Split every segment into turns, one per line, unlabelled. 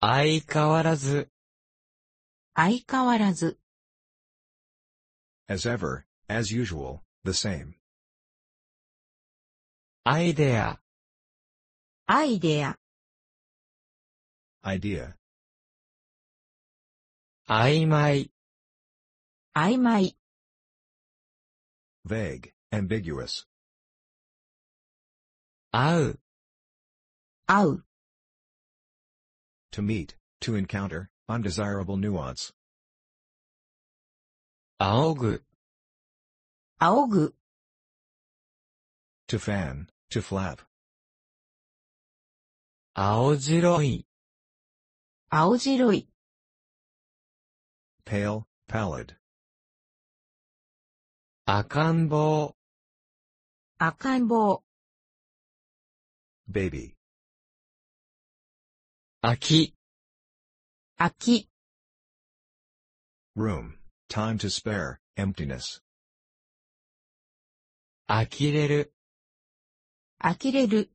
相変わらず、
相変わらず、
As ever, as usual, the same.
アイデア、
アイデア、
Idea.
曖昧、
曖昧、
Vague. Ambiguous.
会う、
合う、
To meet. To encounter. Undesirable nuance.
仰ぐ、
仰ぐ、
To fan. To flap.
青白い、
青白い、
Pale. Pallid.
赤ん坊、
赤ん坊、
Baby.
飽き、
空き、
Room. Time to spare. Emptiness.
呆れる、
呆れる、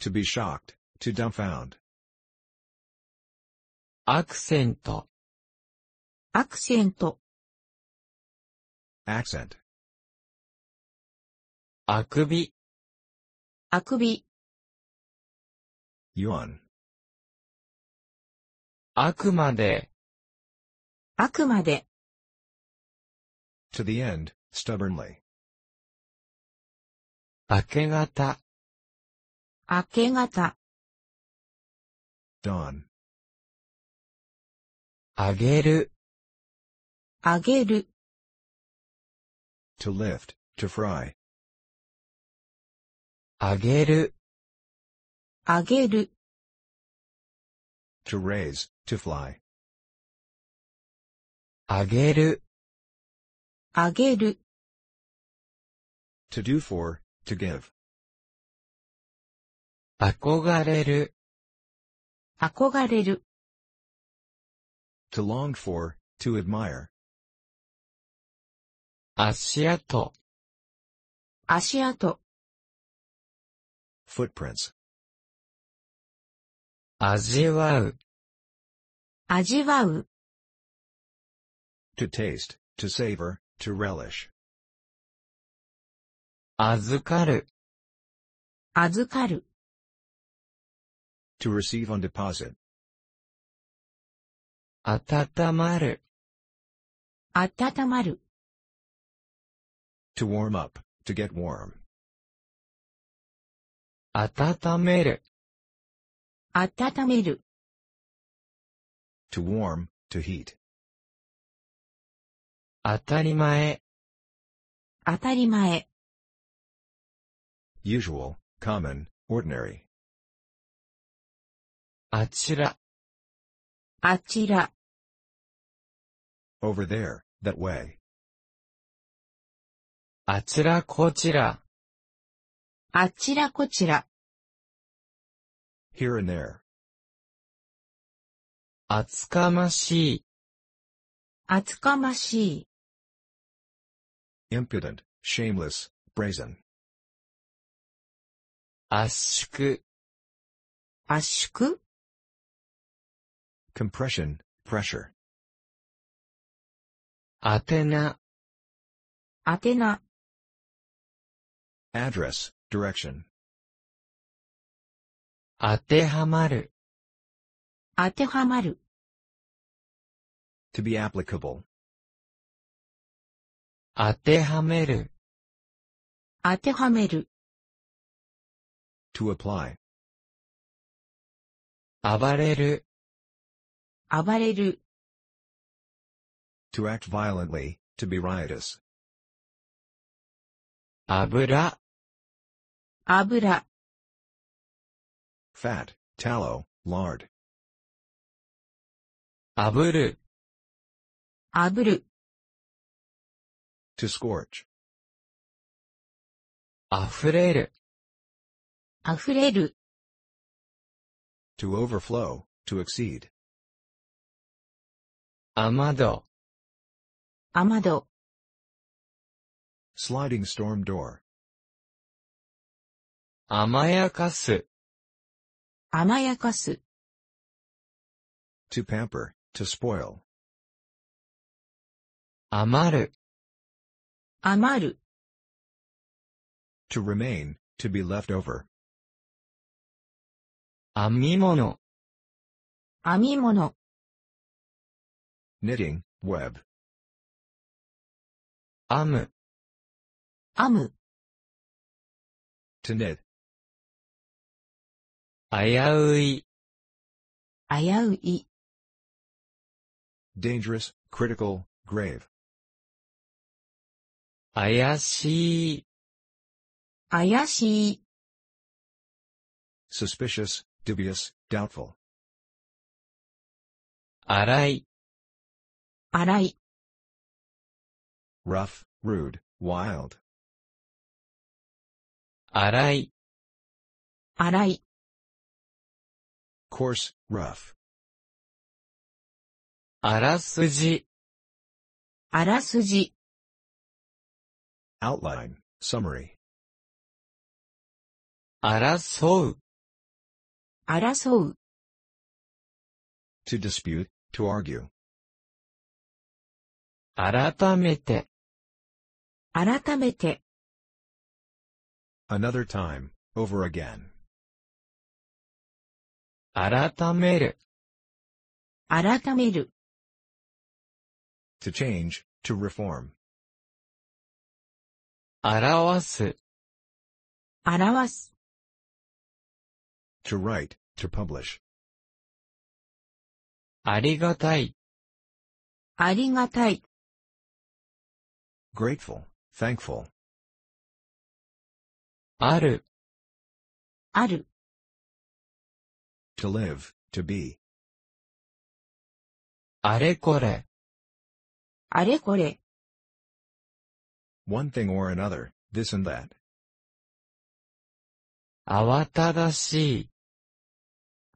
To be shocked. To dumbfound.
アクセント、
アクセント、
Accent.
あくび、
あくび、
Yuan.
あくまで、
あくまで、
To the end. Stubbornly.
明け方、
明け方、
Dawn.
あげる、
あげる、
To lift. To fry.
あげる、
あげる、
To raise. To fly.
あげる、
あげる、
To do for. To give.
憧れる、
憧れる、
To long for. To admire.
足跡、
足跡、
Footprints.
味わう、
味わう、
To taste. To savor. To relish.
預かる、
預かる、
To receive on deposit.
温まる、
温まる、
To warm up. To get warm.
温める、
温める、
To warm. To heat.
当たり前、
当たり前、
Usual. Common. Ordinary.
あちら、
あちら、
Over there. That way.
あちらこちら、
あちらこちら、
Here and there.
厚かましい、
厚かましい、
Impudent. Shameless. Brazen.
圧縮、
圧縮、
Compression. Pressure.
宛名、
宛名、
Address. Direction.
当てはまる、
当てはまる、
To be applicable.
当てはめる、
当てはめる、
To apply.
暴れる、
暴れる、
To act violently. To be riotous.
油、
油、
Fat. Tallow. Lard.
炙る、
炙る、
To scorch.
溢れる、
溢れる、
To overflow. To exceed.
雨戸、
雨戸、
Sliding storm door.
甘やかす、
甘やかす、
To pamper, to spoil.
余る、
余る、
To remain, to be left over.
編み物、
編み物、
Knitting, web.
編む、
編む、
To knit,
危うい、
危うい、
dangerous, critical, grave.
怪しい、
怪しい、
Suspicious, dubious, doubtful.
荒い、
荒い、
Rough, rude, wild.
荒い、
荒い、
Coarse, rough.
あらすじ、
あらすじ、
Outline, summary.
争う、
争う、
To dispute, to argue.
改めて、
改めて、
Another time, over again.
改める、
改める、
To change, to reform.
表す、
表す、
To write, to publish.
ありがたい、
ありがたい、
Grateful, thankful.
ある、
ある、
To live, to be.
あれこれ、
あれこれ、
One thing or another, this and that.
慌ただしい、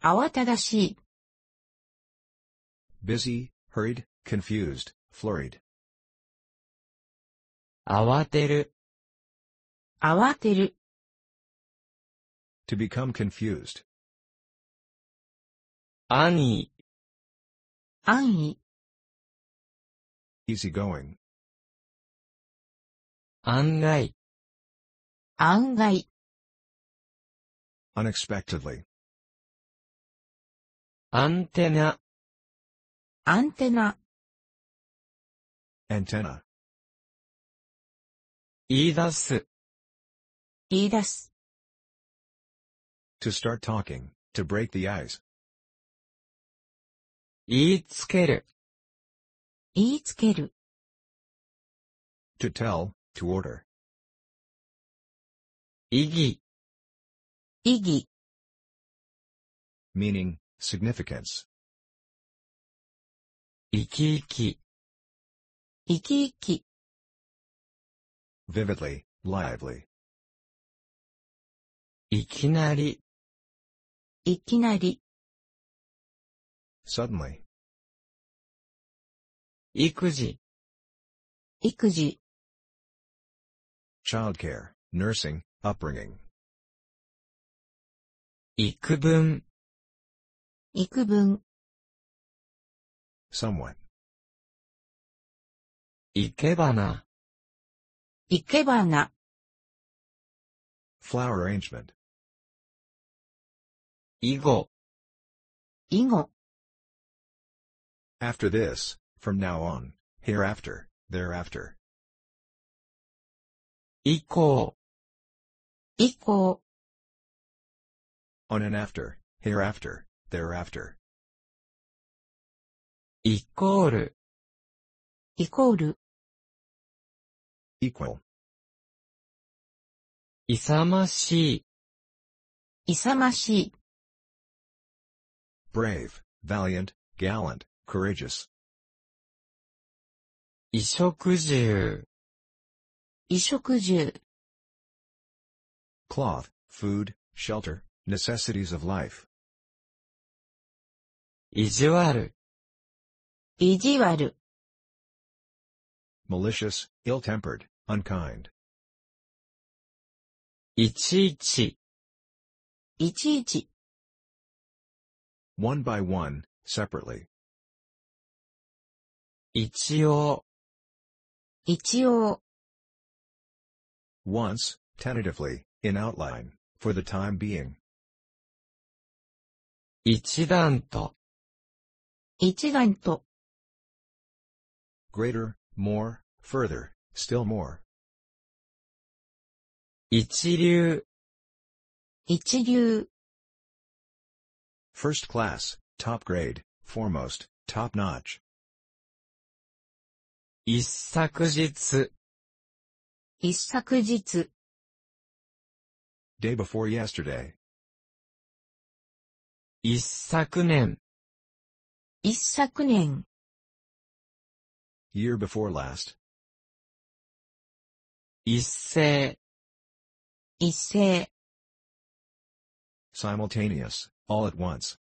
慌ただしい、
Busy, hurried, confused, flurried.
慌てる、
慌てる、
To become confused.
安易、
安易、
Easygoing.
案外、
案外、
Unexpectedly.
アンテナ、
アンテナ、
Antenna.
言い出す、
言い出す、
To start talking, to break the ice.
言いつける、
言いつける、
To tell, to order.
意義、
意義、
Meaning, significance.
生き生き、
生き生き、
Vividly, lively.
いきなり、
いきなり、
Suddenly.
育児、
育児、
Childcare, nursing, upbringing.
幾分、
幾分、
Someone.
いけばな、
いけばな、
Flower arrangement.
以後、
以後、
After this, from now on, hereafter, thereafter.
以降、
以降、
On and after, hereafter, thereafter.
イコール、
イコール、
Equal.
勇ましい、
勇ましい、
Brave, valiant, gallant, courageous.
衣食住、
衣食住、
Cloth, food, shelter, necessities of life.
意地悪、
意地悪、
Malicious, ill-tempered, unkind.
いちいち、
いちいち、
One by one, separately,
一応、
一応、
once, tentatively, in outline, for the time being,
一段と、
一段と、
greater, more, further, still more,
一流、
一流、
first class, top grade, foremost, top notch,
一昨日、
一昨日、
day before yesterday,
一昨年、
一昨年、
year before last,
一斉、
一斉、
simultaneous, all at once,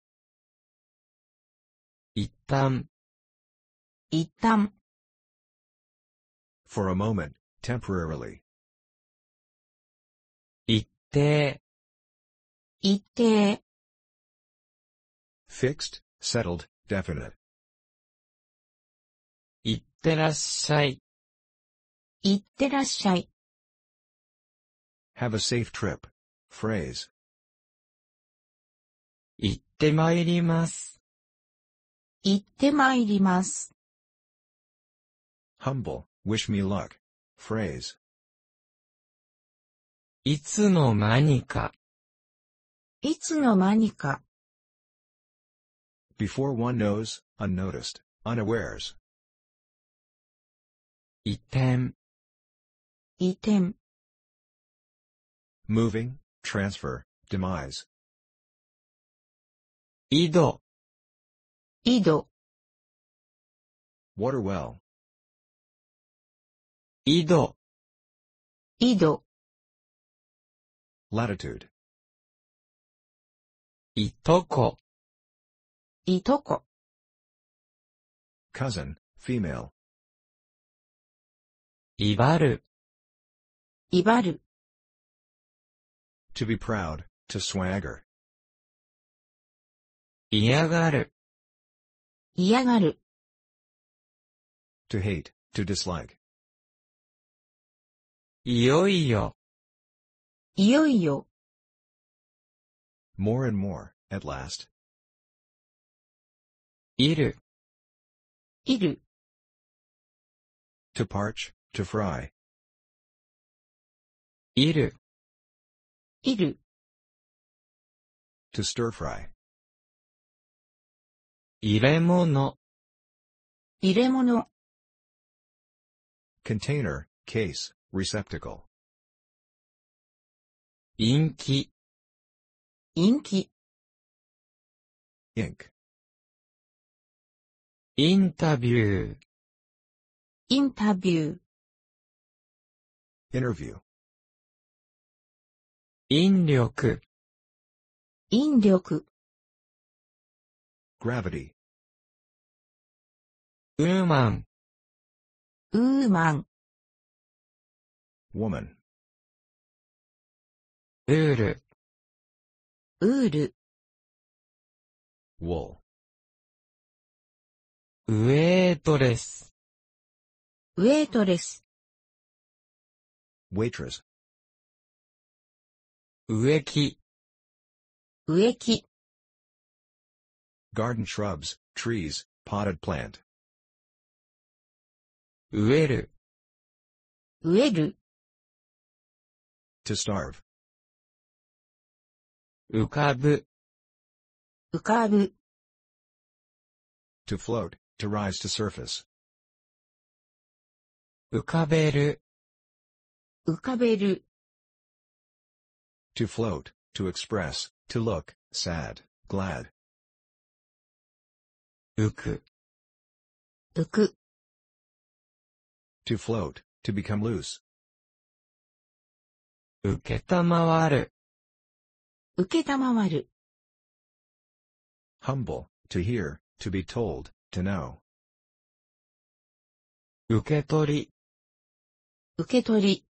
一旦、
一旦、
for a moment, temporarily,
一定、
一定、
fixed, settled, definite,
いってらっしゃい、
いってらっしゃい、
have a safe trip, phrase,
いってまいります。
いってまいります。
humble, wish me luck, phrase,
いつの間にか、
いつの間にか、
before one knows, unnoticed, unawares,
移転、
移転、
moving, transfer, demise,
井戸、
井戸、
water well,
井戸、
井戸、
latitude,
いとこ、
いとこ、
cousin, female,
いばる、
いばる、
to be proud, to swagger,
嫌がる、
嫌がる、
to hate, to dislike,
いよいよ、
いよいよ、
more and more, at last,
いる、
いる、
to parch, to fry,
いる、
いる、
to stir fry,
入れ物、
入れ物、
container, case, receptacle,
陰気、
陰気、
ink,
インタビュー、
インタビュー、
interview,
引力、
引力、
gravity,
ウーマン、
ウーマン、
woman,
ルール、
ウール、
wool,
ウェイトレス、
ウェイトレス、
waitress,
植木、
植木、
garden shrubs, trees, potted plant,
植える、
植える、
to starve,
浮かぶ、
浮かぶ、
to float, to rise to surface,
浮かべる、
浮かべる、
to float, to express, to look, sad, glad,
浮く、
浮く、
to float, to become loose,
受けたまわる、
受けたまわる、
humble, to hear, to be told, to know,
受け取り、
受け取り、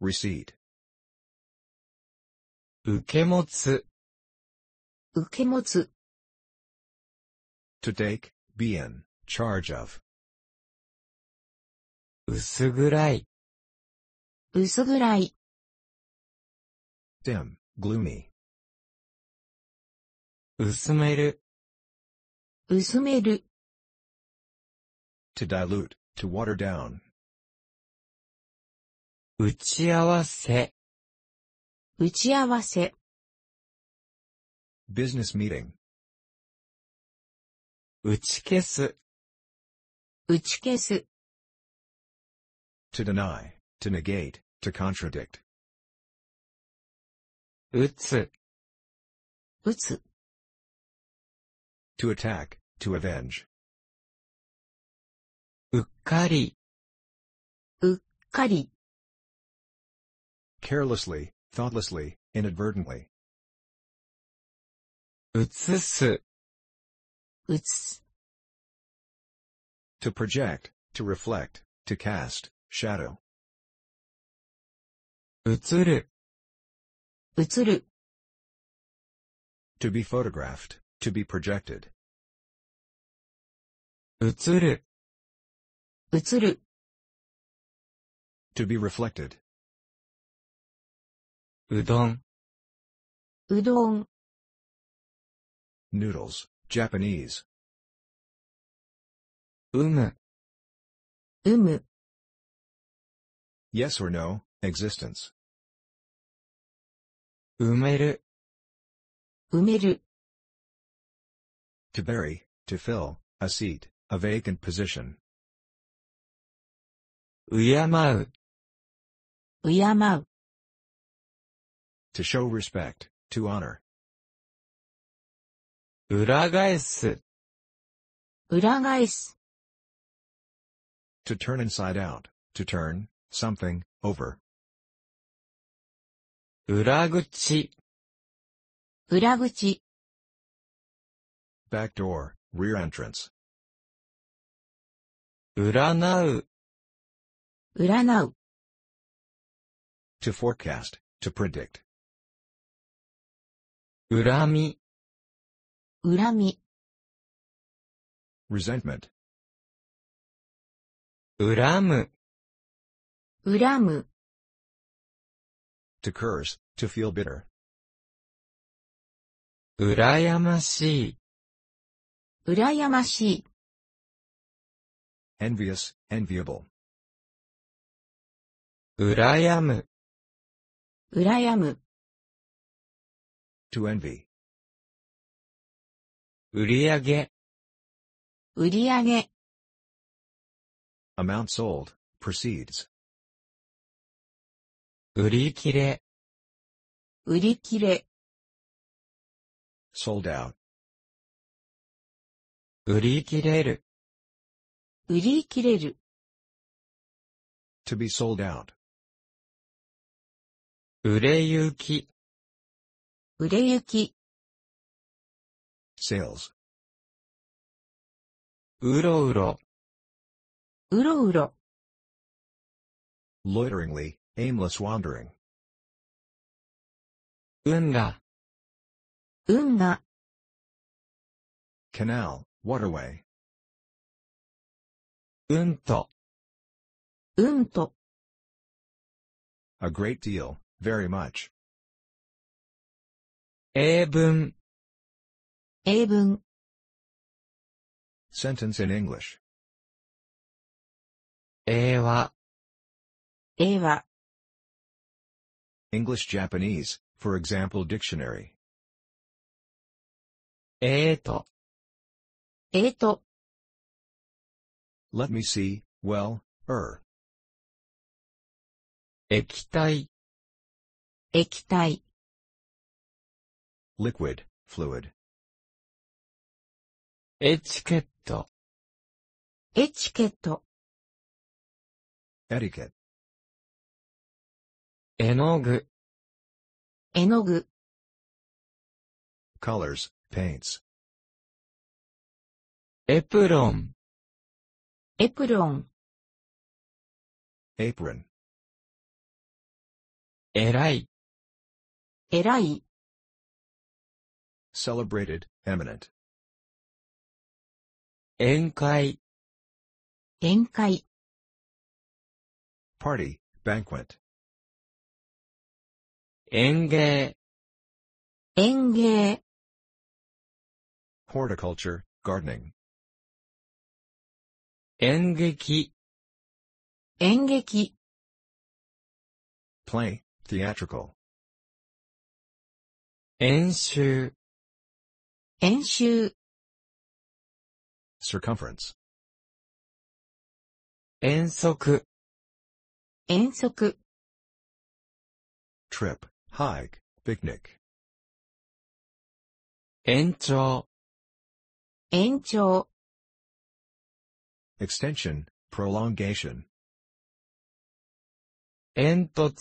receipt,
受け持つ、
受け持つ、
To take, be in, charge of,
薄暗い、
薄暗い、
dim, gloomy,
薄める、
薄める、
to dilute, to water down,
打ち合わせ、
打ち合わせ、
business meeting,
打ち消す、
打ち消す、
to deny, to negate, to contradict,
打つ、
打つ、
to attack, to avenge,
うっかり、
かり、
carelessly, thoughtlessly, inadvertently,
映す、
打つ、
to project, to reflect, to cast, shadow,
映る、
映る、
to be photographed, to be projected,
映る、
映る、
to be reflected,
うどん、
うどん、
noodles, Japanese,
うむ、
うむ、
yes or no, existence,
埋める、
埋める、
to bury, to fill, a seat, a vacant position,
敬う、
敬う、
to show respect, to honor,
裏返す、
裏返す、
to turn inside out, to turn, something, over,
裏口、
裏口、
back door, rear entrance,
占う、
占う、
to forecast, to predict,
恨み、
恨み、
resentment,
恨む、
恨む、
to curse, to feel bitter,
羨ましい、
羨ましい、
envious, enviable,
羨む、
羨む、
to envy,
売り上げ、
売り上げ、
amount sold, proceeds,
売り切れ、
売り切れ、
sold out,
売り切れる、
売り切れる、
to be sold out,
売れ行き、
売れ行き、
sales,
うろうろ、
うろうろ、
loiteringly, aimless wandering,
運河、
運河、
canal, waterway,
うんと、
うんと、
a great deal, very much,
英文、
英文、
sentence in English,
英和、
英和、
English Japanese, for example dictionary,
えーと、
えーと、
let me see, well, er,
液体、
液体、
liquid, fluid,
エチケット、
エチケット、
etiquette,
絵の具、
絵の具、
colors, paints,
エプロン、
エプロン、
apron,
偉い、
偉い、
celebrated, eminent,
宴会、
宴会、
party, banquet,
園芸、
園芸、
horticulture, gardening,
演劇、
演劇、
play, theatrical,
演習、
演習、
circumference,
遠足、
遠足、
trip, hike, picnic,
延長、
延長、
extension, prolongation,
煙突、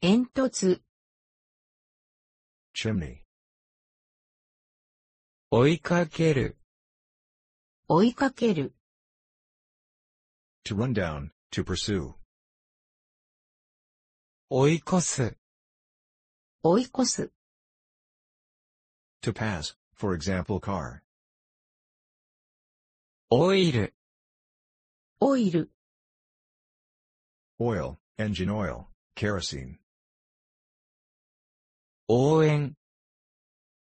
煙突、
chimney,
追いかける、
追いかける、
to run down, to pursue,
追い越す、
追い越す、
to pass, for example car,
オイル、
オイル、
oil, engine oil, kerosene,
応援、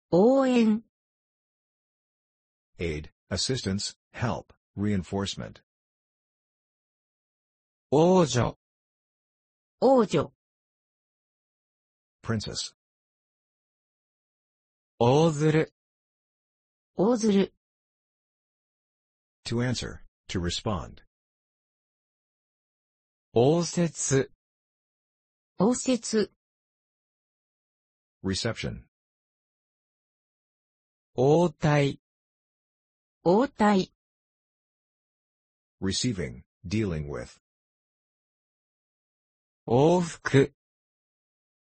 応援、
aid, assistance, help, reinforcement,
王女、
王女、
princess,
大ずる、
大ずる、
to answer, to respond,
応接、
応接、
reception,
応対、
応対、
receiving, dealing with,
往復、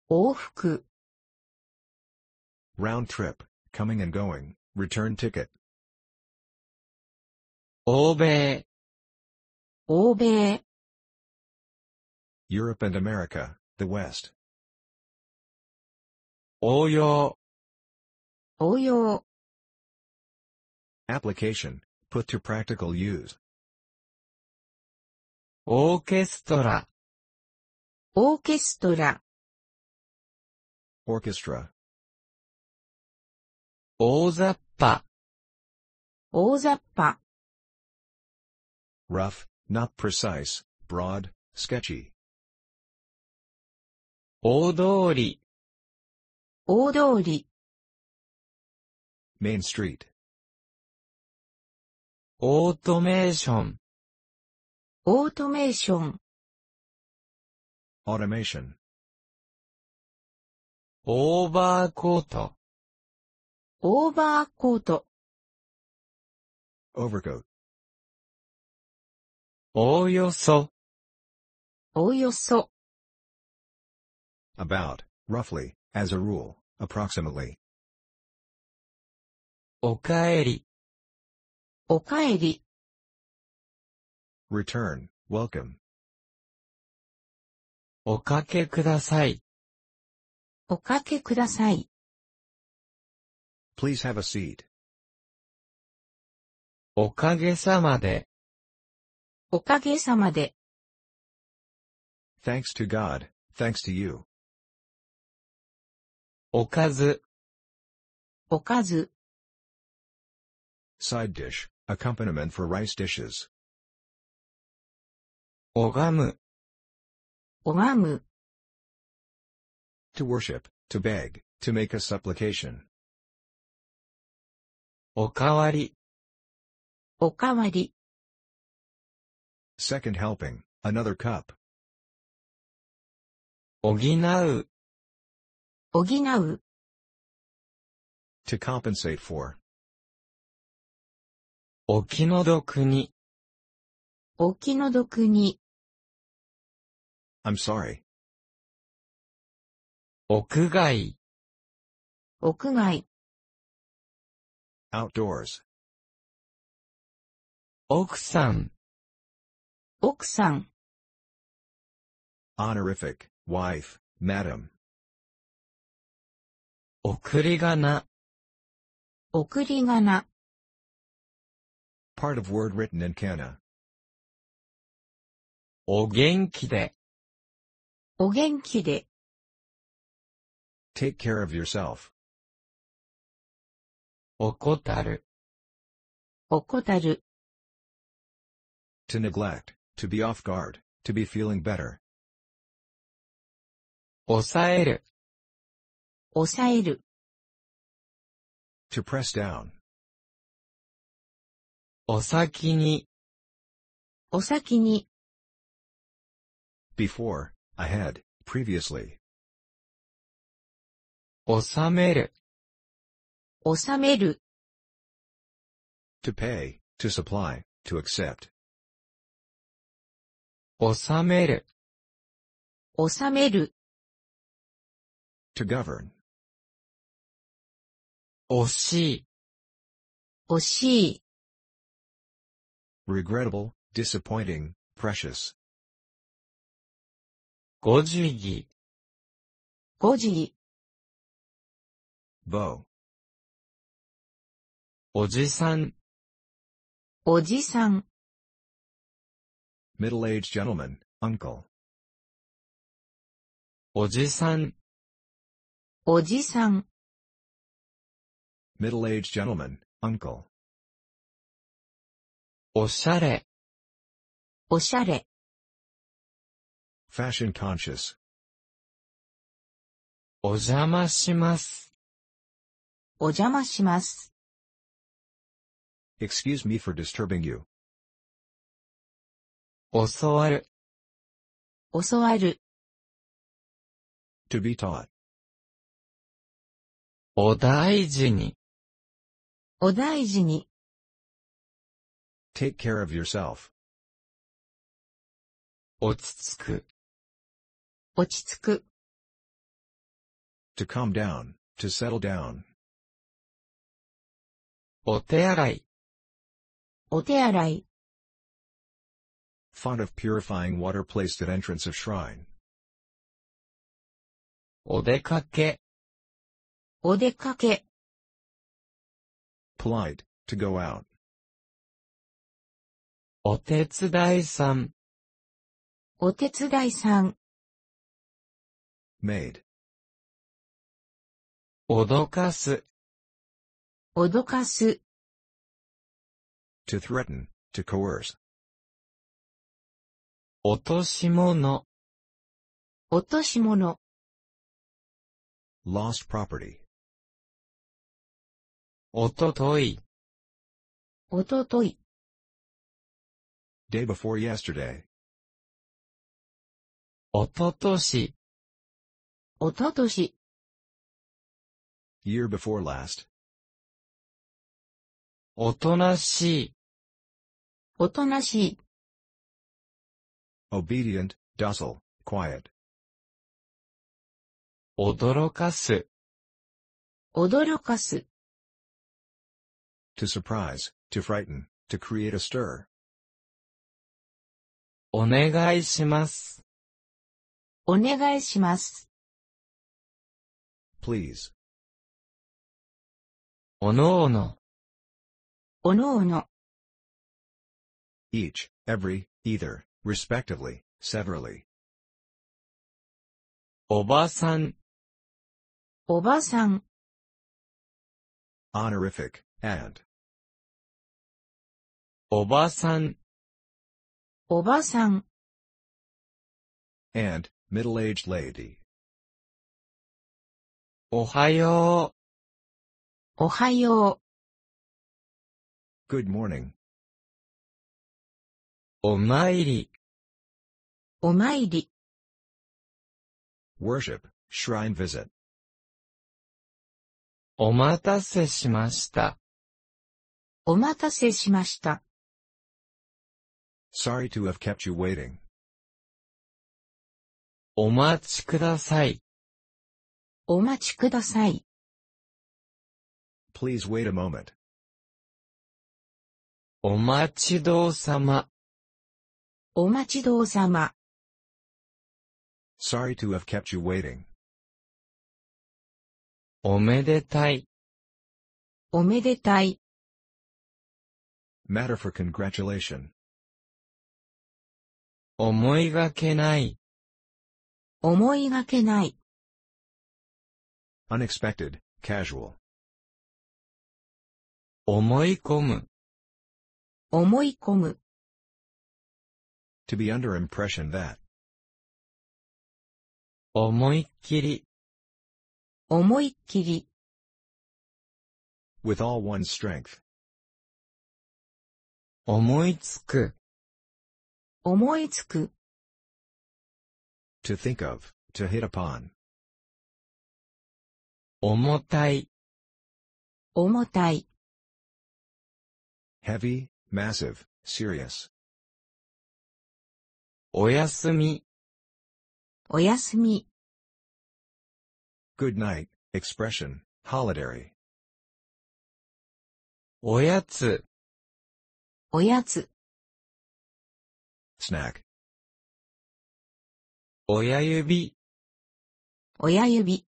往復、
round trip, coming and going, return ticket,
欧米、
欧米、
Europe and America, the West,
応用、
応用、
application, put to practical use,
オーケストラ、
オーケストラ、
orchestra,
大雑把、
大雑把、
rough, not precise, broad, sketchy,
大通り、
大通り、
main street,
オートメーション、
オートメーション、
automation,
オーバーコート、
オーバーコート、
overcoat,
おおよそ、
おおよそ、
about, roughly, as a rule, approximately,
おかえり、
おかえり、
return, welcome,
おかけください、
おかけください、
please have a seat,
おかげさまで、
おかげさまで、
thanks to God, thanks to you,
おかず、
おかず、
side dish, accompaniment for rice dishes,
拝む、
拝む、
to worship, to beg, to make a supplication,
おかわり、
おかわり、
second helping, another cup,
補う、
補う、
to compensate for,
お気の毒に、
お気の毒に、
I'm sorry,
屋外、
屋外、
outdoors,
奥さん、
奥さん、
honorific, wife, madam,
送り仮名、
送り仮名、
Part of word written in kana.
お元気で、
お元気で、
Take care of yourself.
怠る、
怠る、
To neglect, to be off guard, to be feeling better.
抑える、
抑える、
To press down.
お先に、
お先に、
Before, ahead, previously.
収める、
収める、
To pay, to supply, to accept.
収める、
収める、
To govern.
惜しい、
惜しい、
Regrettable, disappointing, precious.
ご時儀、
誤時、
Bow.
おじさん、
おじさん、
Middle-aged gentleman, uncle.
おじさん、
おじさん、
Middle-aged gentleman, uncle.
おしゃれ、
おしゃれ、
Fashion conscious.
お邪魔します、
お邪魔します。
Excuse me for disturbing you.
教わる、
教わる、
To be taught.
お大事に、
お大事に、
Take care of yourself.
落ち着く、
落ち着く、
To calm down, to settle down.
お手洗い、
お手洗い、
Font of purifying water placed at entrance of shrine.
お出かけ、
お出かけ、
Polite, to go out.
お手伝いさん、
お手伝いさん、
Maid.
脅かす、
脅かす、
To threaten, to coerce.
落とし物、
落とし物、
Lost property.
おととい、
おととい、
Day before yesterday.
おととし、
おととし、
Year before last.
おとなしい、
おとなしい、
Obedient, docile, quiet.
驚かす、
驚かす、
To surprise, to frighten, to create a stir.
お願いします、
お願いします。
Please.
おのおの、
おのおの、
Each, every, either, respectively, severally.
おばさん、
おばさん、
Honorific, and.
おばさん、
おばさん、
And, middle-aged lady.
おはよ
おはよ
Good morning.
う、お参り、
う、お参り、
Worship, shrine visit.
お待たせしました、
お待たせしました。
Sorry to have kept you waiting.
お待ちください、
お待ちください。
Please wait a moment.
お待ちどうさま、
お待ちどうさま。
Sorry to have kept you waiting.
おめでたい、
おめでたい。
matter for congratulation,
思いがけない、
思いがけない、
unexpected, casual,
思い込む、
思い込む、
to be under impression that,
思いっきり、
思いっきり、
with all one's strength,
思いつく、
思いつく、
to think of, to hit upon,
重たい、
重たい、
heavy, massive, serious,
おやすみ、
おやすみ、
good night, expression, holiday,
おやつ、
おやつ、
snack,
親指、
親指、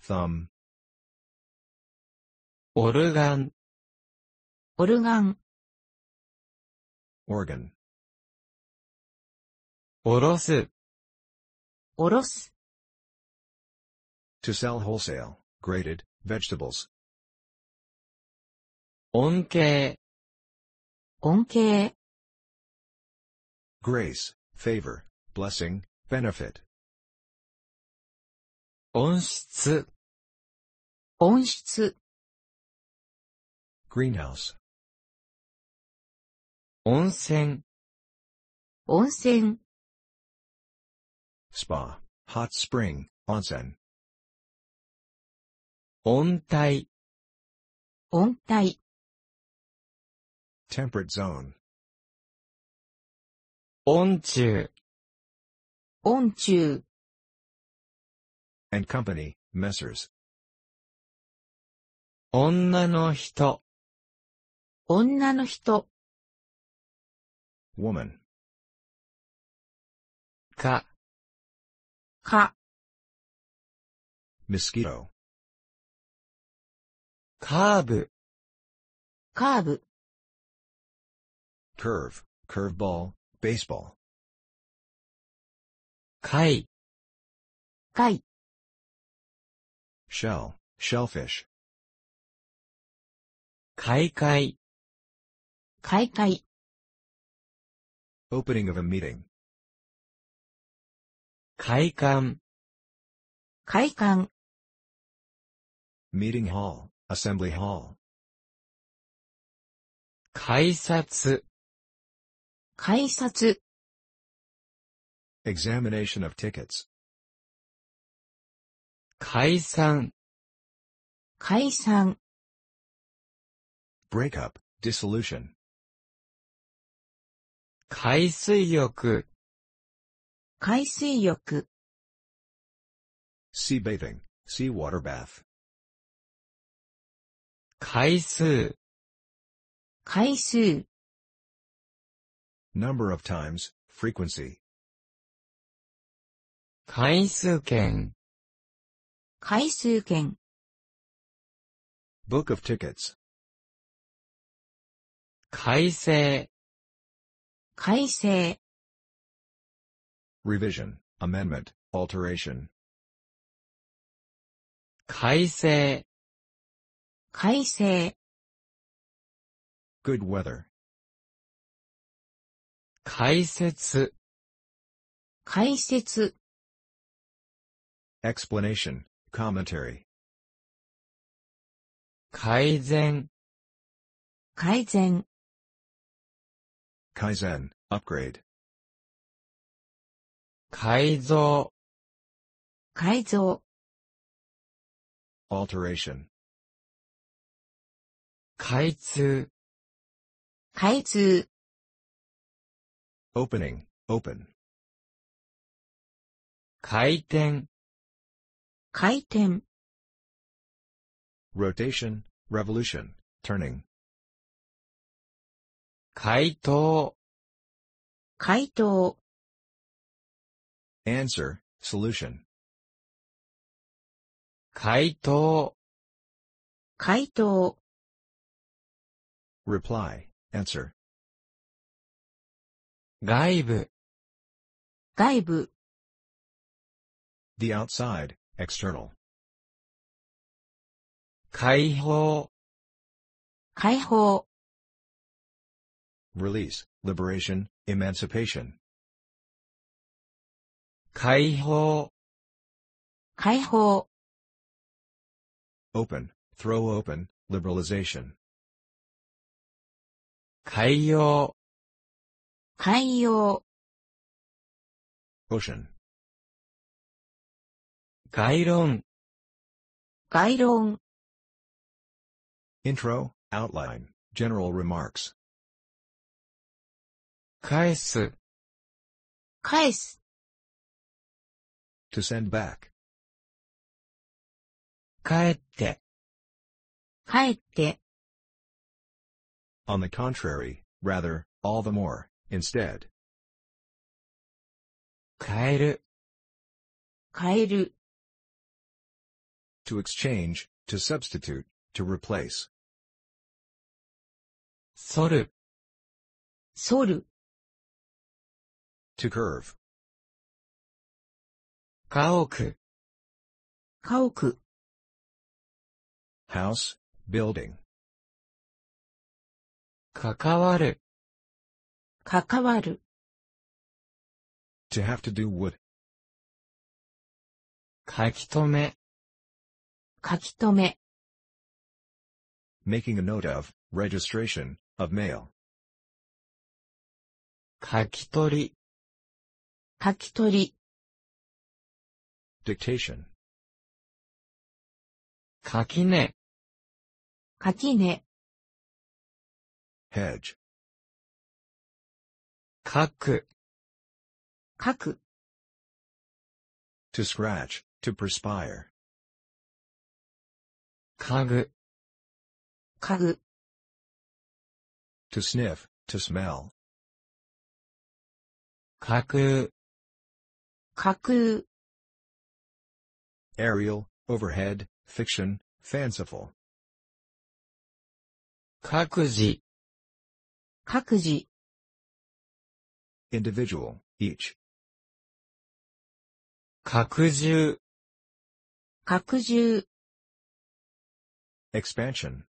thumb,
オルガン、
オルガン、
organ,
おろす、
おろす、
to sell wholesale, grated, vegetables,
恩恵、
恩恵、
grace, favor, blessing, benefit,
温室、
温室、
greenhouse,
温泉、
温泉、
spa, hot spring, onsen,
温帯、
温帯、
temperate zone,
温中、
温中、
and company, messers,
女の人、
女の人、
woman,
か、
か、
mosquito,
カーブ、
カーブ、
curve, curveball, baseball,
貝、
貝、
shell, shellfish,
開会、
開会、
opening of a meeting,
開館、
会館、
meeting hall, assembly hall,
改札、
改札、
examination of tickets,
解散、
解散、
breakup, dissolution,
海水浴、
海水浴、
sea bathing, sea water bath,
回数、
回数、
number of times, frequency,
回数券、
回数券、
book of tickets,
改正、
改正、
revision, amendment, alteration,
改正、
改正、
good weather,
解説、
解説、
explanation, commentary,
改善、
改善、
kaizen, upgrade,
改造、
改造、
alteration,
開通、
開通、
opening, open,
回転、
回転、
rotation, revolution, turning,
回答、
回答、
answer, solution,
回答、
回答、
reply, answer,
外部、
外部、
the outside, external,
解放、
解放、
release, liberation, emancipation,
解放、
解放、
open, throw open, liberalization,
海洋、
海洋、
ocean,
概論、
概論、
intro, outline, general remarks,
返す、
返す、
to send back,
帰って、
帰って、
on the contrary, rather, all the more, instead,
変える、
変える、
to exchange, to substitute, to replace,
反る、
反る、
to curve,
家屋、
家屋、
house, building,
関わる、
関わる、
to have to do would,
書き留め、
書き留め、
making a note of, registration, of mail,
書き取り、
書き取り、
dictation,
垣根、
垣根、
hedge,
書く、
書く、
to scratch, to perspire,
家具、
家具、
to sniff, to smell,
架空、
架空、
aerial, overhead, fiction, fanciful,
各自、
各自、
individual, each,
拡充、
拡充、
expansion,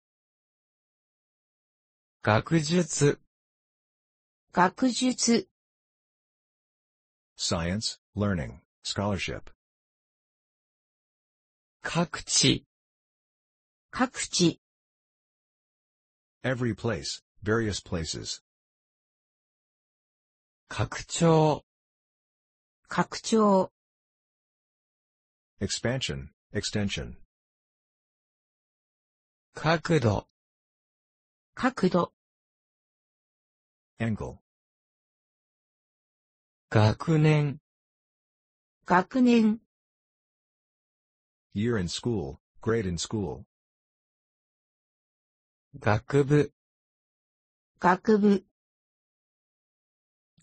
学術、
学術、
science, learning, scholarship,
各地、
各地、
every place, various places,
拡張、
拡張、
expansion, extension,
角度、
角度、
angle,
学年、
学年、
year in school, grade in school,
学部、
学部、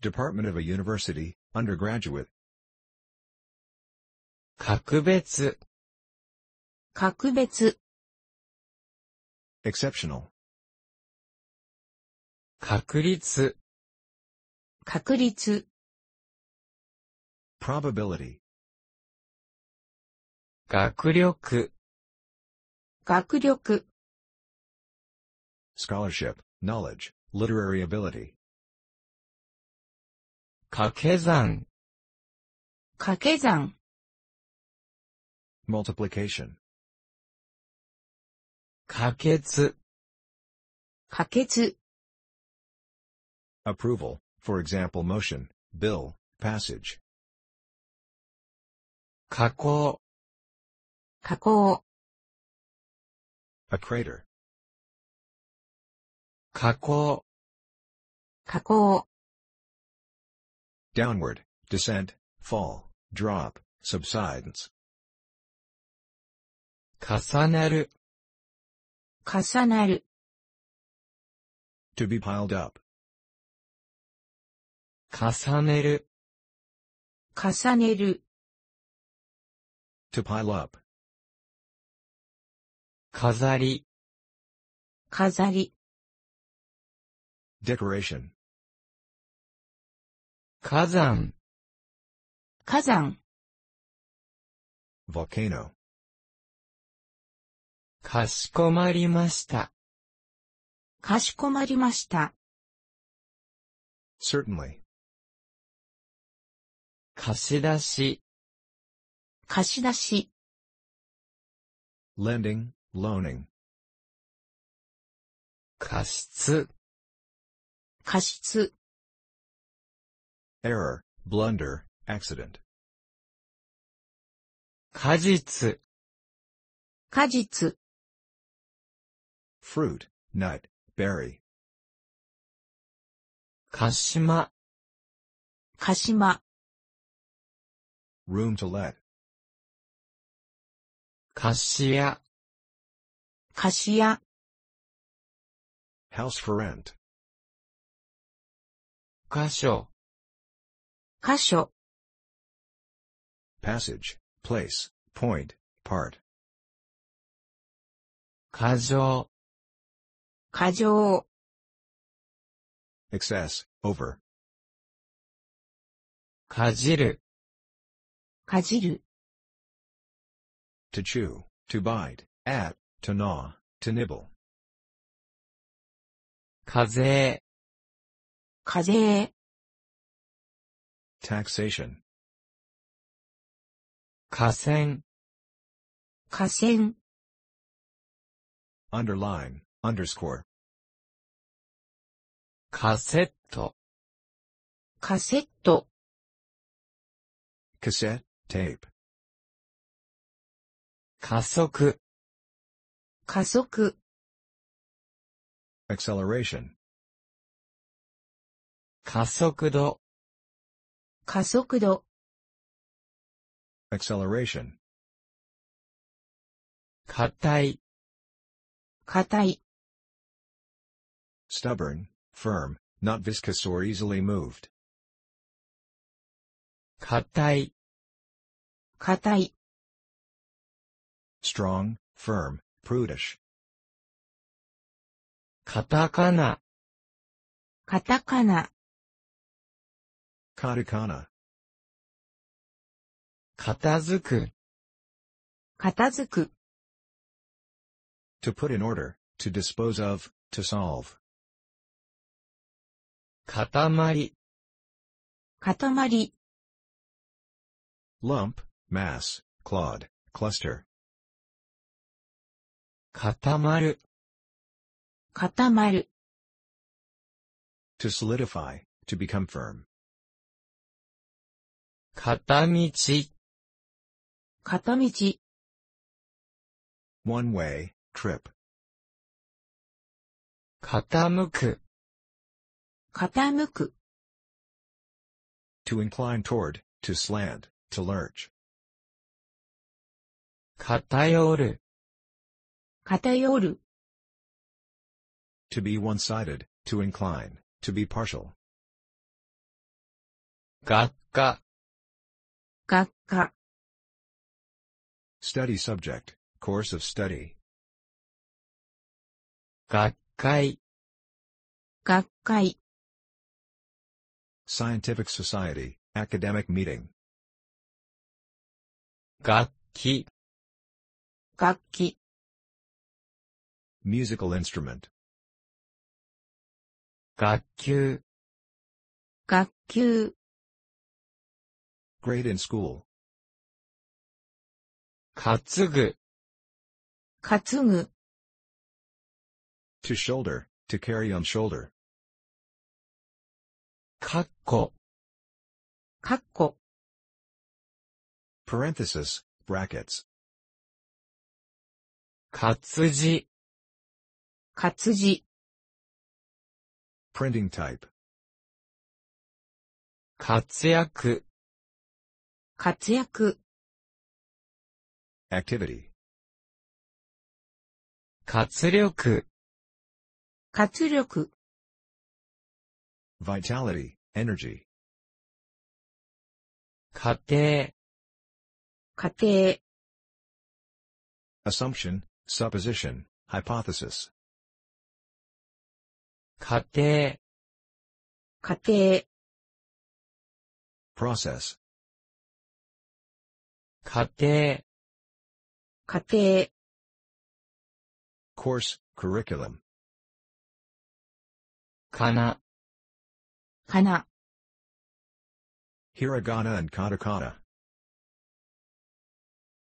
department of a university, undergraduate,
格別、
格別、
exceptional,
確率、
確率、
probability,
学力、
学力、
scholarship, knowledge, literary ability,
掛け算、
掛け算、
multiplication,
可決、
可決、
approval, for example motion, bill, passage,
加工、
加工、
a crater,
加工、
加工、
downward, descent, fall, drop, subsidence,
重なる、
重なる、
to be piled up,
重ねる、
重ねる、
to pile up,
飾り、
飾り、
Decoration.
火山、
火山、
Volcano.
かしこまりました。
かしこまりました。
Certainly.
貸し出し、
貸し出し、
Lending, loaning.
貸出、
過失、
Error, blunder, accident.
果実、
果実、
Fruit, nut, berry.
鹿島、
鹿島、
Room to let.
貸し屋、
菓子屋、
House for rent.
箇所、
箇所、
Passage, place, point, part.
過剰、
過剰、
Excess, over.
かじる、
かじる、
To chew, to bite, at, to gnaw, to nibble.
課税、
課税、
Taxation.
河川、
河川、
Underline, underscore.
カセット、
カセット、
Cassette, tape.
加速、
加速、
Acceleration.
加速度、
加速度、
Acceleration.
硬い、
硬い、
Stubborn, firm, not viscous or easily moved.
硬い、
硬い、
Strong, firm, prudish.
カタカナ、
カタカナ、
Katakana.
片付く、
片付く、
To put in order, to dispose of, to solve.
塊、
塊、
Lump, mass, clod, cluster.
固まる、
固まる、
To solidify, to become firm.
片道、
片道、
One way, trip.
傾く、
傾く、
To incline toward, to slant, to lurch.
偏る、
偏る、
To be one-sided, to incline, to be partial.
学科、
学科、
Study subject, course of study.
学会、
学会、
Scientific society, academic meeting.
楽器、
楽器、
Musical instrument.
学級、
学級、
Grade in school.
担ぐ、
担ぐ、
To shoulder, to carry on shoulder.
かっこ、
かっこ、
Parenthesis, brackets.
活字、
活字、
Printing type.
活躍、
活躍、
Activity.
活力、
活力、
Vitality, energy.
家庭、
家庭、
Assumption, supposition, hypothesis.
家庭、
家庭、
process,
家庭、
家庭、
course, curriculum,
かな、
かな、
hiragana and katakana,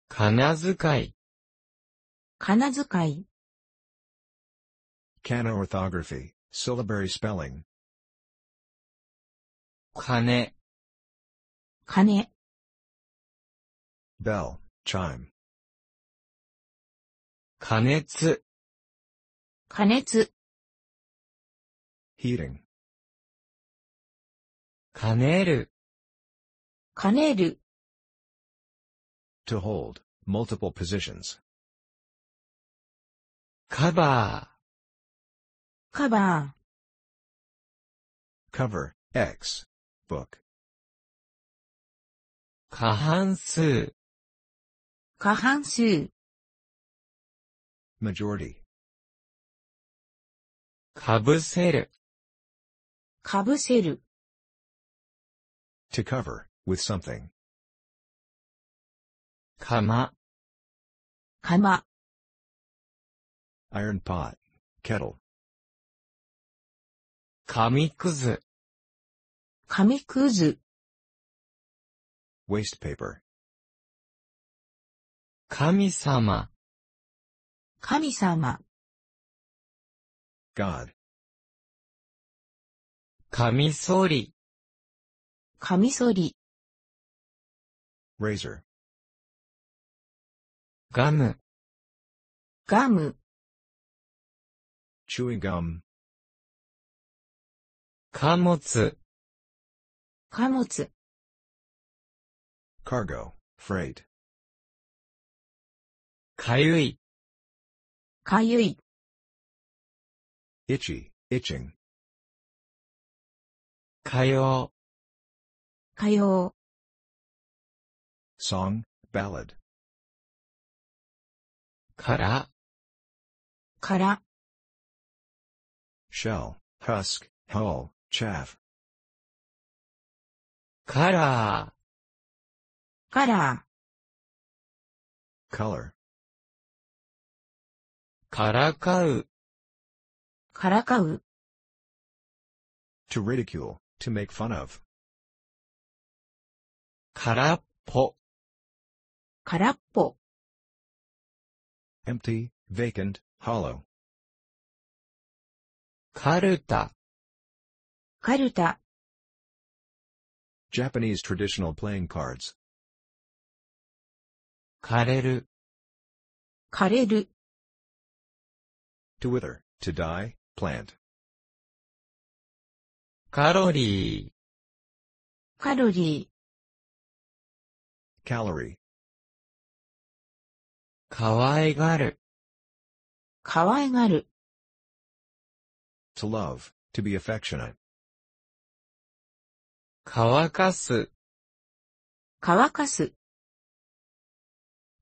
金遣い、
かな遣い、
kana orthography, syllabary spelling,
金、
金、
bell, chime,
加熱、
加熱、
heating,
兼ねる、
兼ねる、
to hold, multiple positions,
カバ
カバ
cover, x, book,
ー、過半数、
ー、過半数、
majority,
かぶせる、
かぶせる、
to cover, with something,
釜、
釜、
iron pot, kettle,
紙くず、
紙くず、
waste paper,
神様、
神様、
god,
カミソリ、
カミソリ、
razor,
ガム、
ガム、
chewing gum,
貨物、
貨物、
cargo, freight,
かゆい、
かゆい、
itchy, itching,
かよ
かよう、
song, ballad,
う、から、
から、
shell, husk, hull, chaff,
カラ
カラ
color,
ー、からかう、
ー、からかう、
to ridicule, to make fun of,
空っぽ、
空っぽ、
empty, vacant, hollow,
カルタ、
カルタ、
Japanese traditional playing cards,
枯れる、
枯れる、
to wither, to die, plant,
カロリー、
カロリー、
calorie,
可愛がる、
可愛がる、
to love, to be affectionate,
乾かす、
乾かす、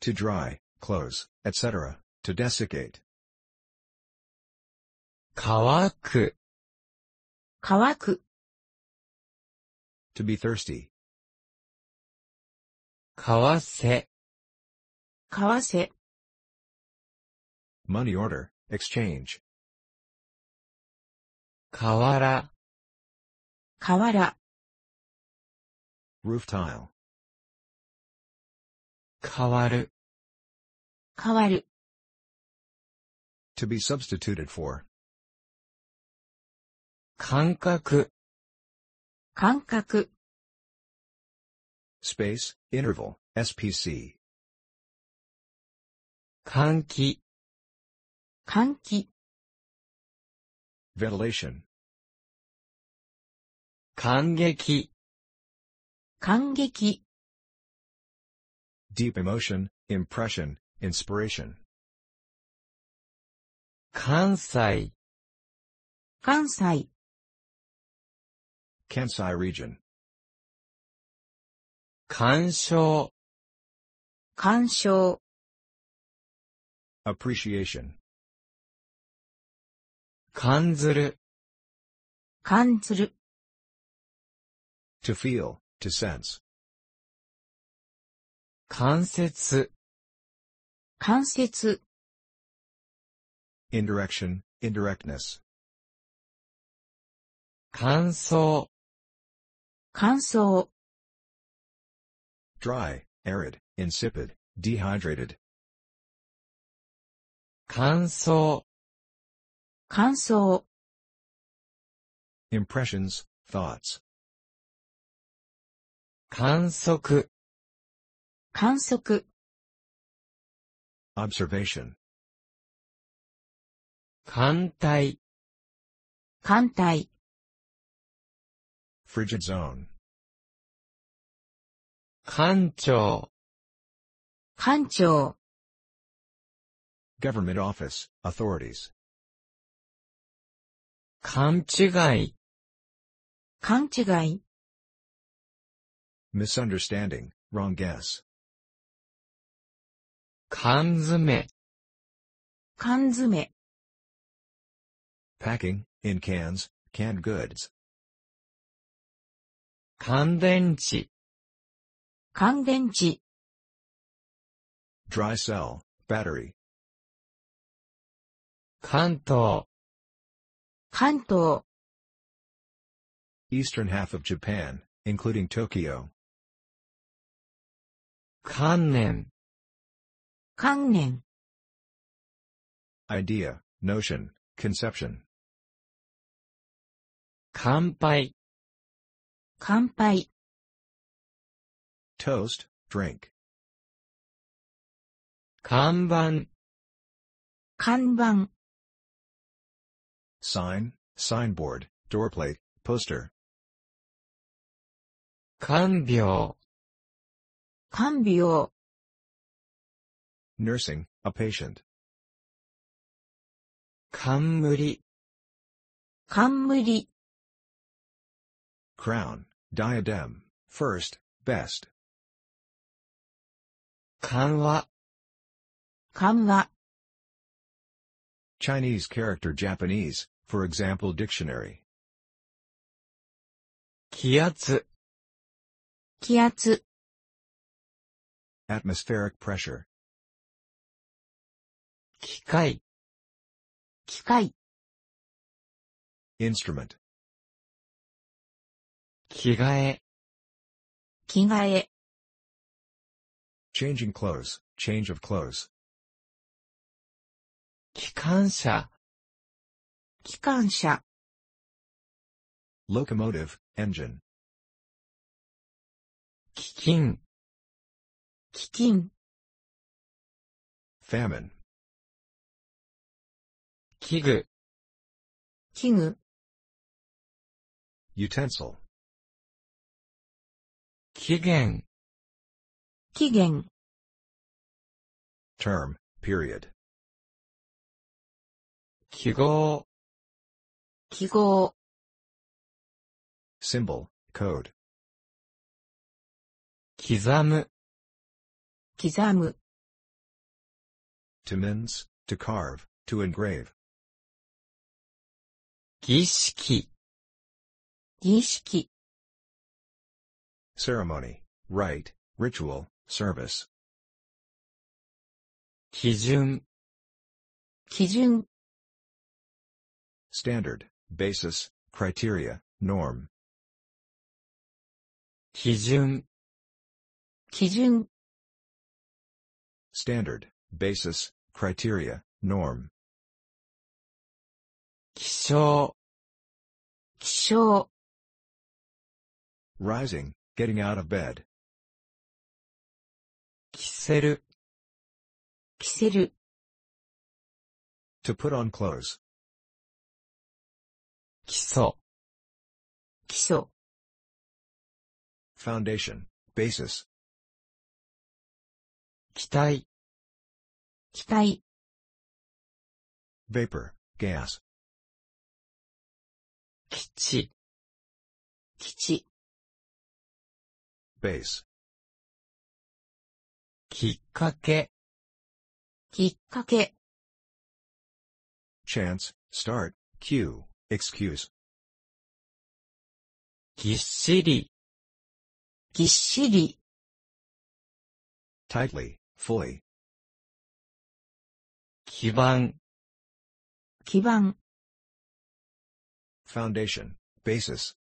to dry, close, etc., to desiccate,
乾く、
乾く、
to be thirsty,
わせ、
為替、
money order, exchange,
わら、
河原、
roof tile,
変わる、
変わる、
to be substituted for,
感覚、
感覚、
space, interval, SPC,
換気、
換気、
ventilation,
感激、
感激、
deep emotion, impression, inspiration,
関西、
関西、
Kansai region,
干渉、
干渉、
appreciation,
感ずる、
感ずる、
To feel, to sense.
関節、
関節、
Indirection, indirectness.
乾燥、
乾燥、
Dry, arid, insipid, dehydrated.
乾燥、
乾燥、
Impressions, thoughts.
観測、
観測、
Observation.
艦隊、
艦隊、
Frigid zone.
艦長、
艦長、
Government office, authorities.
勘違い、
勘違い、
Misunderstanding, wrong guess.
缶詰、
缶詰、
Packing, in cans, canned goods.
乾電池、
乾電池、
Dry cell, battery.
関東、
関東、
Eastern half of Japan, including Tokyo.
観念、
観念、
Idea, notion, conception.
乾杯、
乾杯、
Toast, drink.
看板、
看板、
Sign, signboard, doorplate, poster.
看病、
看病、
Nursing, a patient.
冠、
冠、
Crown, diadem, first, best.
緩和、
緩和、
Chinese character Japanese, for example dictionary.
気圧、
気圧、
Atmospheric pressure.
機械、
機械、
Instrument.
着替え、
着替え、
Changing clothes, change of clothes.
機関車、
機関車、
Locomotive, engine.
基金、
基金、
Famine.
器具、
器具、
Utensil.
期限、
期限、
Term, period.
記号、
記号、
Symbol, code.
刻む、
刻む、
To mince, to carve, to engrave.
儀式、
儀式、
Ceremony, rite, ritual, service.
基準、
基準、
Standard, basis, criteria, norm.
基準、
基準、
Standard, basis, criteria, norm.
気象、
気象、
Rising, getting out of bed.
着せる、
着せる、
To put on clothes.
基礎、
基礎、
Foundation, basis.
期待、
期待、
Vapor, gas.
基地、
基地、
Base.
きっかけ、
きっかけ、
Chance, start, cue, excuse.
ぎっしり、
ぎっしり、
tightly, fully,
基盤、
基盤、
foundation, basis,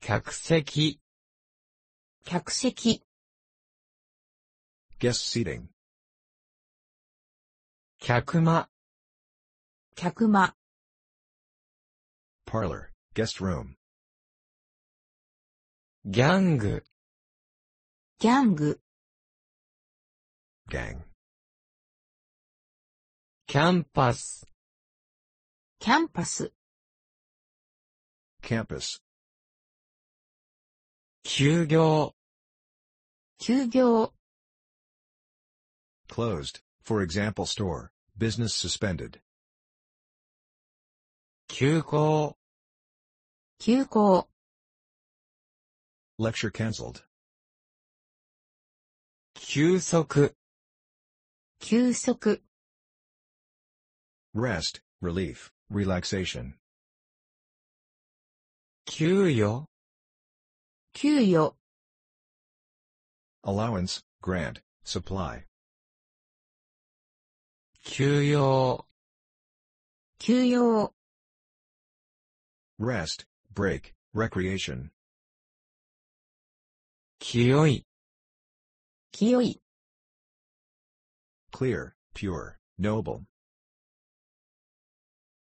客席、
客席、
guest seating,
客間、
客間、
parlor, guest room,
ギャング、
ギャング、
gang,
キャンパス、
キャンパス、
campus,
休業、
休業、
closed, for example store, business suspended,
休校、
休校、
lecture cancelled,
休息、
休息、
rest, relief, relaxation,
給与、
給与、
allowance, grant, supply,
休養、
休養、
rest, break, recreation,
清い、
清い、
clear, pure, noble,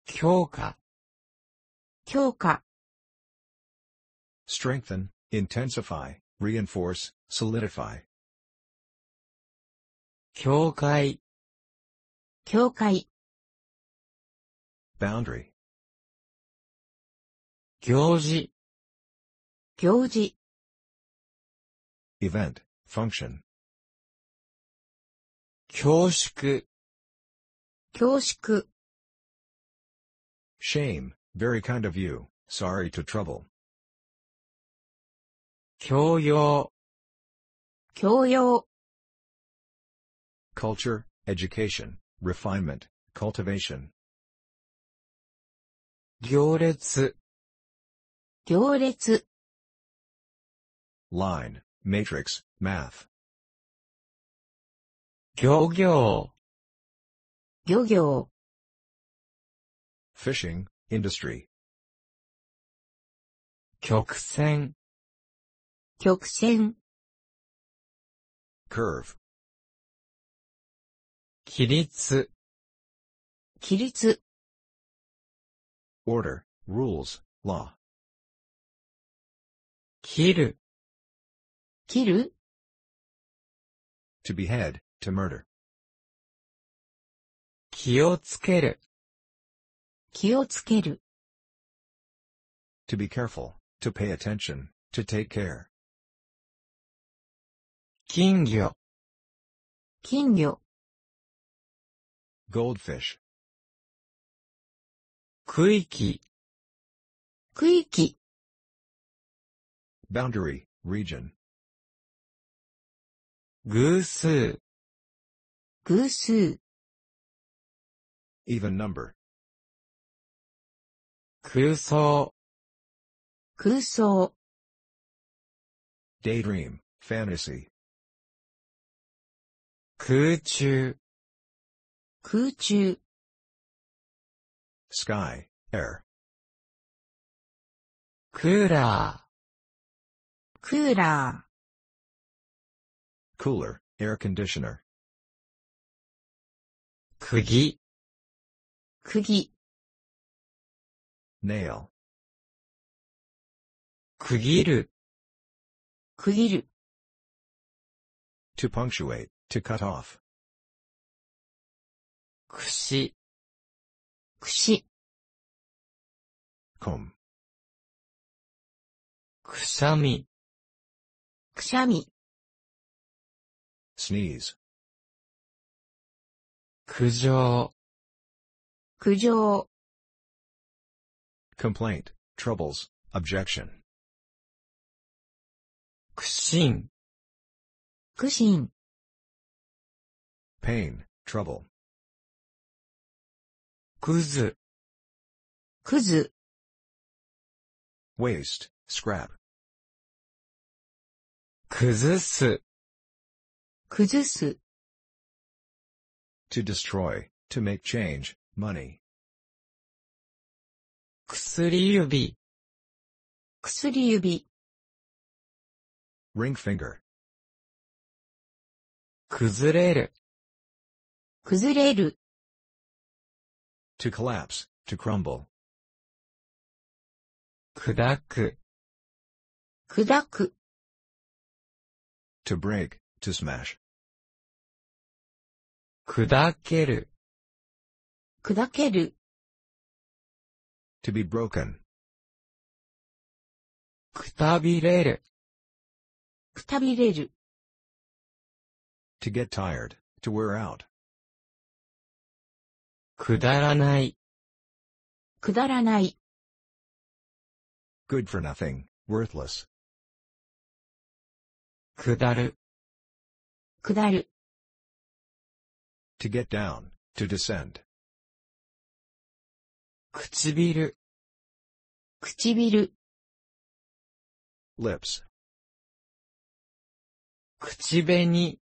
強化、
強化、
strengthen, intensify, reinforce, solidify,
教会、
教会、
boundary,
行事、
行事、
event, function,
恐縮、
恐縮、
shame, very kind of you, sorry to trouble,
教養、
教養、
culture, education, refinement, cultivation,
行列、
行列、
line, matrix, math,
漁業、
漁業、
fishing, industry,
曲線、
曲線、
curve,
規律、
規律、
order, rules, law,
切る、
切る、
to behead, to murder,
気をつける、
気をつける、
to be careful, to pay attention, to take care,
金魚、
金魚、
goldfish,
区域、
区域、
boundary, region,
偶数、
偶数、
even number,
空想、
空想、
daydream, fantasy,
空中、
空中、
sky, air,
クーラ
クーラ
cooler, air conditioner,
ー、
ー、
釘、
釘、
nail,
区切る、
区切る、
to punctuate, to cut off,
串、
串、
comb,
くしゃみ、
くしゃみ、
sneeze,
苦情、
苦情、
complaint, troubles, objection,
苦心、
苦心、
pain, trouble,
クズ、
クズ、
waste, scrap,
崩す、
崩す、
To destroy, to make change, money.
薬指、
薬指、
Ring finger.
崩れる、
崩れる、
To collapse, to crumble.
砕く、
砕く、
To break, to smash.
砕ける、
砕ける、
To be broken.
くたびれる、
くたびれる、
To get tired, to wear out.
くだらない、
くだらない、
Good for nothing, worthless.
くだる、
下る、
To get down, to descend.
唇、
唇、
Lips.
口紅、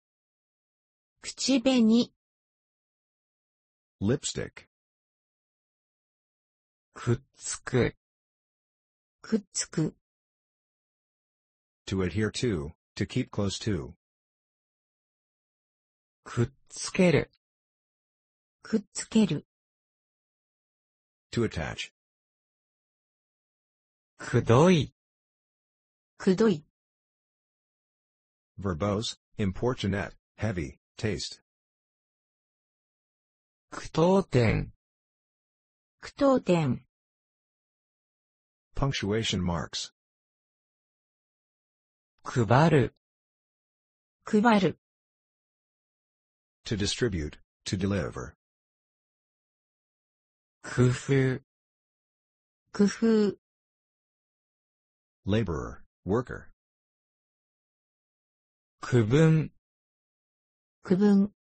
口紅、
Lipstick.
くっつく、
くっつく、
To adhere to, to keep close to.
くっつける、
くっつける、
To attach.
くどい、
くどい、
Verbose, importunate, heavy, taste.
苦闘点、
句読点、
Punctuation marks.
配る、
配る、
To distribute, to deliver.
工夫、
工夫、
Laborer, worker.
区分、
区分、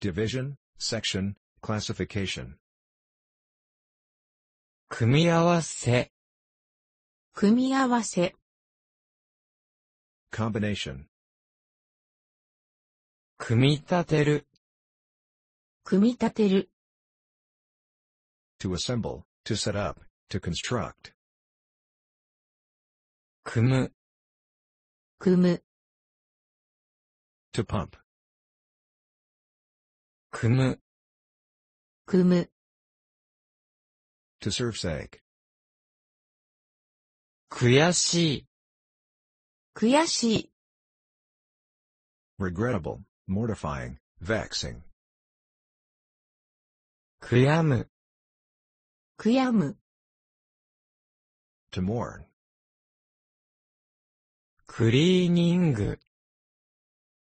Division, section, classification.
組み合わせ、
組み合わせ、
Combination.
組み立てる、
組み立てる、
To assemble, to set up, to construct.
組む、
組む、
To pump.
組む、
組む、
To serve sake.
悔しい、
悔しい、
Regrettable, mortifying, vexing.
悔やむ、
悔やむ、
To mourn.
クリーニング、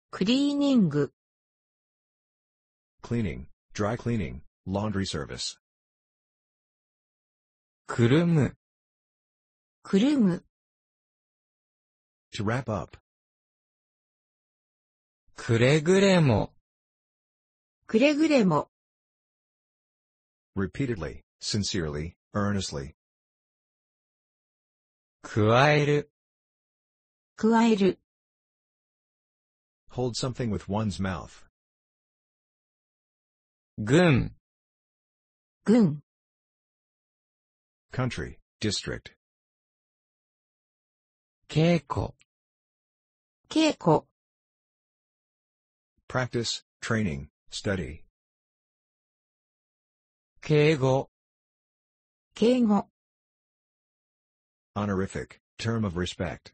クリーニング、
Cleaning, dry cleaning, laundry service.
くるむ、
くるむ、
To wrap up.
くれぐれも、
くれぐれも、
Repeatedly, sincerely, earnestly.
加える、
加える、
Hold something with one's mouth.
軍、
軍、
Country, district.
稽古、
稽古、
Practice, training, study.
敬語、
敬語、
Honorific, term of respect.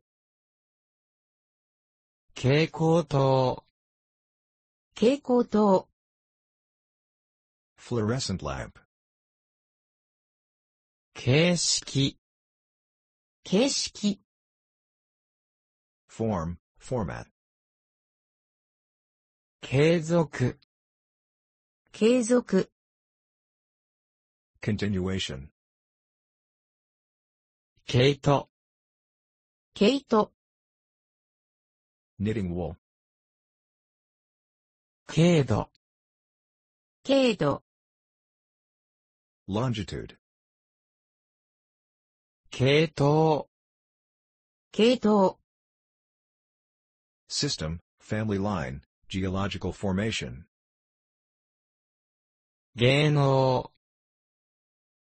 蛍光灯、
蛍光灯、
Fluorescent lamp.
形式、
形式、
Form, format.
継続、
継続、
Continuation.
毛糸、
毛糸、
Knitting wool.
軽度、
軽度、
Longitude.
系統、
系統、
system, family line, geological formation,
芸能、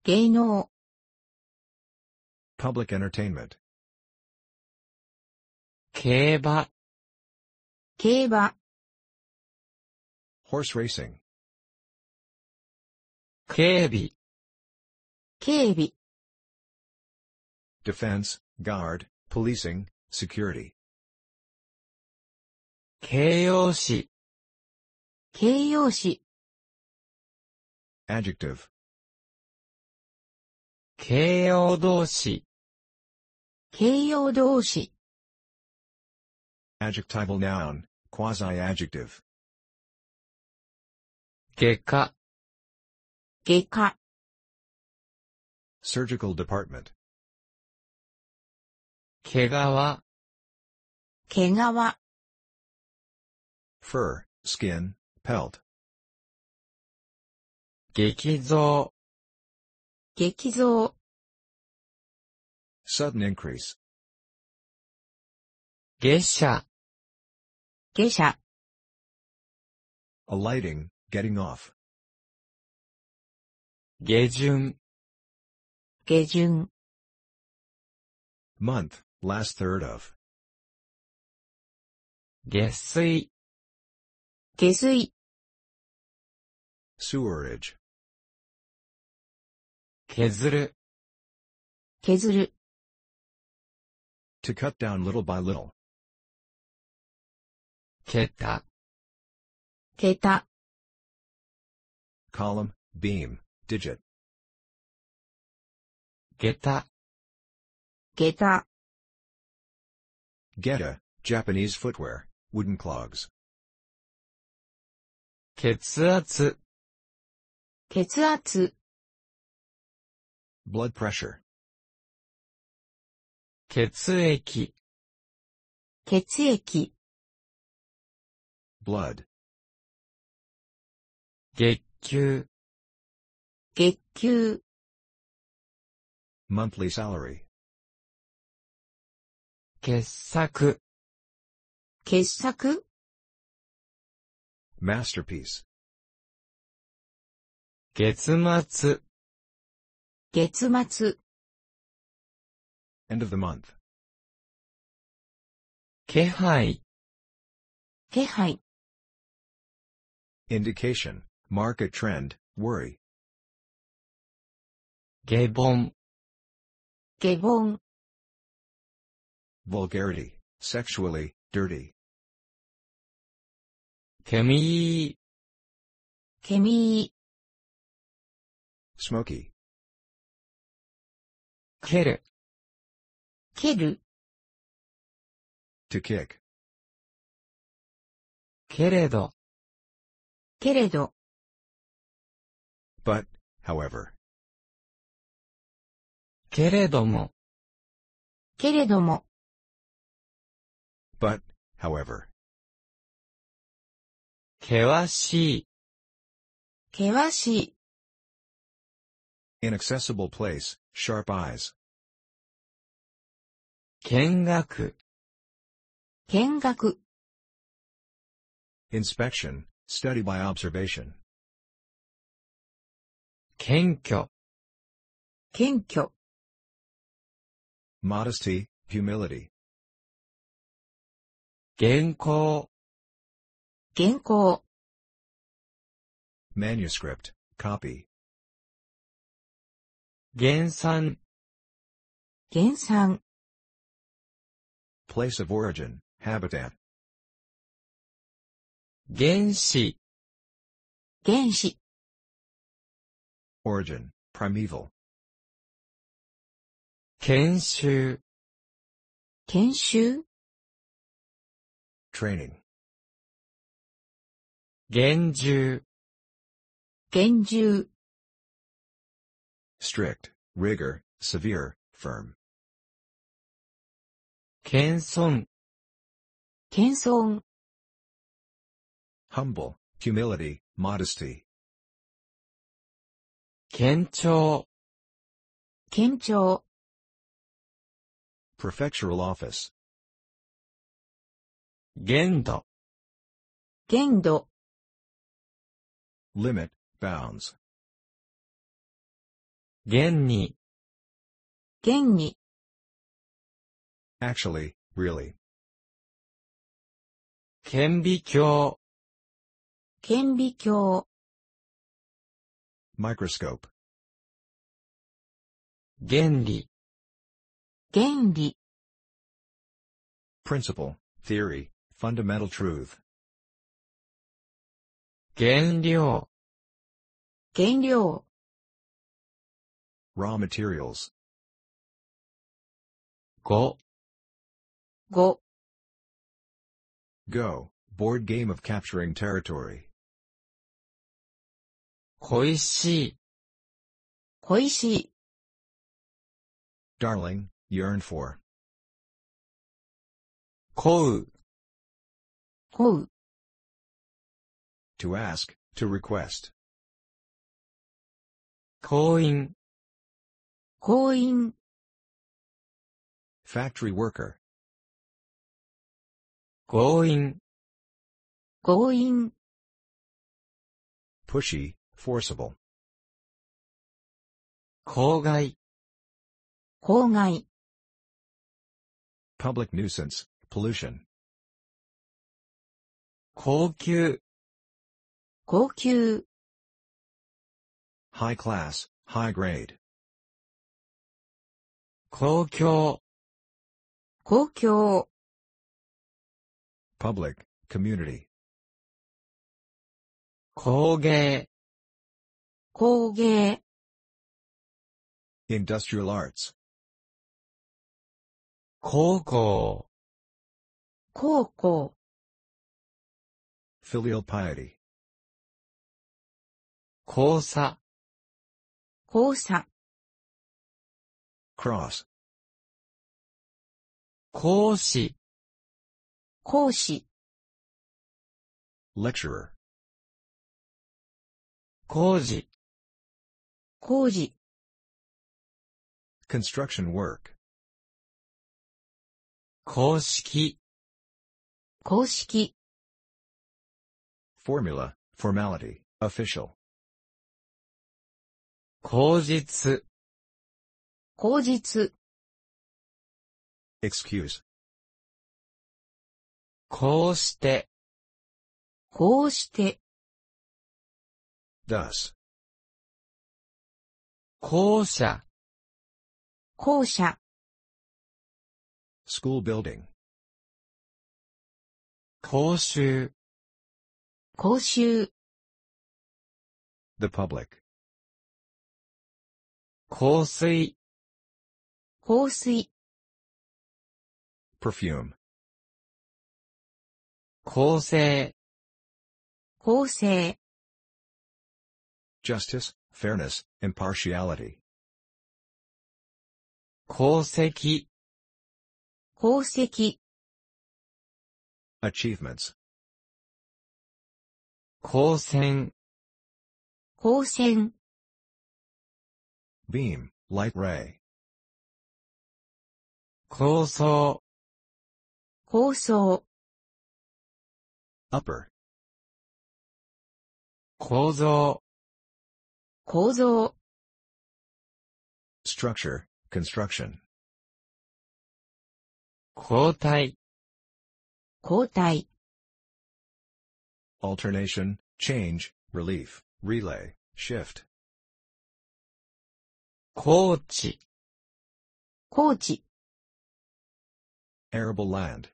芸能、
public entertainment,
競馬、
競馬、
horse racing,
警備、
警備、
defense, guard, policing, security,
形容詞、
形容詞、
adjective,
形容動詞、
形容動詞、
adjectival noun, quasi-adjective,
外科、
外科、
surgical department,
毛皮、
毛皮、
fur, skin, pelt,
激増、
激増、
sudden increase,
下車、
下車、
alighting, getting off,
下旬、
下旬、
month, last third of,
下水、
下水、
sewerage,
削る、
削る、
to cut down little by little,
桁、
桁、
column, beam, digit,
下駄、
下駄、
geta, Japanese footwear, wooden clogs,
血圧、
血圧、
blood pressure,
血液、
血液、
blood,
月給、
月給、
monthly salary,
傑作、
傑作、
masterpiece,
月末、
月末、
end of the month,
気配、
気配、
indication, market trend, worry,
下本、
下本、
vulgarity, sexually, dirty,
煙、
煙、
smoky,
蹴る、
蹴る、
to kick,
けれど、
けれど、
but, however,
けれども、
けれども、
but, however,
険しい、
険しい、
inaccessible place, sharp eyes,
見学、
見学、
inspection, study by observation,
謙虚、
謙虚、
modesty, humility,
原稿、
原稿、
manuscript, copy,
減産、
減産、
place of origin, habitat,
原子、
原子、
origin, primeval,
研修、
研修、
training,
厳重、
厳重、
strict, rigor, severe, firm,
謙遜、
謙遜、
humble, humility, modesty,
堅調、
県庁、
prefectural office,
限度、
限度、
limit, bounds,
現に、
限に、
actually, really,
顕微鏡、
顕微鏡、
microscope,
原理、
原理、
principle, theory, fundamental truth,
原料、
原料、
raw materials,
語、
5、
go, board game of capturing territory,
恋しい、
恋しい、
darling, yearn for,
こう、
こう、
to ask, to request,
婚姻、
婚姻、
factory worker,
強引、
強引、
pushy, forcible,
公害、
公害、
public nuisance, pollution,
高級、
高級、
high class, high grade,
公共、
公共、
public, community,
工芸、
工芸、
industrial arts,
高校、
高校、
filial piety,
交差、
交差、
cross,
講師、
講師、
lecturer,
工事、
工事、
construction work,
公式、
公式、
formula, formality, official,
口実、
口実、
excuse,
こうして、
こうして、
thus,
校舎、
校舎、
school building,
講習、
講習、
the public,
香水、
香水、
perfume,
構成、
構成、
justice, fairness, impartiality,
功績、
功績、
achievements,
光線、
光線、
beam, light ray,
構想、
構想、
upper,
構造、
構造、
structure, construction,
交代、
交代、
alternation, change, relief, relay, shift,
コーチ、
高知、
arable land,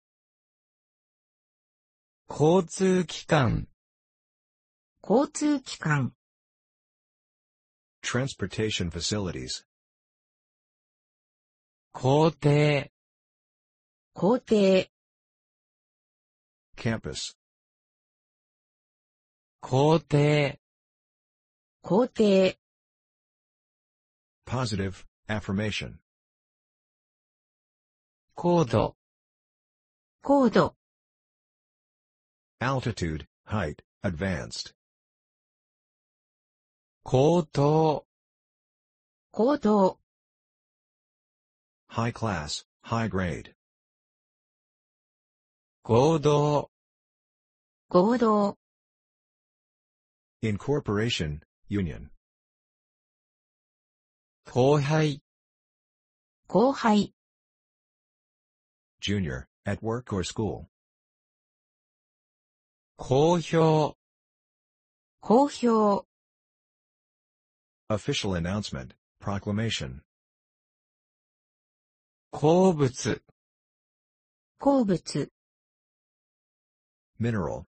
交通機関、
交通機関、
transportation facilities,
校庭、
校庭、
campus,
校庭、
校庭、
positive, affirmation,
高度、
高度、
altitude, height, advanced,
高等、
高等、
high class, high grade,
合同、
合同、
Incorporation, union.
後輩、
後輩、
Junior, at work or school.
公表、
公表、
Official announcement, proclamation.
鉱物、
鉱物、
Mineral,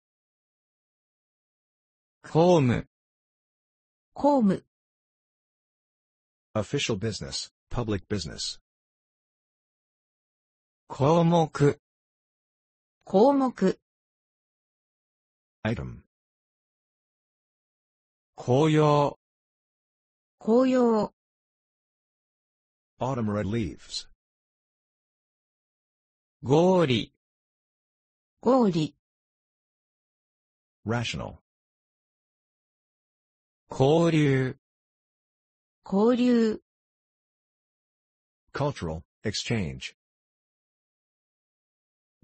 公務、
公務、
official business, public business.
項目、
項目、
Item,
紅葉、
紅葉、
autumn red leaves.
合理、
合理、
Rational,
交流、
交流、
cultural, exchange.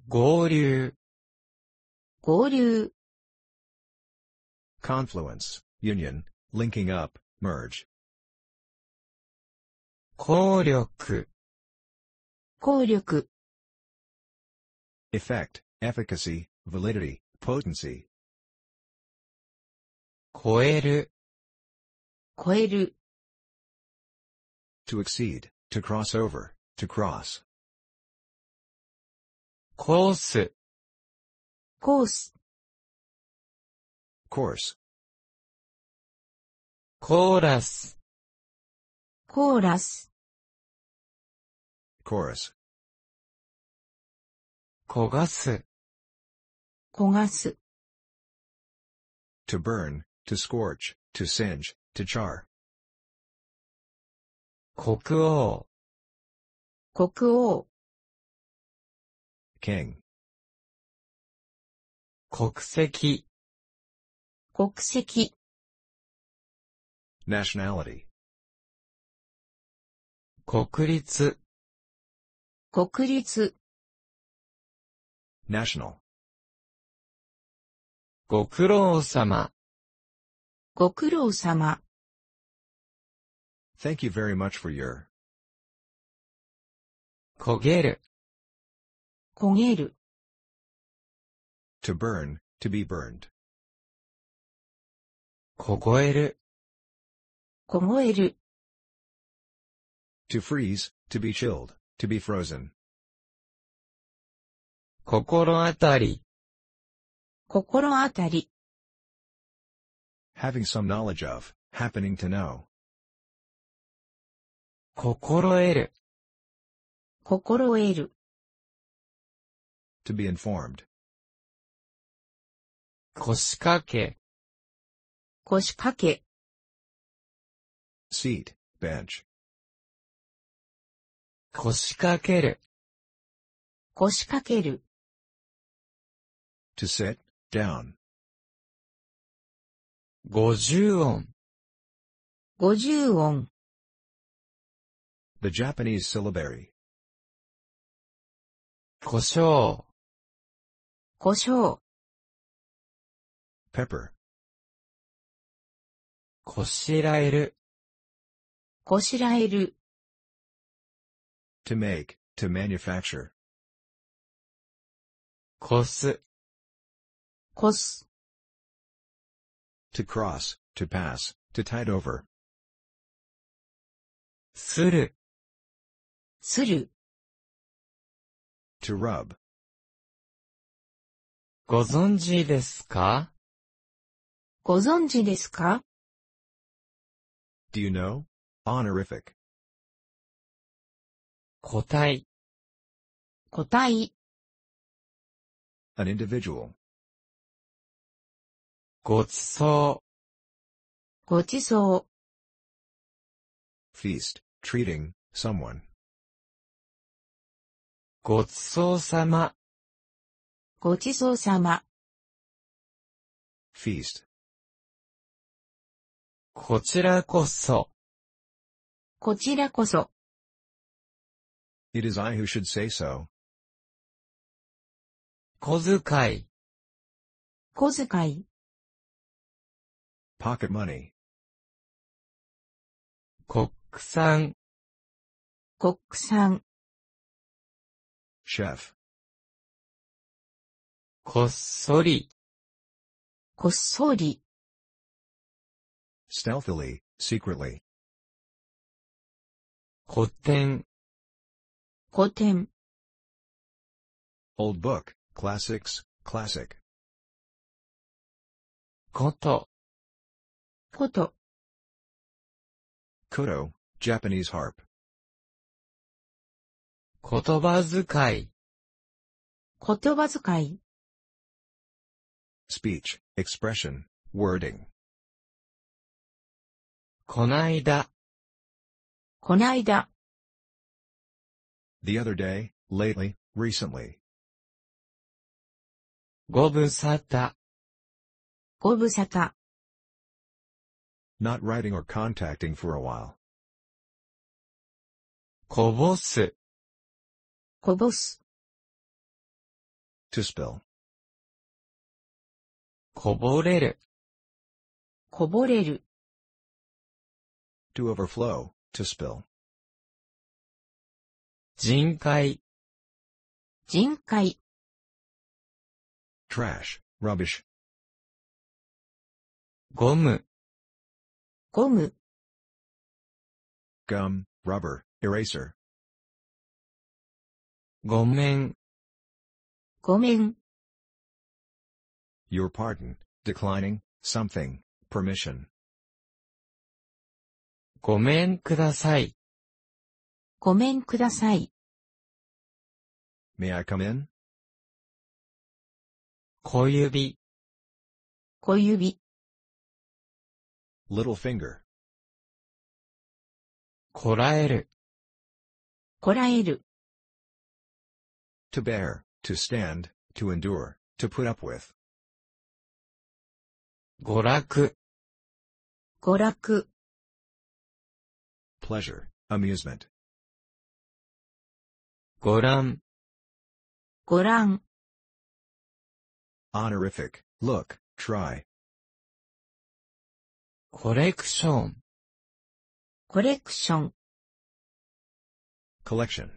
合流、
合流、
Confluence, union, linking up, merge.
効力、
効力、
Effect, efficacy, validity, potency.
超える、
超える、
To exceed, to cross over, to cross.
コース、
コース、
Course,
コーラス、
コーラス、
chorus,
焦がす、
焦がす、
to burn, to scorch, to singe, to char.
国王、
国王、
King,
国籍、
国籍、
nationality,
国立、
国立、
national,
ご苦労様、
ご苦労様、
Thank you very much for your
焦げる、
焦げる、
to burn, to be burned,
凍える、
凍える、
to freeze, to be chilled, to be frozen,
心当たり、
心当たり、
having some knowledge of, happening to know,
心得る、
心得る、
to be informed,
腰掛け、
腰掛け、
seat, bench,
腰掛ける、
腰掛ける、
to sit, down,
五十音、
五十音、
the Japanese syllabary,
胡椒、
胡椒、
pepper,
こしらえる、
こしらえる、
to make, to manufacture,
こす、
こす、
to cross, to pass, to tide over,
する、
する、
to rub,
ご存知ですか
ご存知ですか
do you know? Honorific,
個体、
個体、
an individual,
ごちそ
ごちそう、
feast, treating, someone,
う、ごちそうさま、
ごちそうさま、
feast,
こちらこそ、
こちらこそ、
it is I who should say so,
小遣い、
小遣い、
pocket money,
国産、
国産、
chef,
こっそり、
こっそり、
stealthily, secretly,
古典、
古典、
old book, classics, classic,
こと、
こと、
koto, Japanese harp,
言葉遣い、
言葉遣い、
speech, expression, wording,
こないだ、
こないだ、
the other day, lately, recently,
ご無沙汰、
ご無沙汰、
not writing or contacting for a while,
こぼす、
こぼす、
to spill,
こぼれる、
こぼれる、
to overflow, to spill,
人海、
人海、
trash, rubbish,
ゴム、
ゴム、
gum, rubber, eraser,
ごめん、
ごめん、
your pardon, declining, something, permission,
ごめんください、
ごめんください、
may I come in,
小指、
小指、
little finger,
こらえる、
こらえる、
to bear, to stand, to endure, to put up with,
娯楽、
娯楽、
pleasure, amusement,
ご覧、
ご覧、
honorific, look, try,
コレクション、
コレクション、
collection,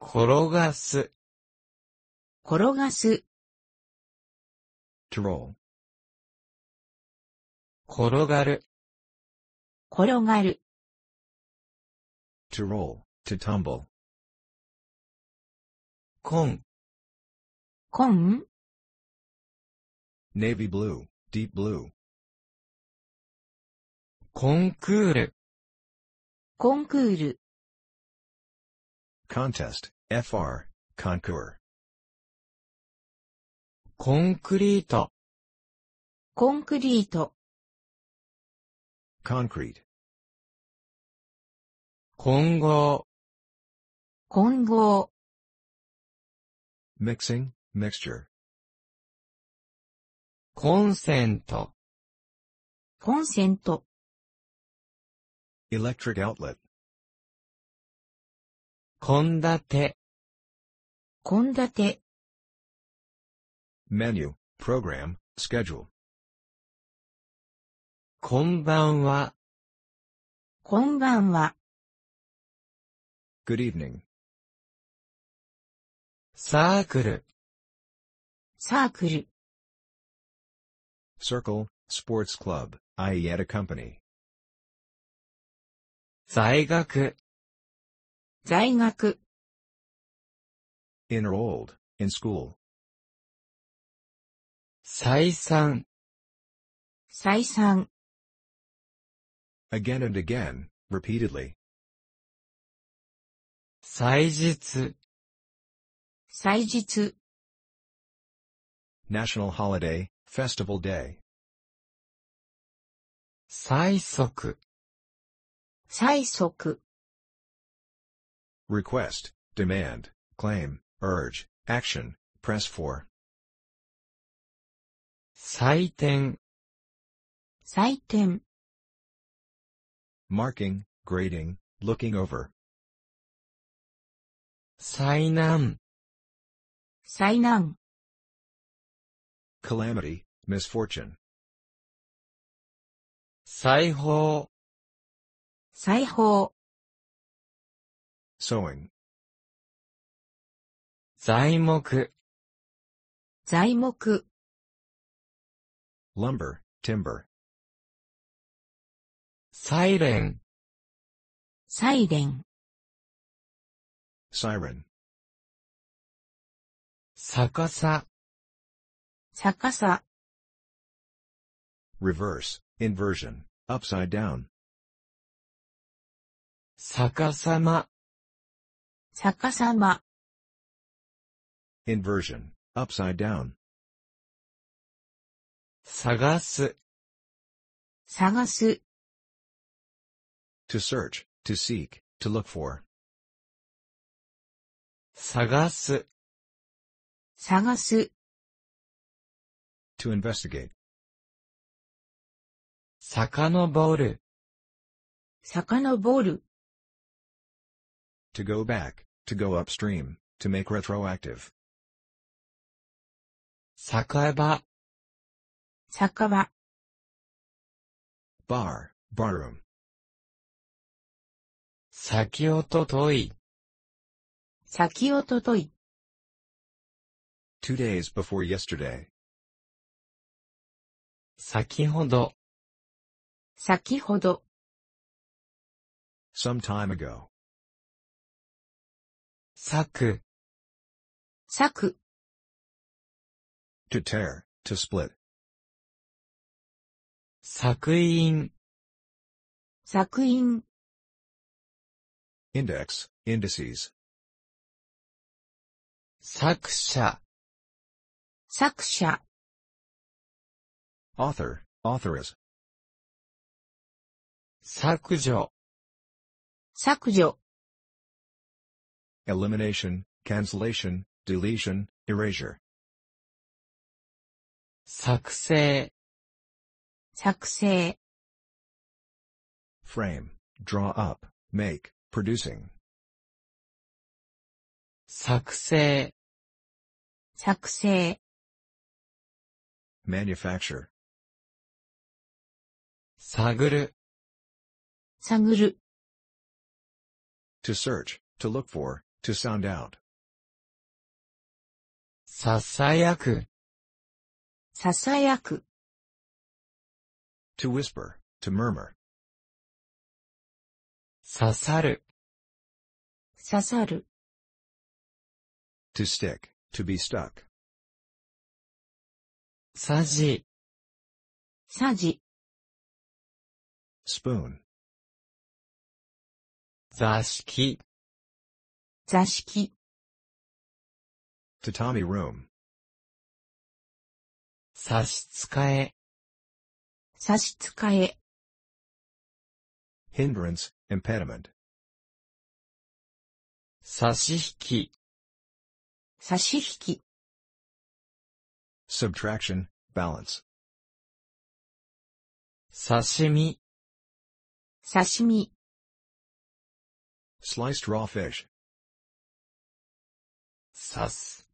転がす、
転がす、
to roll,
転がる、
転がる、
to roll, to tumble,
紺、
紺、
navy blue, deep blue,
コンクール、
コンクール、
contest, fr, concours,
コンクリート、
コンクリート、
concrete,
混合、
混合、
mixing, mixture,
コンセント、
コンセント、
electric outlet,
献立、
献立、
menu, program, schedule,
こんばんは、
こんばんは、
good evening,
サークル、
サークル、
circle, sports club, i.e. at a company,
在学、
在学、
in or old, in school,
採算、
再三、
again and again, repeatedly,
祭日、
祭日、
national holiday, festival day,
最速、
最速、
request, demand, claim, urge, action, press for,
採点、
採点、
marking, grading, looking over,
災難。
災難、
calamity, misfortune,
裁縫、
裁縫、
sowing,
材木、
材木、
lumber, timber,
サイレン、
サイレン、
siren,
逆さ、
逆さ、
reverse, inversion, upside down,
逆さま、
逆さま、
inversion, upside down,
探す、
探す、
to search, to seek, to look for,
探す、
探す、
to investigate,
遡る、
遡る、
to go back, to go upstream, to make retroactive,
酒場、
酒場、
bar, barroom,
先をととい、
先をととい、
two days before yesterday,
先ほど、
先ほど、
some time ago,
咲く、
咲く、
to tear, to split,
作員、
作品、
index, indices,
作者、
作者、
author, authoress,
削除、
削除、
elimination, cancellation, deletion, erasure,
作成、
作成、
frame, draw up, make, producing,
作成、
作成、
manufacture,
探る、
探る、
to search, to look for, to sound out,
ささやく、
囁く、
to whisper, to murmur,
刺さる、
刺さる、
to stick, to be stuck,
さじ、
さじ、
spoon,
座敷、
座敷、
tatami room,
差し支え、
差し支え、
hindrance, impediment,
差し引き、
差し引き、
subtraction, balance,
刺身、
刺身、
sliced raw fish,
刺す、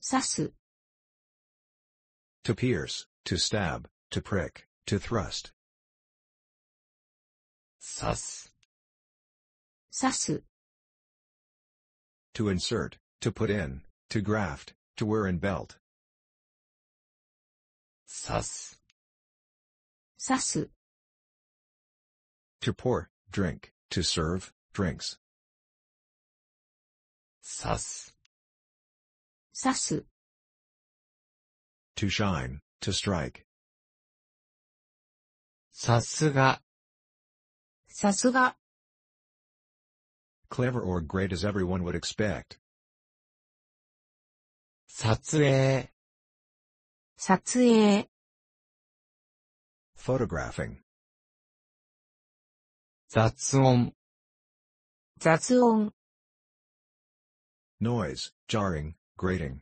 刺す、
to pierce, to stab, to prick, to thrust,
刺す、
刺す、
to insert, to put in, to graft, to wear in belt,
刺す、
刺す、
to pour, drink, to serve, drinks,
刺す、
刺す、
to shine, to strike,
さすが、
さすが、
clever or great as everyone would expect,
撮影、
撮影、
photographing,
雑音、
雑音、
noise, jarring, grating,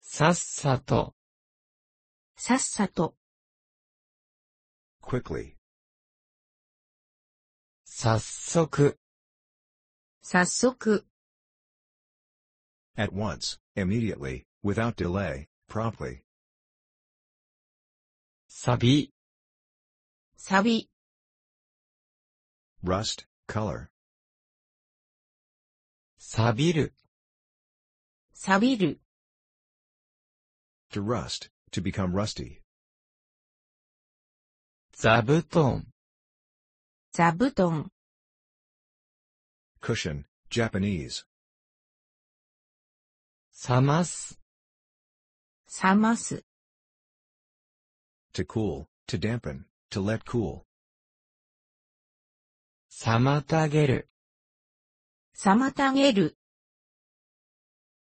さっさと、
さっさと、
quickly,
早速、
早速、
At once, immediately, without delay, promptly.
サビ、
サビ、
Rust, color.
錆びる、
サビる、
To rust, to become rusty.
座布団、
座布団、
Cushion, Japanese.
冷ます、
冷ます、
To cool, to dampen, to let cool.
妨げる、
妨げる、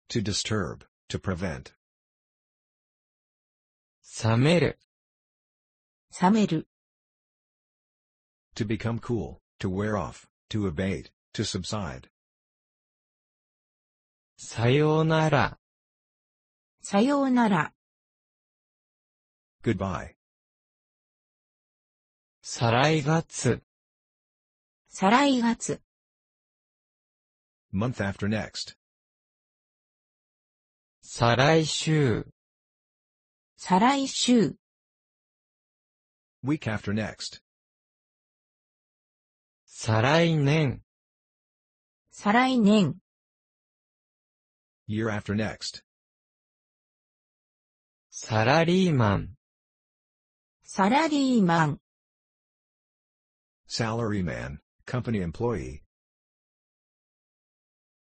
To disturb, to prevent.
冷める、
冷める、
To become cool, to wear off, to abate, to subside.
さようなら、
さようなら、
Goodbye.
再来月、
再来月、
Month after next.
再来週、
再来週、
Week after next.
再来年、
再来年、
Year after next.
サラリーマン、
サラリーマン、
Salaryman, company employee.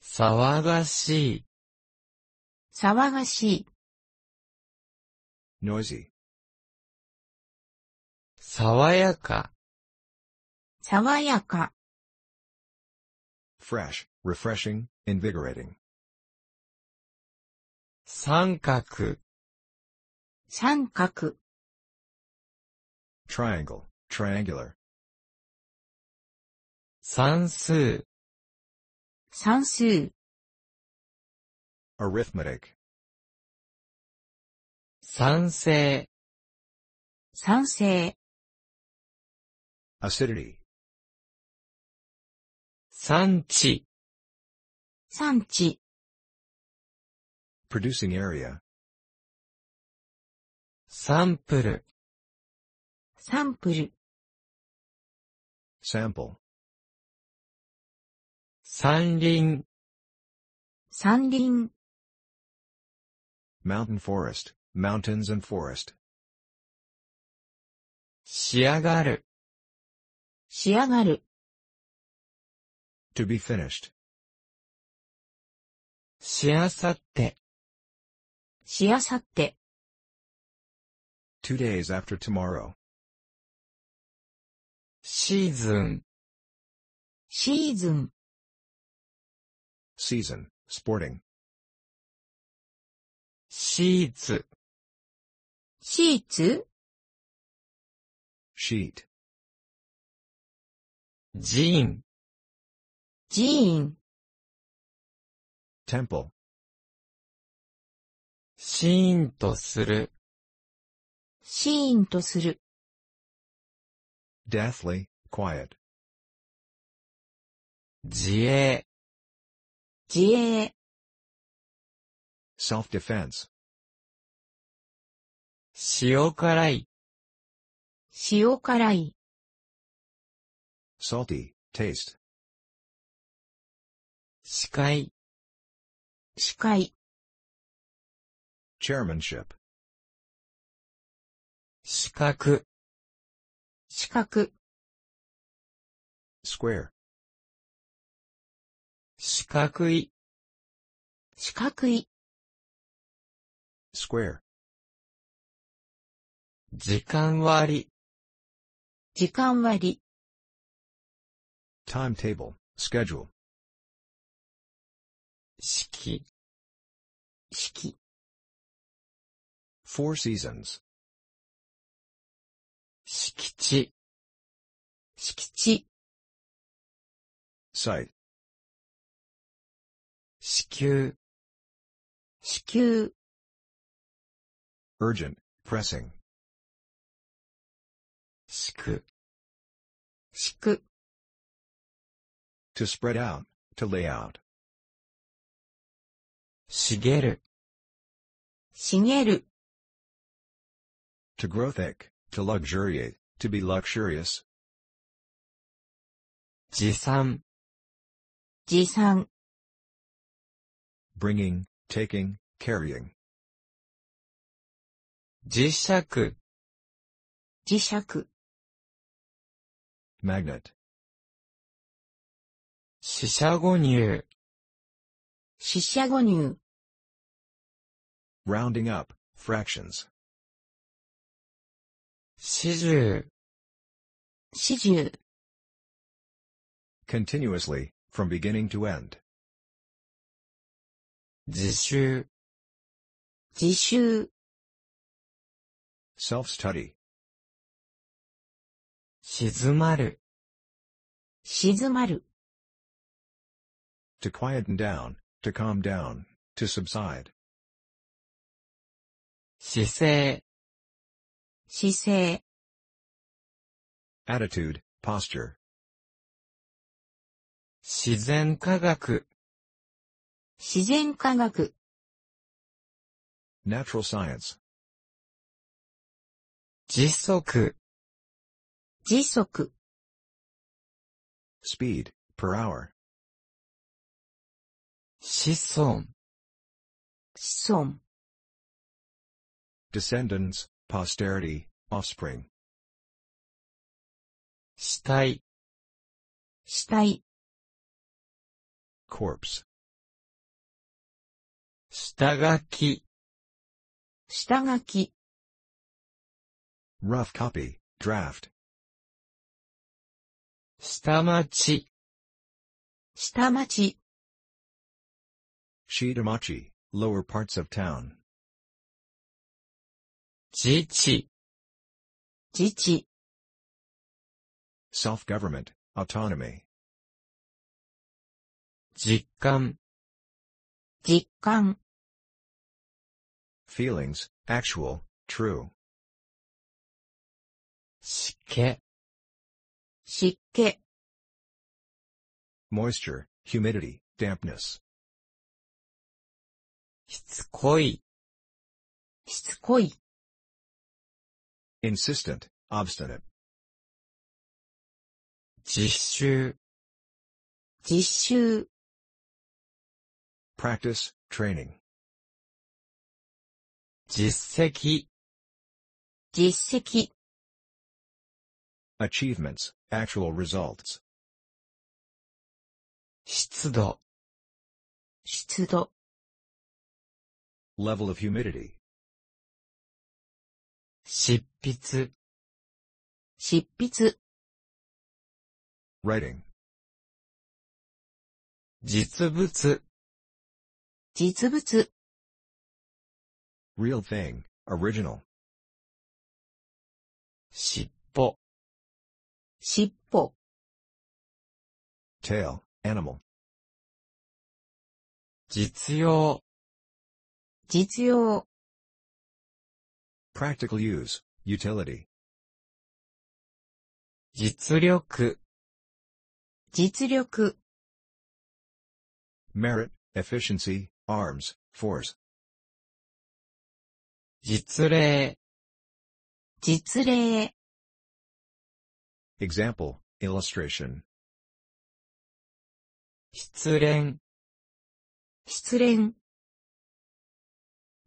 騒がしい、
騒がしい、
Noisy.
爽やか、
爽やか、
Fresh, refreshing, invigorating.
三角、
三角、
Triangle, triangular.
算数、
算数、
Arithmetic.
賛成、
賛成、
Acidity.
産地、
産地、
Producing area.
サンプル、
サンプル、
Sample.
山林、
山林、
Mountain forest. Mountains and forest.
仕上がる、
仕上がる、
To be finished.
しあさって、
しあさって、
Two days after tomorrow.
シーズン、
シーズン、
Season. Sporting.
シーツ、
シーツ、
Sheet.
ジーン、
寺院、
Temple.
シーンとする、
シーンとする、
Deathly. Quiet.
自衛、
自衛、
Self-defense.
塩辛い、
塩辛い、
Salty. Taste.
視界、
司会、
Chairmanship.
資格、
資格、
Square.
四角い、
四角い、
Square.
時間割
時間割、
Timetable. Schedule.
り、式、
式、
Four seasons.
敷地、
敷地、
Site.
支給、
支給、
Urgent. Pressing.
敷く、
敷く、
To spread out. To lay out.
茂る、
茂る、
To grow thick, to luxuriate, to be luxurious,
持参、
持参、
bringing, taking, carrying,
磁石、
磁石、
magnet,
四捨五入、
四捨五入、
rounding up, fractions,
四十、
四十、
continuously, from beginning to end,
自習、
自習、
self-study,
静まる、
静まる、
to quieten down, to calm down, to subside,
姿勢、
姿勢、
attitude, posture,
自然科学、
自然科学、
natural science,
時速、
時速、
speed, per hour,
子孫、
子孫、
descendants, posterity, offspring,
死体、
死体、
corpse,
下書き、
下書き、
rough copy, draft,
下町、
下町、
Shidamachi, lower parts of town,
自治、
自治、
self-government, autonomy,
実感、
実感、
feelings, actual, true,
湿気、
湿気、
moisture, humidity, dampness,
しつこい、
しつこい、
insistent, obstinate,
実習、
実習、
practice, training,
実績、
実績、
achievements, actual results,
湿度、
湿度、
level of humidity,
執筆、
執筆、
writing,
実物、
実物、
real thing, original,
尻尾、
尻尾、
tail, animal,
実用、
実用、
practical use, utility,
実力、
実力、
merit, efficiency, arms, force,
実例、
実例、
example, illustration,
失恋、
失恋、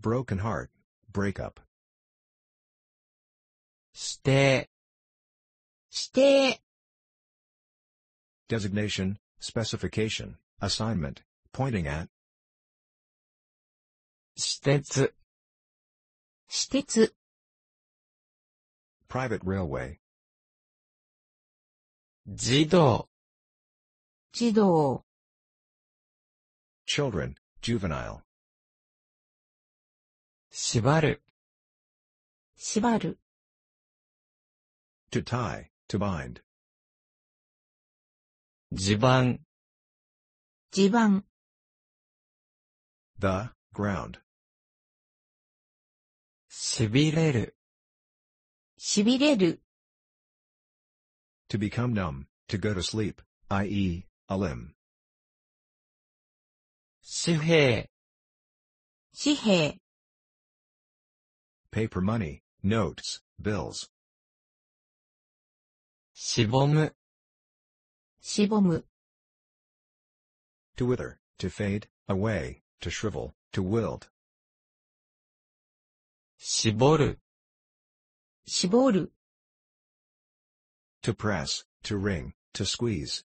broken heart, breakup,
指定、
指定、
designation, specification, assignment, pointing at,
私鉄、
私鉄、
private railway,
児童、
児童、
children, juvenile,
縛る、
縛る、
to tie, to bind,
地盤、
地盤、
the, ground,
痺れる、
痺れる、
to become numb, to go to sleep, i.e., a limb,
紙幣、
紙幣、
paper money, notes, bills,
しぼむ、
しぼむ、
to wither, to fade, away, to shrivel, to wilt,
絞る、
絞る、
to press, to wring, to squeeze,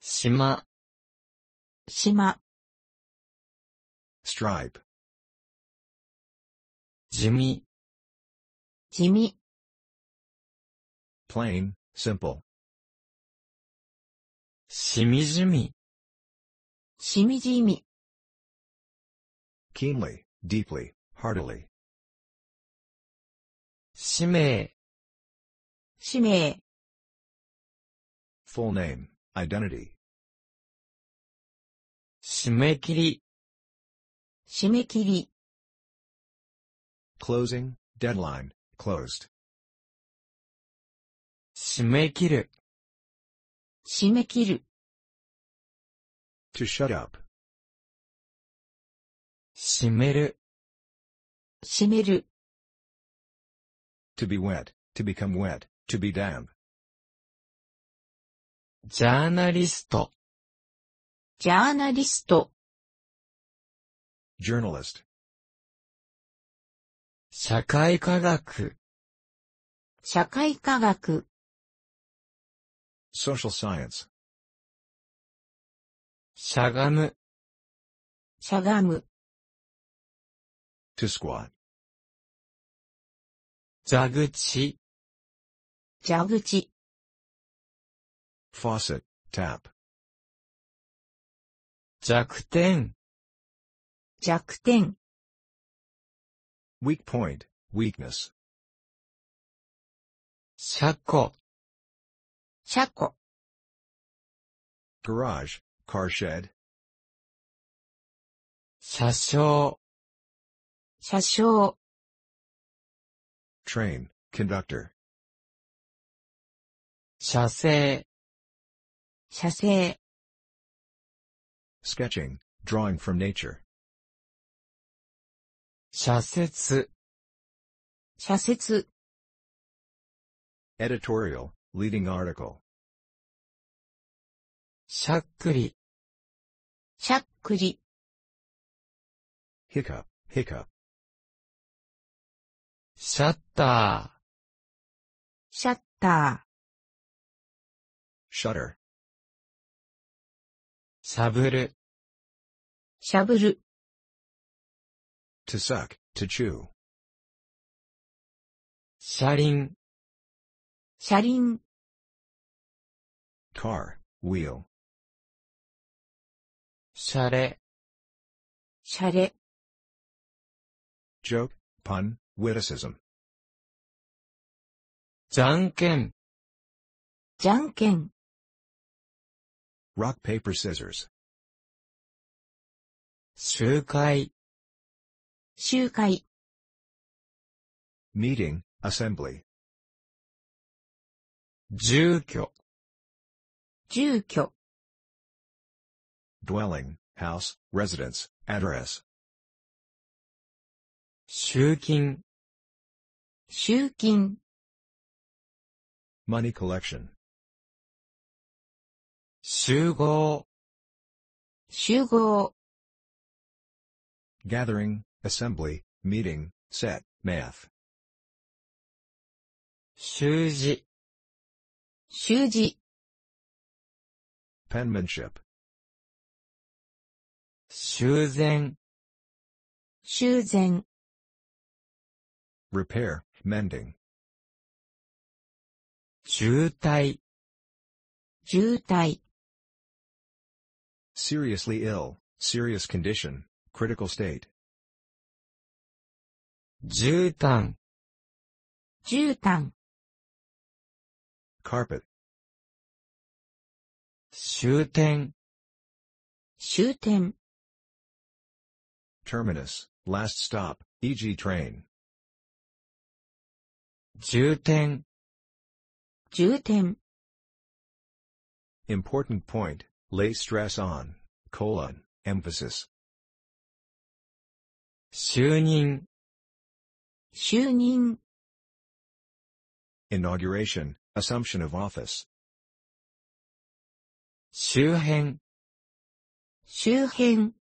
島、
島、
stripe,
地味、
地味、
plain, simple,
しみじみ、
しみじみ、
keenly, deeply, heartily,
使命、
氏名、
full name, identity,
締め切り、
締め切り、
closing, deadline, closed,
締め切る、
締め切る、
to shut up,
締める、
締める、
to be wet, to become wet, to be damp,
ジャーナリスト、
ジャーナリスト、
journalist,
社会科学、
社会科学、
social science,
しゃがむ、
しゃがむ、
to squat,
蛇口、
蛇口、
faucet, tap,
弱点、
弱点、
weak point, weakness,
車庫、
車庫、
garage, car shed,
車掌、
車掌、
train, conductor,
車制、
車制、
sketching, drawing from nature,
車説、
車説、
editorial, leading article,
しゃっくり、
しゃっくり、
hiccup, hiccup,
シャッタ
シャッター、
shutter,
ー、しゃぶる、
しゃぶる、
to suck, to chew,
車輪、
車輪、
car, wheel,
車レ、
シャレ、
joke, pun, witticism,
じゃんけん、
じゃんけん、
rock, paper, scissors,
集会、
集会、
meeting, assembly,
住居、
住居、
dwelling, house, residence, address,
集金、
集金、
money collection,
集合、
集合、
gathering, assembly, meeting, set, math,
習字、
習字、
penmanship,
修繕、
修繕、
repair, mending,
渋滞、
渋滞、
seriously ill, serious condition, critical state,
絨毯、
絨毯、
carpet,
終点、
終点、
terminus, last stop, e.g. train,
重点、
重点、
important point, lay stress on, colon, emphasis,
就任、
就任、
Inauguration, assumption of office.
周辺、
周辺、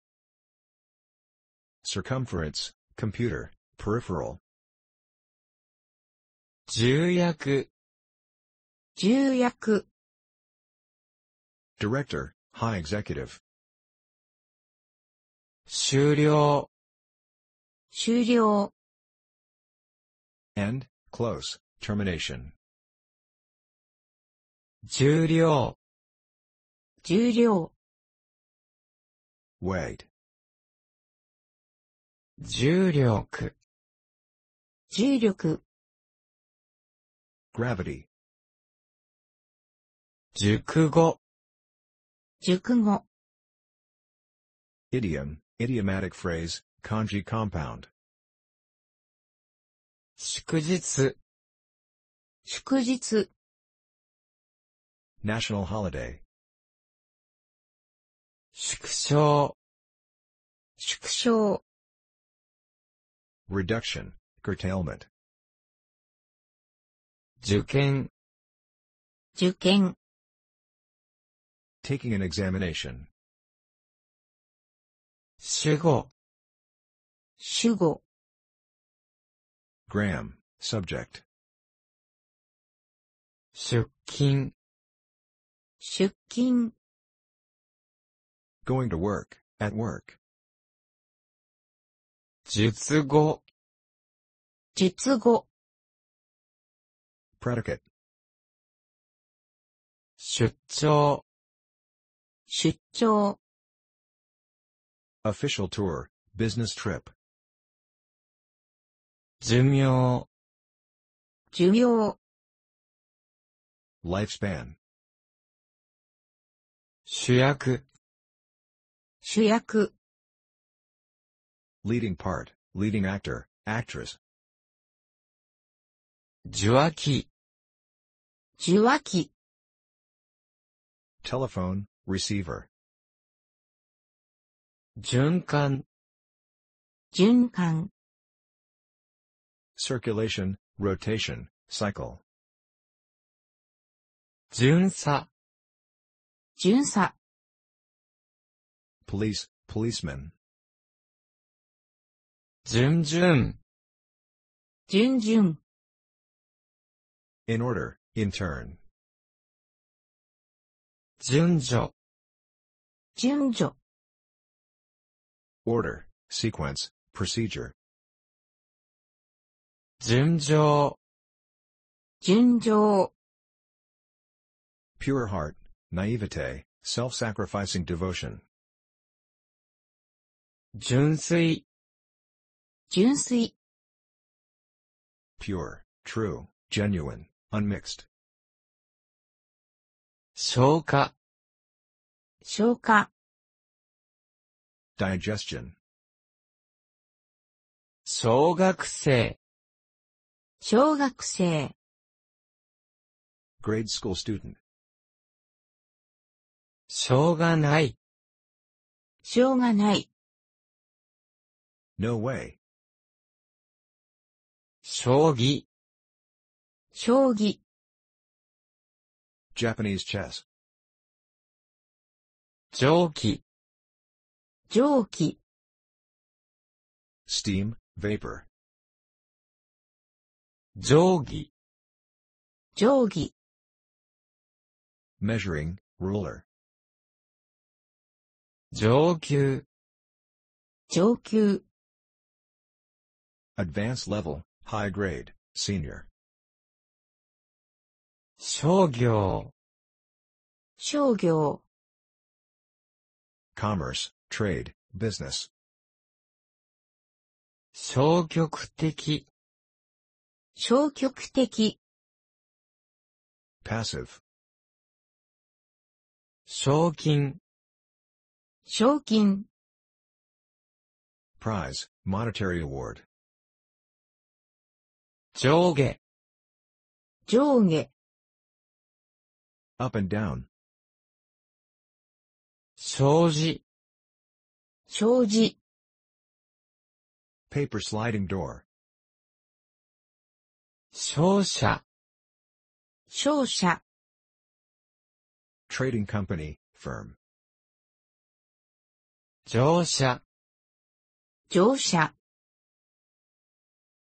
Circumference, computer, peripheral.
重役、
重役、
Director, high executive.
終了、
終了、
End, close, termination.
重量、
重量、
Weight,
重力、
重力、
gravity,
熟語、
熟語、
idiom, idiomatic phrase, kanji compound.
祝日、
祝日、
National holiday.
縮小、
縮小、
Reduction, curtailment.
受験、
受験、
Taking an examination.
主語、
主語、
Gram, subject.
出勤、
出勤、
Going to work, at work.
術語、
術語、
Predicate,
出張、
出張、
official tour, business trip.
寿命、
寿命、
Lifespan,
主役、
主役、
leading part, leading actor, actress.
受話器、
受話器、
Telephone, receiver.
循環、
循環、
Circulation, rotation, cycle.
巡査、
巡査、
Police, policeman.
準々、
準々、
In order, in turn.
順序、
順序、
Order, sequence, procedure.
順情、
順情、
Pure heart, naivete, self-sacrificing devotion.
純粋、
純粋、
Pure, true, genuine, unmixed.
消化、
消化、
Digestion.
小学生、
小学生、
Grade school student.
しょうがない、
しょうがない、
No way.
将棋、
将棋、
Japanese chess.
蒸気、
蒸気、
Steam, vapor.
定規、
定規、
Measuring, ruler.
上級、
上級、
Advanced level, high grade, senior.
商業、
商業、
Commerce, trade, business.
消極的、
消極的、
Passive.
賞金、
賞金、
Prize, monetary award.
上下、
上下、
Up and down.
障子、
障子、
Paper sliding door.
商社、
商社、
Trading company, firm.
乗車、
乗車、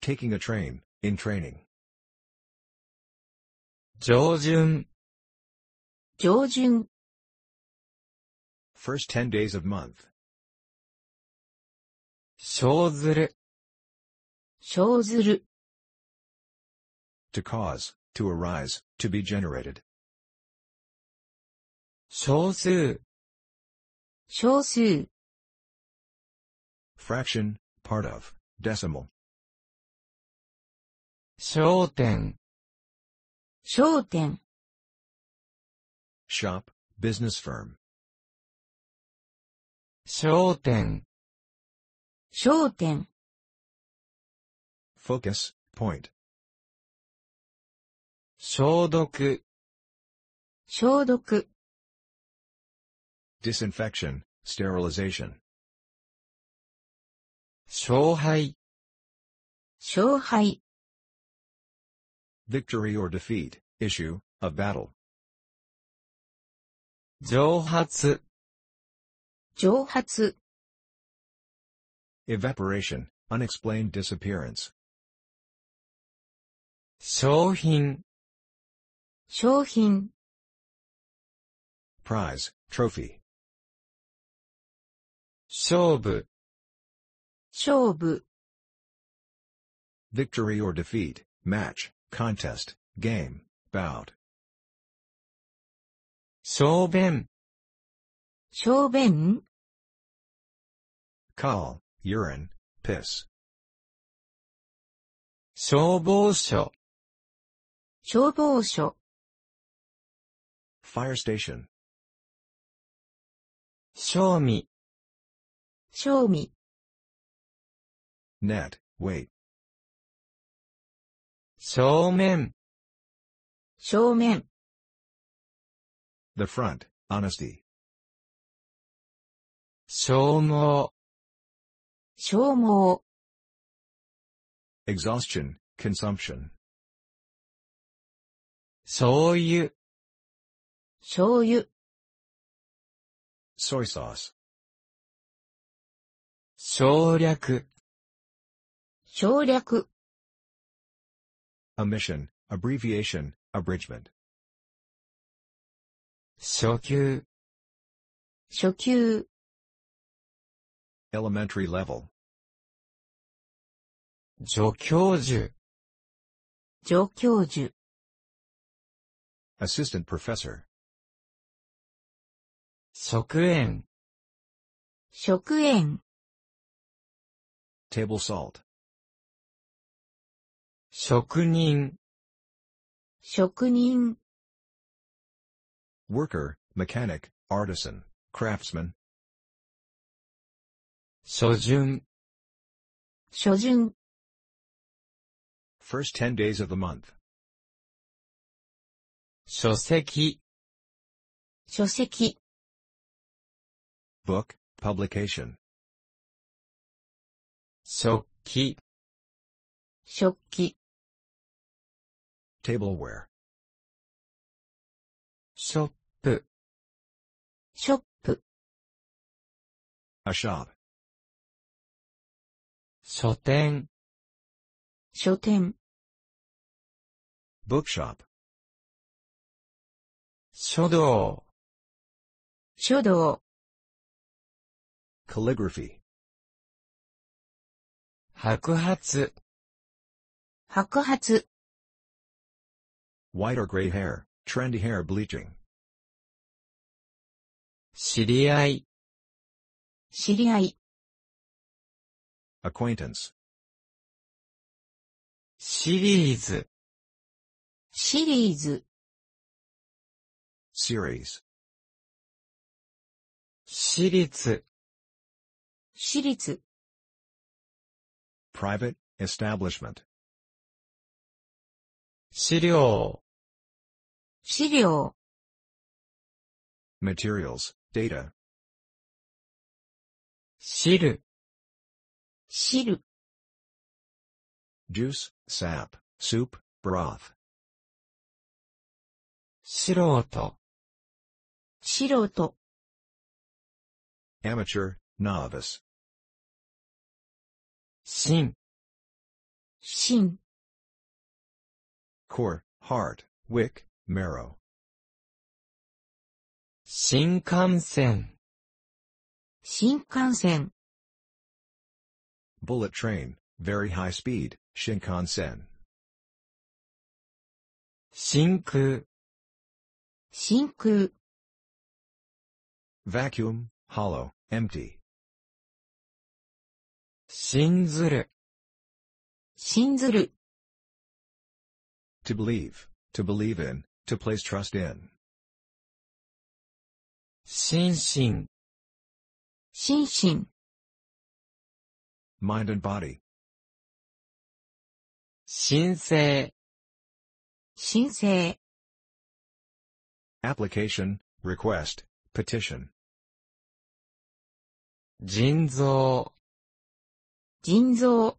Taking a train, in training.
上旬、
上旬、
First 10 days of month.
生ずる、
生ずる、
To cause, to arise, to be generated.
少数、
少数、
Fraction, part of, decimal.
商店、
商店、
Shop, business firm.
商店、
商店、
Focus, point.
消毒、
消毒、
Disinfection, sterilization.
勝敗、
勝敗、
Victory or defeat, issue, of battle.
蒸発、
蒸発、
Evaporation, unexplained disappearance.
商品、
商品、
Prize, trophy.
勝負、
勝負、
Victory or defeat, match, contest, game, bout.
小便、
小便、
Call, urine, piss.
消防署、
消防署、
Fire station.
賞味、
賞味、
Net, weight.
正面、
正面、
The front, honesty.
消耗、
消耗、
Exhaustion, consumption.
醤油、
醤油、
Soy sauce.
省略、
省略、
Omission, abbreviation, abridgment.
初級、
初級、
Elementary level.
助教授、
助教授、
Assistant professor.
食塩、
食塩、
Table salt.
職人、
職人、
Worker, mechanic, artisan, craftsman.
初旬、
初旬、
First 10 days of the month.
書籍、
書籍、
Book, publication.
食器、
食器、
Tableware.
ショップ、
ショップ、
A shop.
書店、
書店、
Bookshop.
書道、
書道、
Calligraphy.
白髪、
白髪、
White or gray hair, trendy hair bleaching.
知り合い、
知り合い、
Acquaintance.
シリーズ、
シリーズ、
Series.
私立、
私立、
Private, establishment.
資料、
資料、
Materials, data.
知る、
知る、
juice, sap, soup, broth,
素人、
素人、
amateur, novice,
新、
芯、
core, heart, wick, marrow,
新幹線、
新幹線、
bullet train, very high speed, Shinkansen,
真空、
真空、
vacuum, hollow, empty,
信ずる、
信ずる、
to believe, to believe in, to place trust in,
心身、
心身、
mind and body,
申請、
申請、
application, request, petition,
腎臓、
腎臓、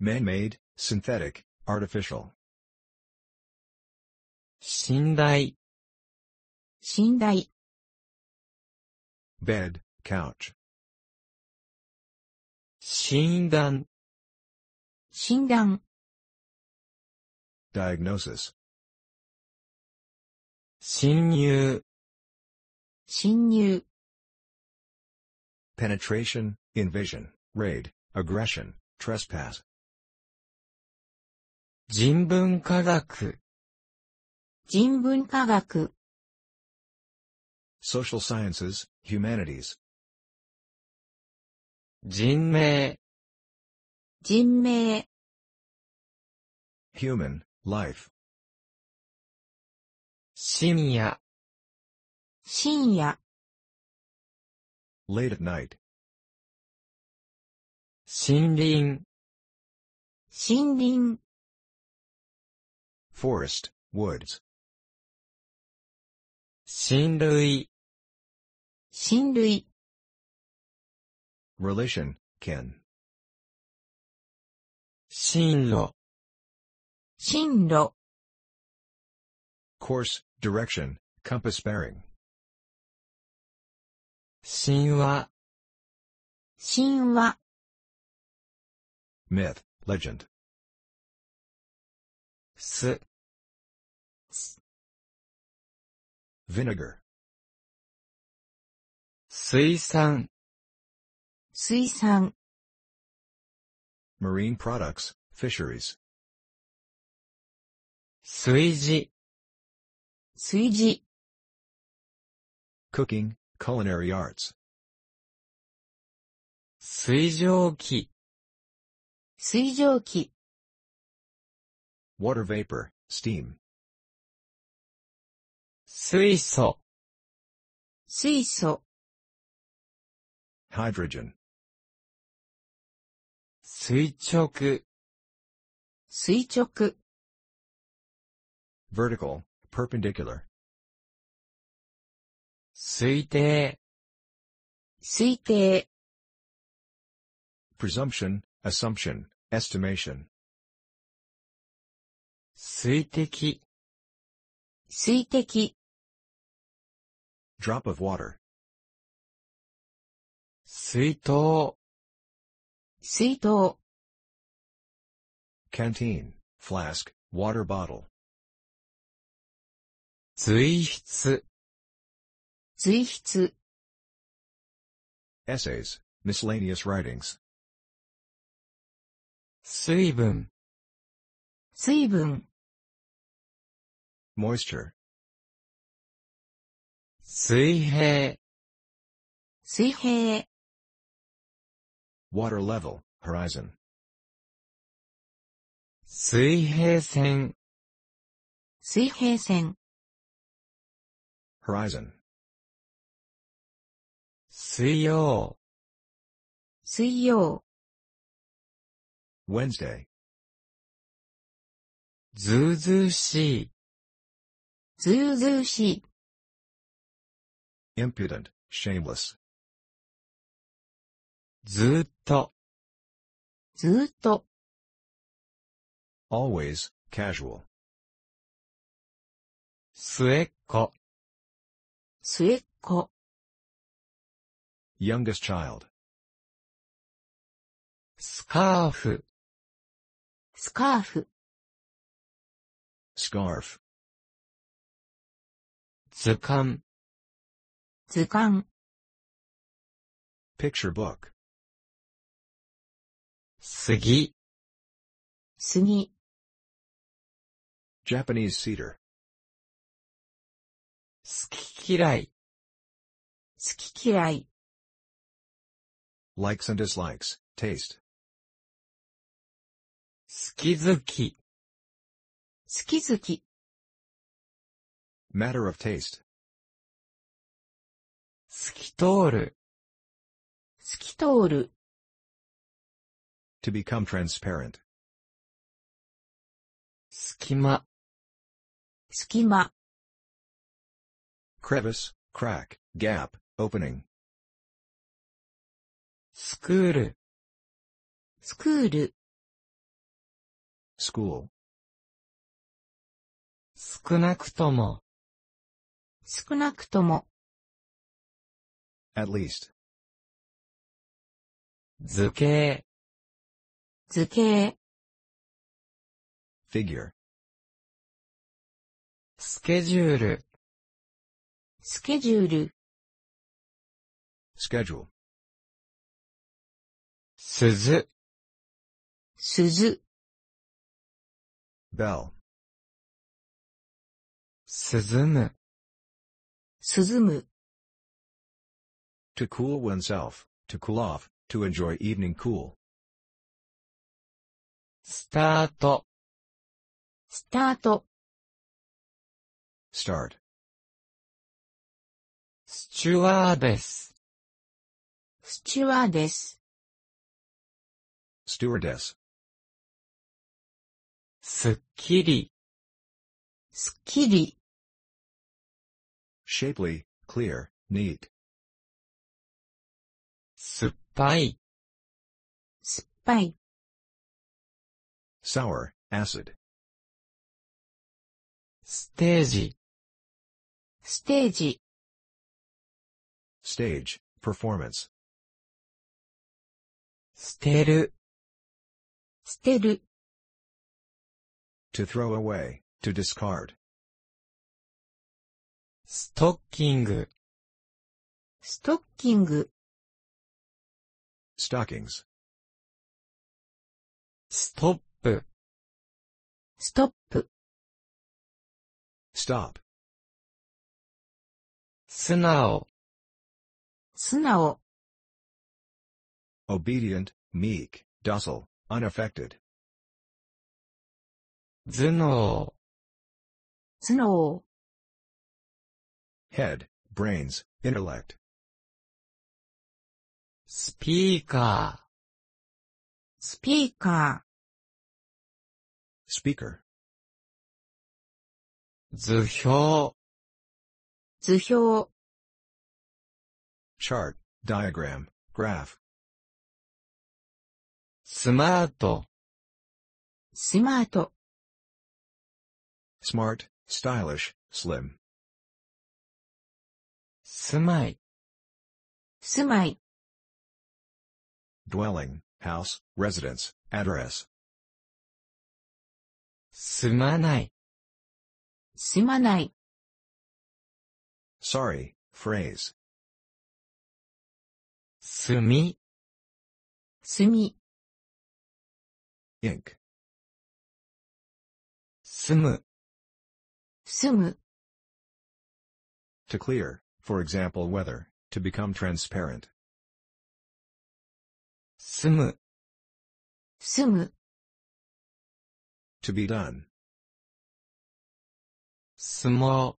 man-made, synthetic, artificial,
信頼、
信頼、
bed, couch,
診断、
診断、
diagnosis,
侵入、
侵入、
penetration, invasion, raid, aggression, trespass,
人文科学、
人文科学、
social sciences, humanities,
人命、
人命、
human, life,
深夜、
深夜、
late at night,
森林、
森林、
forest, woods,
親類、
親類、
relation, kin,
進路、
進路、
course, direction, compass bearing,
神話、
神話、
myth, legend,
す、
vinegar,
水産、
水産、
marine products, fisheries,
炊事、
炊事、
cooking, culinary arts,
水蒸気、
水蒸気、
water vapor, steam,
水素、
水素、
hydrogen,
垂直、
垂直、
vertical, perpendicular,
推定、
推定、
presumption, assumption, estimation,
水滴、
水滴、
drop of water,
水筒、
水筒、
canteen, flask, water bottle,
随筆、
随筆、
essays, miscellaneous writings,
水分、
水分、
moisture,
水平、
水平、
water level, horizon,
水平線、
水平線、
horizon,
水曜、
水曜、
Wednesday,
ずうずうしい、
ずうずうしい、
impudent, shameless,
ずーっと、
ずーっと、
Always, casual.
末っ子、
末っ子、
Youngest child.
スカーフ、
スカーフ、
Scarf.
図鑑、
図鑑、
Picture book.
杉、
杉、
Japanese cedar.
好き嫌い、
好き嫌い、
Likes and dislikes. Taste.
好き好き、
好き好き、
Matter of taste.
透き通る、
透き通る、
To become transparent.
隙間、
隙間、
Crevice, crack, gap, opening.
スクール、
スクール、
School.
少なくとも、
少なくとも、
At least.
図形、
図形、
Figure.
スケジュール、
スケジュール、
Schedule.
鈴、
鈴、
Bell.
涼む、
涼む、
To cool oneself. To cool off. To enjoy evening cool.
スタート、
スタート、
Start.
スチュワーデス、
スチュワーデス、
Stewardess.
すっきり、
すっきり、
Shapely, clear, neat.
酸っぱい、
酸っぱい、
Sour, acid.
ステージ、
ステージ、
Stage, performance.
捨てる、
捨てる、
To throw away. To discard.
ストッキング、
ストッキング、
Stockings.
ストップ、
ストップ、
Stop.
素直、
素直、
Obedient, meek, docile, unaffected.
頭脳、
頭脳、
Head, brains, intellect.
スピーカ
スピーカ
Speaker.
ー、図表、
ー、図表、
Chart, diagram, graph.
スマート、
スマート、
Smart, stylish, slim.
住まい、
住まい、
Dwelling, house, residence, address.
すまない、
すまない、
Sorry, phrase.
すみ、
すみ、
Ink.
住む、
住む、
To clear, for example weather, to become transparent.
住む、
住む、
To be done.
相撲、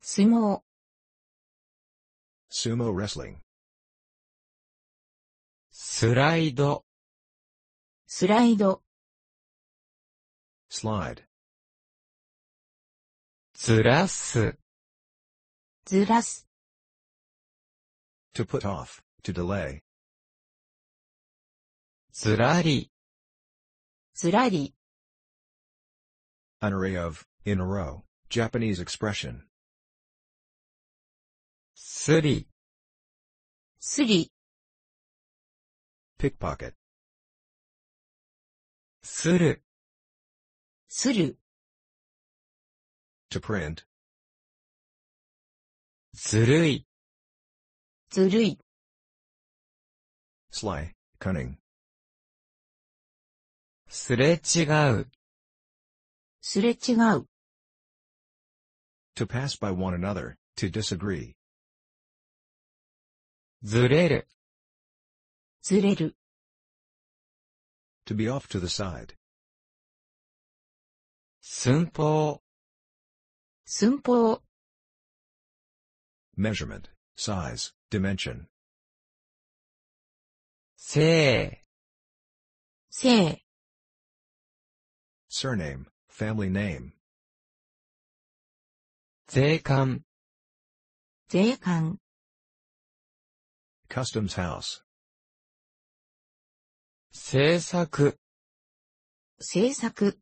相撲、
Sumo wrestling.
スライド、
スライド、
Slide.
ずらす、
ずらす、
To put off, to delay.
ずらり、
ずらり、
An array of, in a row, Japanese expression.
すり、
すり、
Pickpocket.
する、
する、
To print.
ずるい、
ずるい、
Sly. Cunning.
すれ違う、
すれ違う、
To pass by one another. To disagree.
ずれる、
ずれる、
To be off to the side.
寸法、
寸法、
Measurement. Size. Dimension.
せ
性、
Surname. Family name.
い、税関、
税関、
Customs house.
制作、
制作、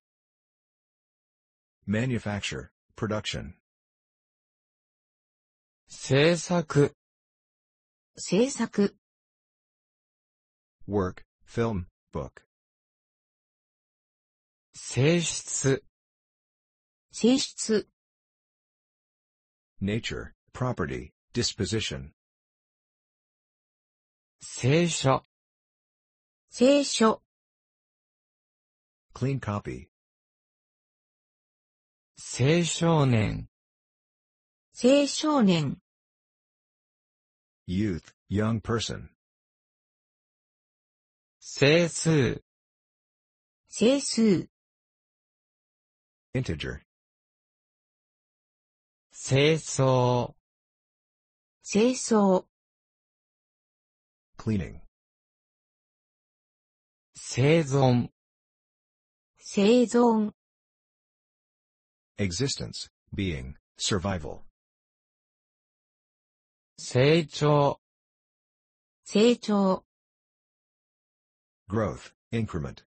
Manufacture. Production.
制作、
制作、
Work. Film. Book.
性質、
性質、
Nature. Property. Disposition.
聖書、
聖書、
Clean copy.
青少年、
青少年、
Youth. Young person.
整数、
整数、
Integer.
清掃、
清掃、
Cleaning.
生存、
生存、
Existence. Being. Survival.
成長、
成長、
Growth. Increment.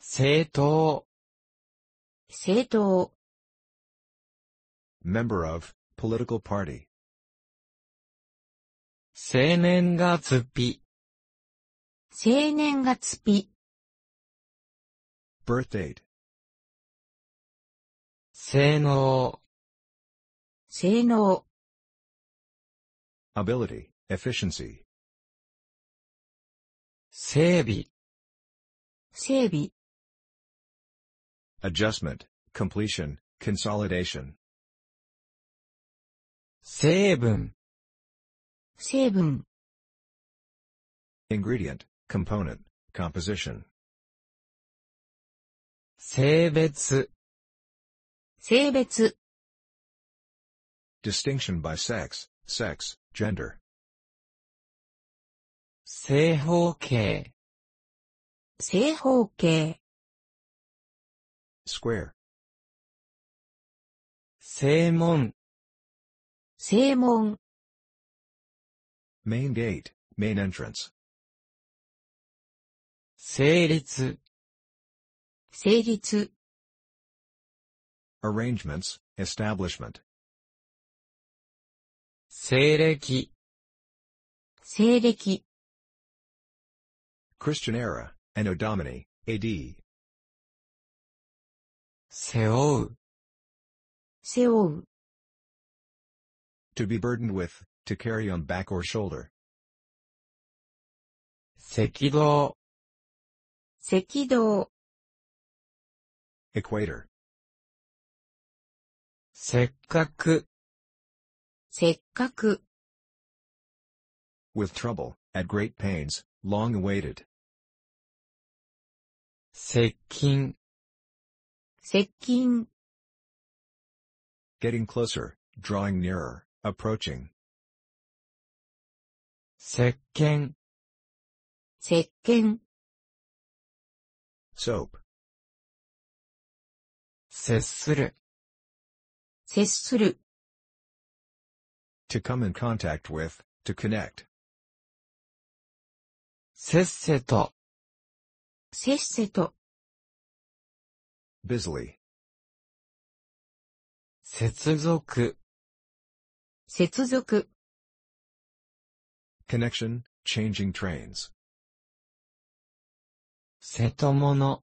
正当、
正当、
Member of. Political party.
青年が突飛、
青年が月日、
Birth date.
性能、
性能、
Ability. Efficiency.
整備、
整備、
Adjustment. Completion. Consolidation.
成分、
成分、
Ingredient. Component. Composition.
性別、
性別、
Distinction by sex. Sex. Gender.
正方形、
正方形、
Square.
正門、
正門、
Main gate. Main entrance.
成立、
成立、
Arrangements. Establishment.
西暦、
西暦、
Christian era. Anno Domini. AD.
背負う、
背負う、
To be burdened with. To carry on back or shoulder.
赤道、
赤道、
Equator.
せっかく、
せっかく、
With trouble. At great pains. Long awaited.
接近、
接近、
Getting closer. Drawing nearer. Approaching.
石鹸、
石鹸、
Soap.
接する、
接する、
To come in contact with. To connect.
せっせと、
せっせと、
busily,
接続、
接続、
connection, changing trains,
瀬戸物、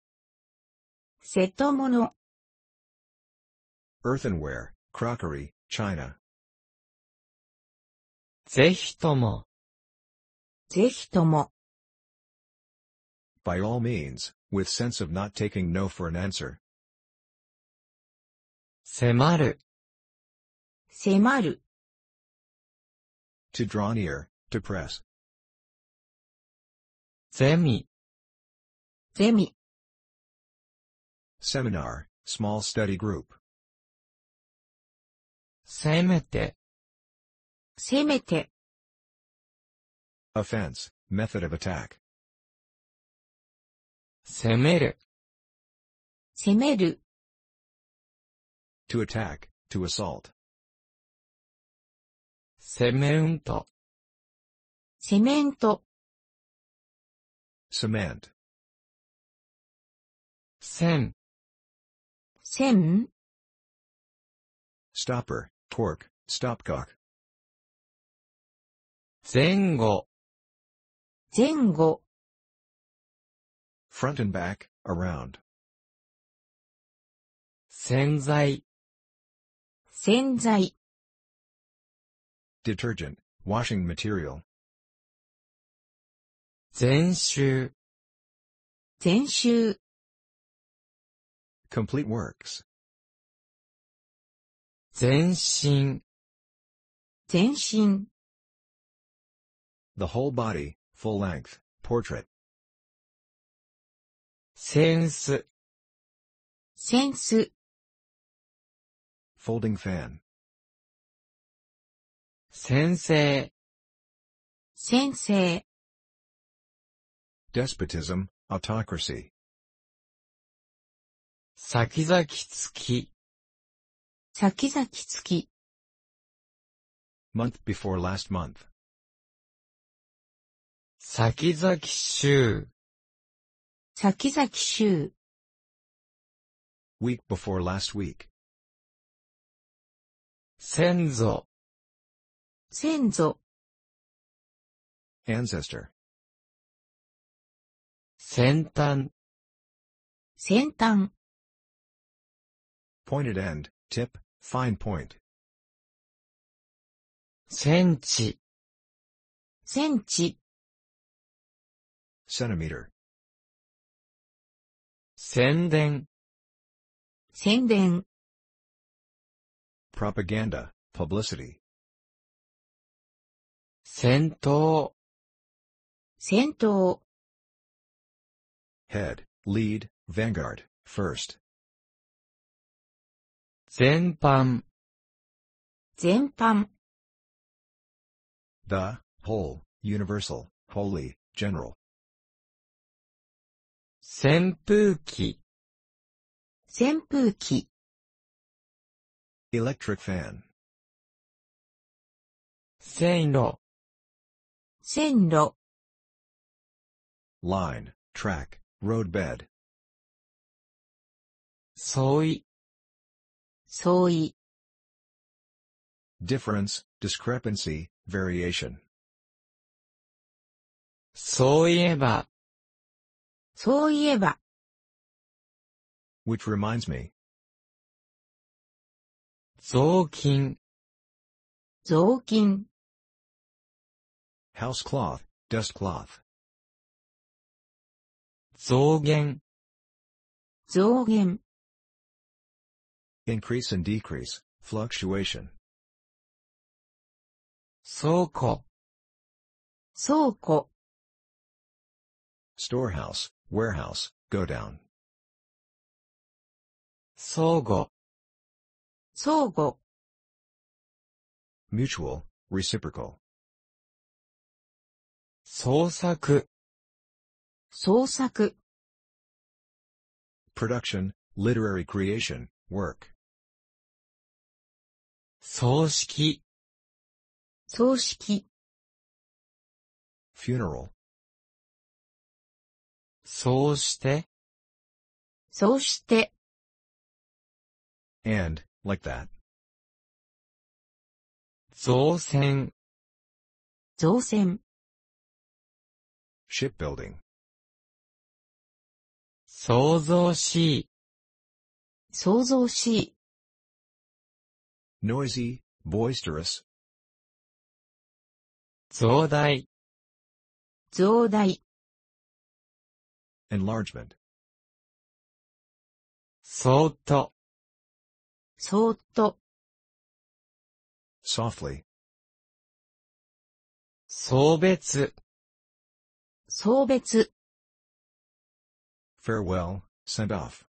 瀬戸物、
earthenware, crockery, china,
ぜひとも、
ぜひとも、
by all means, with sense of not taking no for an answer,
迫る、
迫る、
to draw near, to press,
ゼミ、
ゼミ、
seminar, small study group,
せめて、
せめて、
offense, method of attack,
攻める、
攻める、
to attack, to assault,
セメウント、
セメント、
cement,
線、
線、
stopper, torque, stopcock,
前後、
前後、
front and back, around,
潜在、
洗剤、
detergent, washing material,
全集、
全集、
complete works,
全身、
全身、
the whole body, full length, portrait,
センス、
センス、
folding fan,
先生、
先生、
despotism, autocracy,
先々つき、
先々月、
month before last month,
先々週、
先々週、
week before last week,
先祖、
先祖、
ancestor,
先端、
先端、
pointed end, tip, fine point,
センチ、
センチ、
centimeter,
宣伝、
宣伝、
propaganda, publicity,
戦闘、
先頭、
head, lead, vanguard, first,
全般、
全般、
the, whole, universal, wholly, general,
扇風機、
扇風機、
electric fan,
線路、
線路、
line, track, roadbed,
相違、
相違、
difference, discrepancy, variation,
そういえば、
そういえば、
which reminds me,
雑巾、
雑巾、
house cloth, dust cloth,
増減、
増減、
increase and decrease, fluctuation,
倉庫、
倉庫、
storehouse, warehouse, go down,
相互、
相互、
mutual, reciprocal,
創作、
創作、
production, literary creation, work,
葬式、
葬式、
funeral,
そうして、
そうして、
and, like that,
造船、
造船、
shipbuilding,
創造しい、
創造しい、
noisy, boisterous,
増大、
増大、
enlargement,
そーっと、
そーっと、
softly,
送別、
送別、
farewell, send off,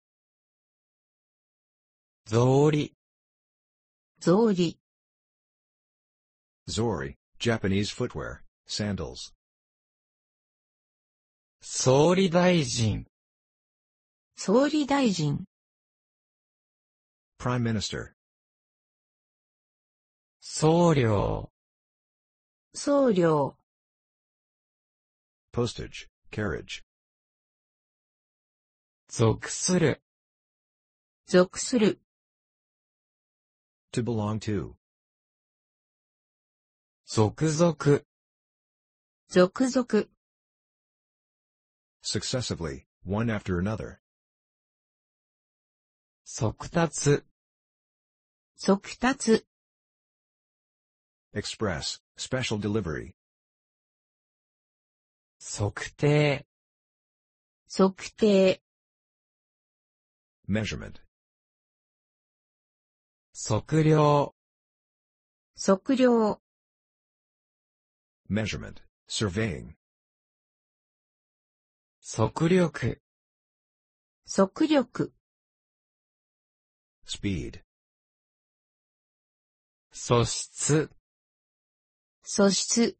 草履、
草履、
zori, Japanese footwear, sandals,
総理大臣、
総理大臣、
prime minister,
総領、
僧侶、
postage, carriage,
属する、
属する、
to belong to,
続々、
続々、
successively, one after another,
速達、
速達、
express, special delivery,
測定、
測定、
measurement,
測量、
測量、
measurement, surveying,
測力、
測力、
speed,
素質、
素質、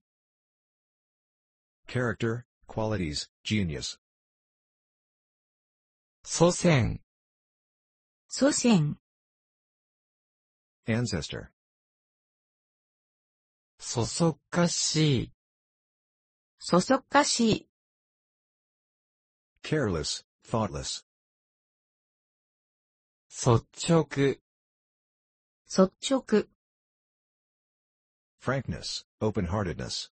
character, qualities, genius,
祖先、
祖先、
ancestor,
そそっかしい、
そそっかしい、
careless, thoughtless,
率直、
率直、
frankness, open-heartedness,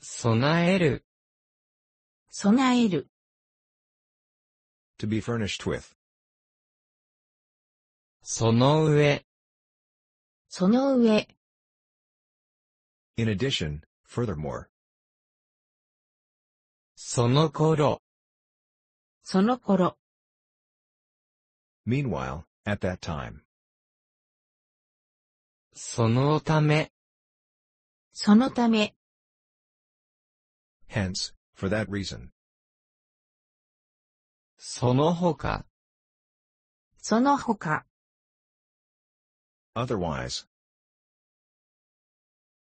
備える、
備える、
to be furnished with,
その上、
その上、
in addition, furthermore,
その頃、
その頃、
meanwhile, at that time,
そのため、
そのため、
hence, for that reason,
その他、
その他、
otherwise,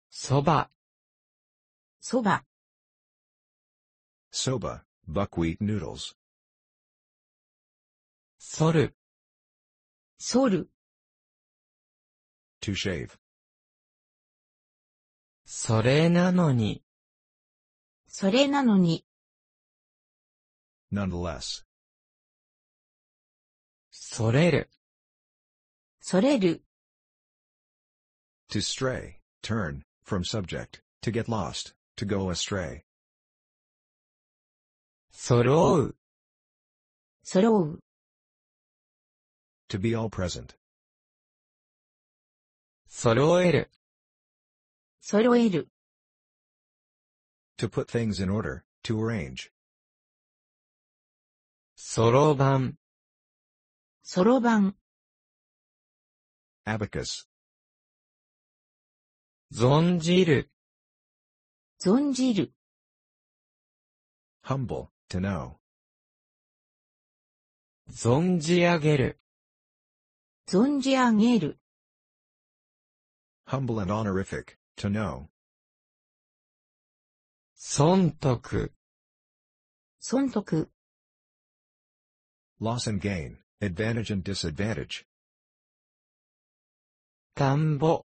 そば、
そば、
soba, buckwheat noodles,
反る、
剃る、
to shave,
それなのに、
それなのに、
nonetheless,
それる、
それる、
to stray, turn, from subject, to get lost, to go astray,
揃う、
揃う、
to be all present,
揃える、
揃える、
to put things in order, to arrange,
そろばん、
そろばん、
abacus,
存じる、
存じる、
humble, to know,
存じ上げる、
存じ上げる、
humble and honorific, to know,
損得、
損得、
loss and gain, advantage and disadvantage,
田んぼ、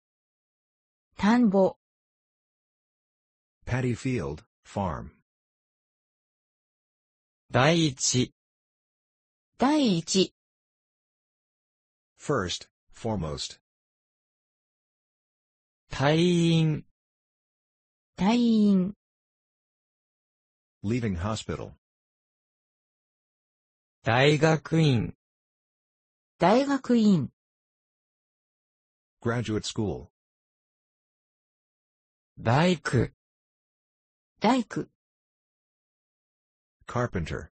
田んぼ、
paddy field, farm,
第一、
第一、
First, foremost,
退院、
退院、
leaving hospital,
大学院、
大学院、
graduate school,
大工、
大工、
carpenter,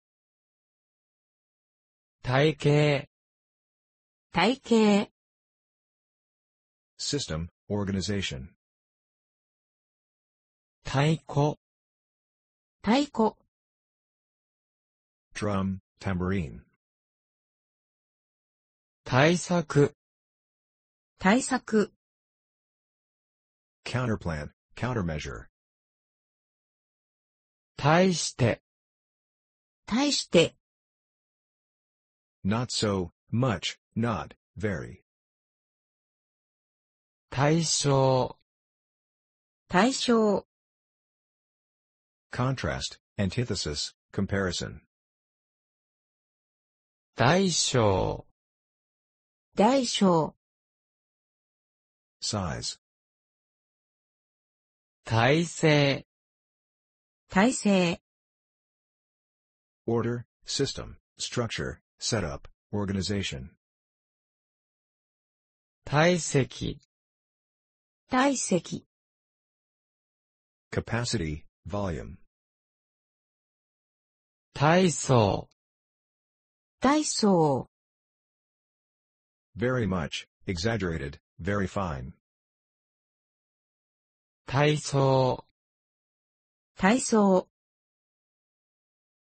体系、
体系、
system, organization,
太鼓、
太鼓、
drum, tambourine,
対策、
対策、
counterplan, countermeasure,
対して、
対して、
not so, much, not, very,
対象、
対象、
contrast, antithesis, comparison,
大小、
大小、
size,
体制、
体制、
order, system, structure, setup, organization,
体積、
体積、
capacity, volume,
体操、
体操、
very much, exaggerated, very fine,
体操、
体操、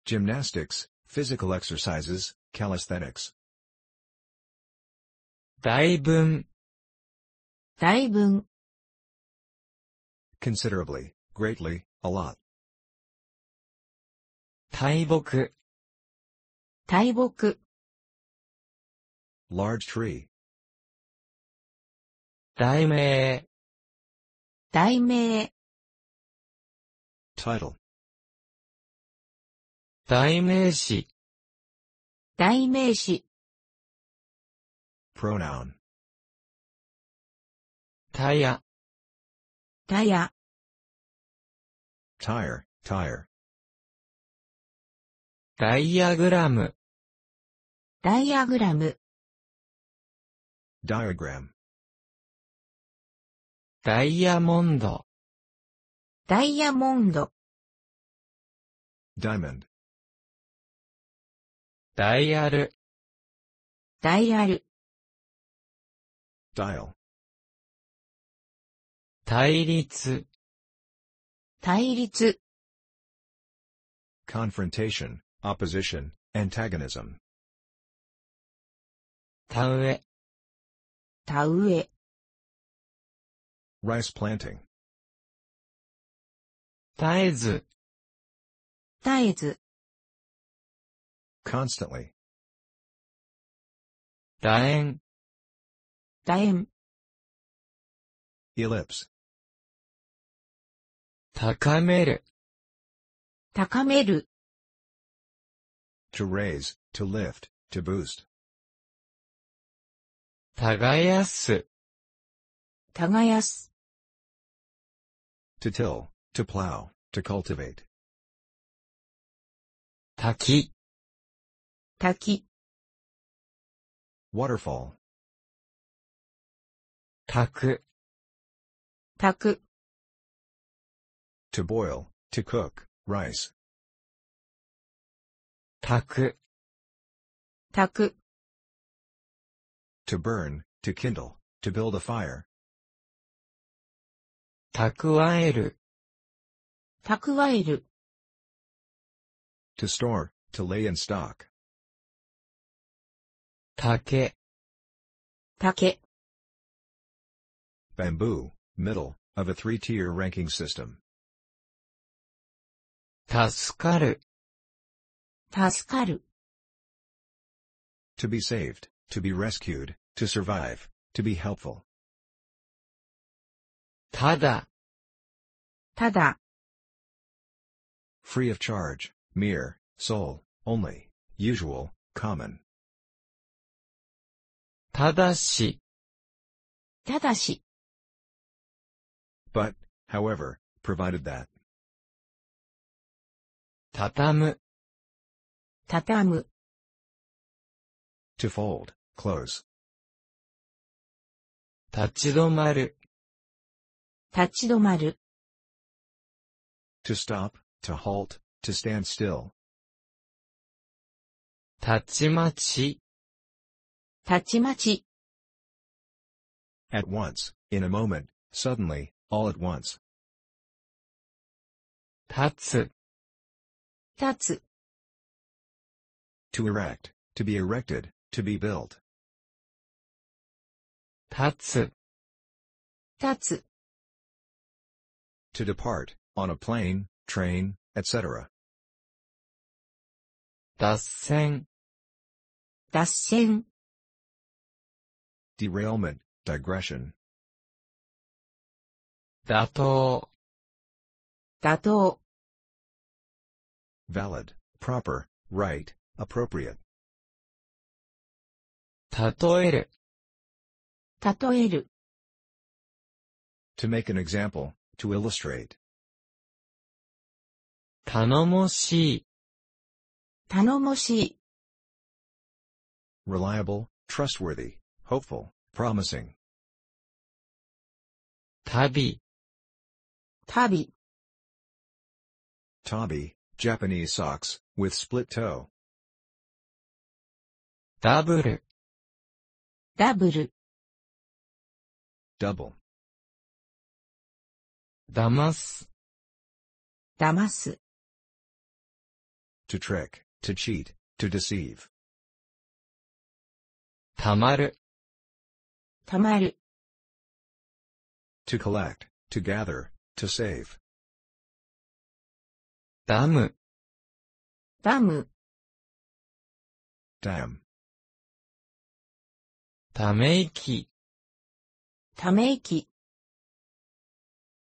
gymnastics, physical exercises, calisthenics,
大分、
大分、
considerably, greatly, a lot,
大木、
大木、
large tree,
題名、
題名、
title,
代名詞、
代名詞、
pronoun,
たや、
たや、
tire, tire,
ダイアグラム、
ダイアグラム、
diagram,
ダイヤモンド、
ダイヤモンド、
diamond,
ダイヤル、
ダイヤル、
dial,
対立、
対立、
confrontation, opposition, antagonism,
田植え、
田植え、
rice planting,
絶えず、
絶えず、
constantly,
楕円、
楕円、
ellipse,
高める、
高める、
to raise, to lift, to boost,
耕す、
耕す、
to till, to plow, to cultivate,
滝、
滝、
waterfall,
炊く、
炊く、
to boil, to cook, rice,
炊く、
炊く、
to burn, to kindle, to build a fire,
蓄える、
蓄える、
to store, to lay in stock,
竹、
竹、
bamboo, middle, of a three-tier ranking system,
助かる、
助かる、
to be saved, to be rescued, to survive, to be helpful,
ただ、
ただ、
free of charge, mere, sole, only, usual, common,
ただし、
ただし、
but, however, provided that,
畳む、
畳む、
to fold, close,
立ち止まる、
立ち止まる、
to stop, to halt, to stand still,
たちまち、
たちまち、
at once, in a moment, suddenly, all at once,
立つ、
立つ、
to erect, to be erected, to be built,
立つ、
立つ、
to depart, on a plane, train, etc.,
脱線、
脱線、
derailment, digression,
妥当、
妥当、
valid, proper, right, appropriate,
例える、
例える、
to make an example, to illustrate,
頼もしい、
頼もしい、
reliable, trustworthy, hopeful, promising,
旅、
旅、
tabi, Japanese socks, with split toe,
ダブル、
ダブル、
double,
騙す、
騙す、
to trick, to cheat, to deceive,
たまる、
たまる、
to collect, to gather, to save,
ダム、
ダム、
dam,
ため息、
ため息、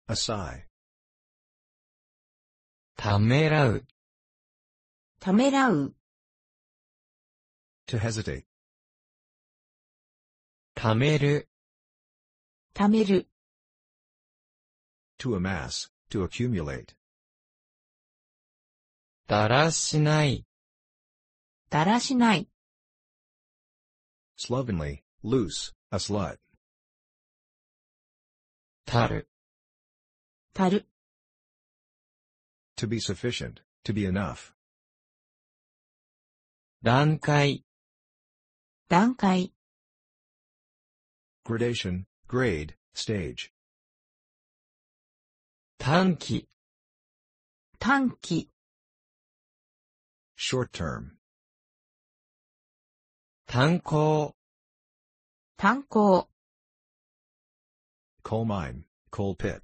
a sigh,
ためらう、
ためらう、
to hesitate,
ためる、
ためる、
to amass, to accumulate,
だらしない、
だらしない、
slovenly, loose, a slut,
たる、
たる、
to be sufficient, to be enough,
段階、
段階、
gradation, grade, stage,
短期、
短期、
short term,
炭鉱、
炭鉱、
coal mine, coal pit,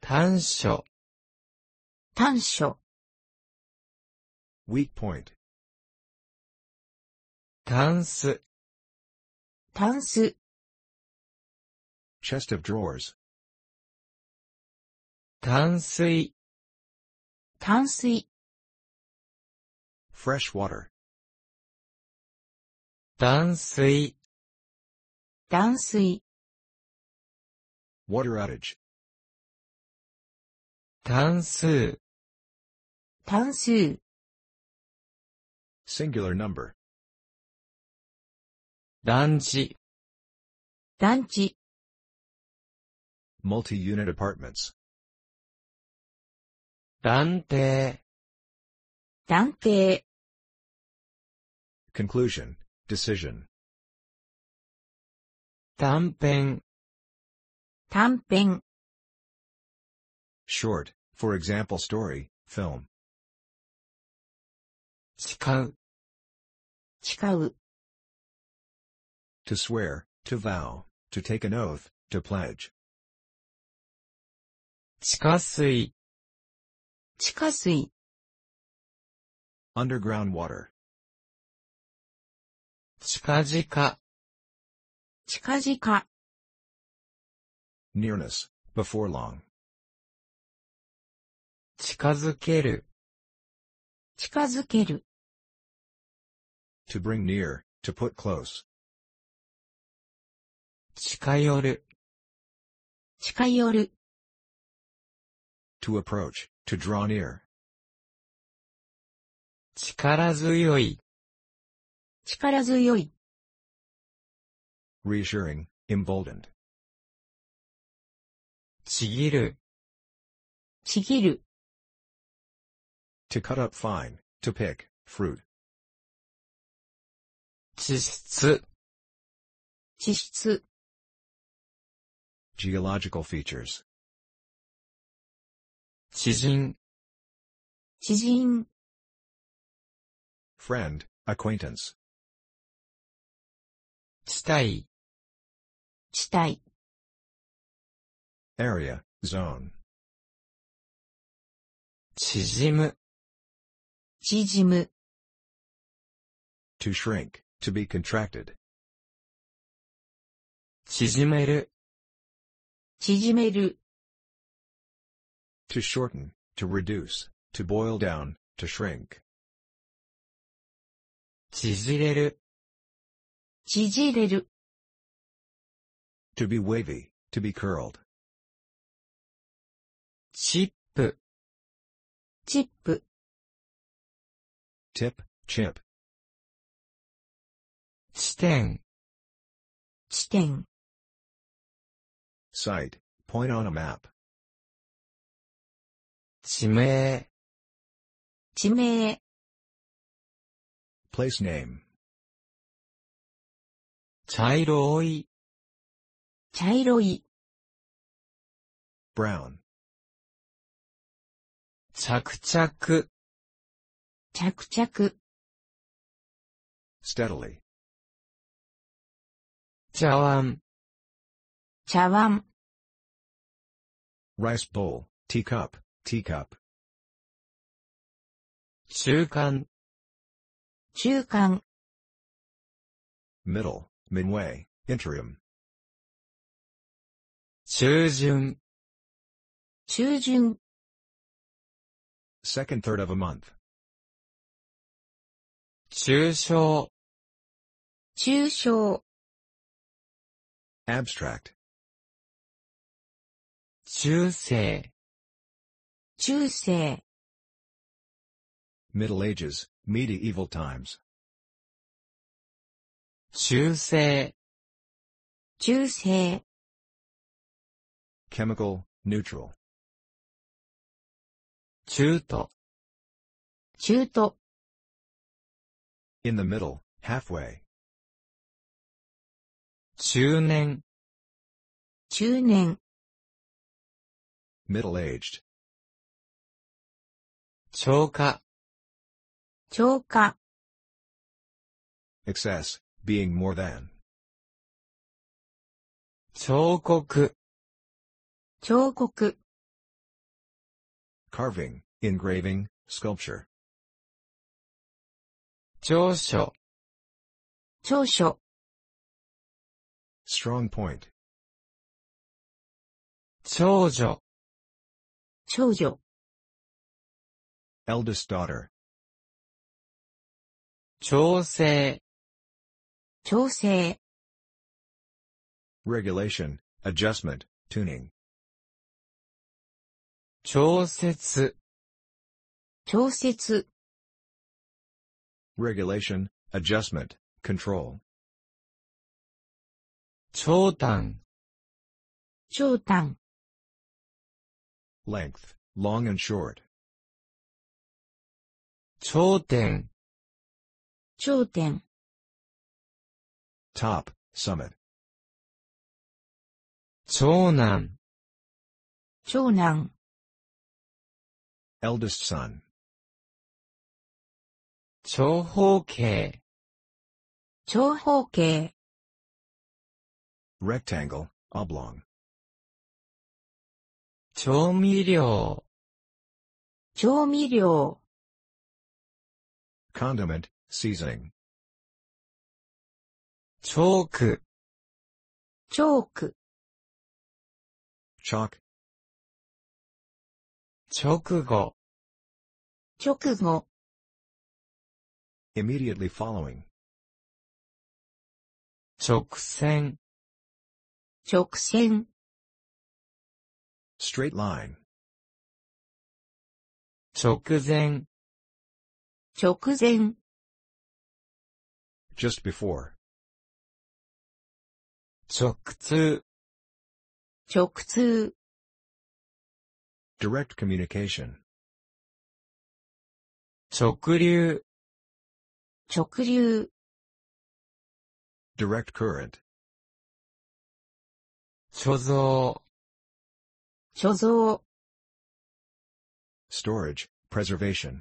短所、
短所、
weak point,
タンス、
タンス、
chest of drawers,
淡水、
淡水、
fresh water,
断水、
断水、
water outage,
単数、
単数、
singular number,
団地、
団地、
multi-unit apartments,
断定、
断定、
conclusion, decision,
断片、
短編、
short, for example story, film,
誓う、
誓う、
to swear, to vow, to take an oath, to pledge,
地下水、
地下水、
underground water,
近々、
近々、
nearness, before long,
近づける、
近づける、
To bring near, to put close.
近寄る、
近寄る、
To approach, to draw near.
力強い、
力強い、
Reassuring, emboldened.
ちぎる、
ちぎる、
To cut up fine, to pick, fruit.
地質、
地質、
Geological features.
知人、
知人、
Friend, acquaintance.
地帯、
地帯、
Area, zone.
縮む、
縮む、
To shrink, to be contracted.
縮める、
縮める、
To shorten, to reduce, to boil down, to shrink.
縮れる、
縮れる、
To be wavy, to be curled.
チップ、
チップ、
Tip, chip.
地点、
地点、
Site, point on a map.
地名、
地名、
Place name.
茶色い、
茶色い、
Brown.
着々、
着々、
Steadily.
茶碗、
茶碗、
Rice bowl, teacup, teacup.
中間、
中間、
Middle, midway, interim.
中旬、
中旬、
Second third of a month.
中小、
中小、
Abstract.
中世、
中世、
Middle Ages, medieval times.
中性、
中世、
Chemical, neutral.
中途、
中途、
In the middle, halfway.
中年、
中年、
Middle aged.
超過、
超過、
Excess, being more than.
彫刻、
彫刻、
Carving, engraving, sculpture.
長所、
長所、
Strong point.
長女、
長女、
Eldest daughter.
調整、
調整、
Regulation, adjustment, tuning.
調節、
調節、
Regulation, adjustment, control.
長短、
長短、
Length, long and short.
頂点、
頂点、
Top, summit.
長男、
長男、
Eldest son.
長方形、
長方形、
Rectangle, oblong.
調味料、
調味料、
Condiment, seasoning.
チョーク、
チョーク、
Chalk,
直後、
直後、
Immediately following.
直線、
直線、
Straight line.
直前、
直前、
Just before.
直通、
直通、
Direct communication.
直流、
直流、
Direct current.
貯蔵、
貯蔵、
Storage, preservation.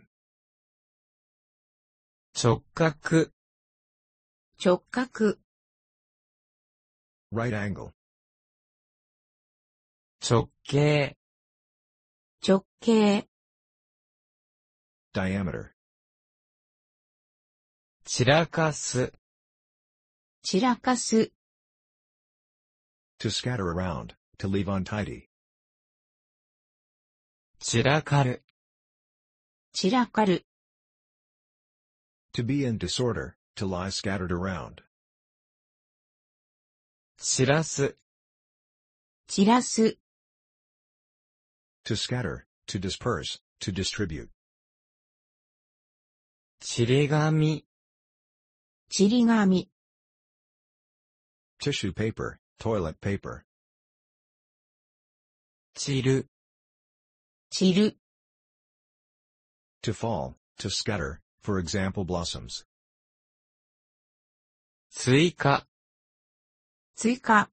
直角、
直角、
Right angle.
直径、
直径、
Diameter.
散らかす、
散らかす、
To scatter around, to leave untidy.
散らかる、
散らかる、
To be in disorder, to lie scattered around.
散らす、
散らす、
To scatter, to disperse, to distribute.
ちり紙、
ちり紙、
Tissue paper, toilet paper.
散る、
散る、
To fall, to scatter, for example blossoms.
追加、
追加、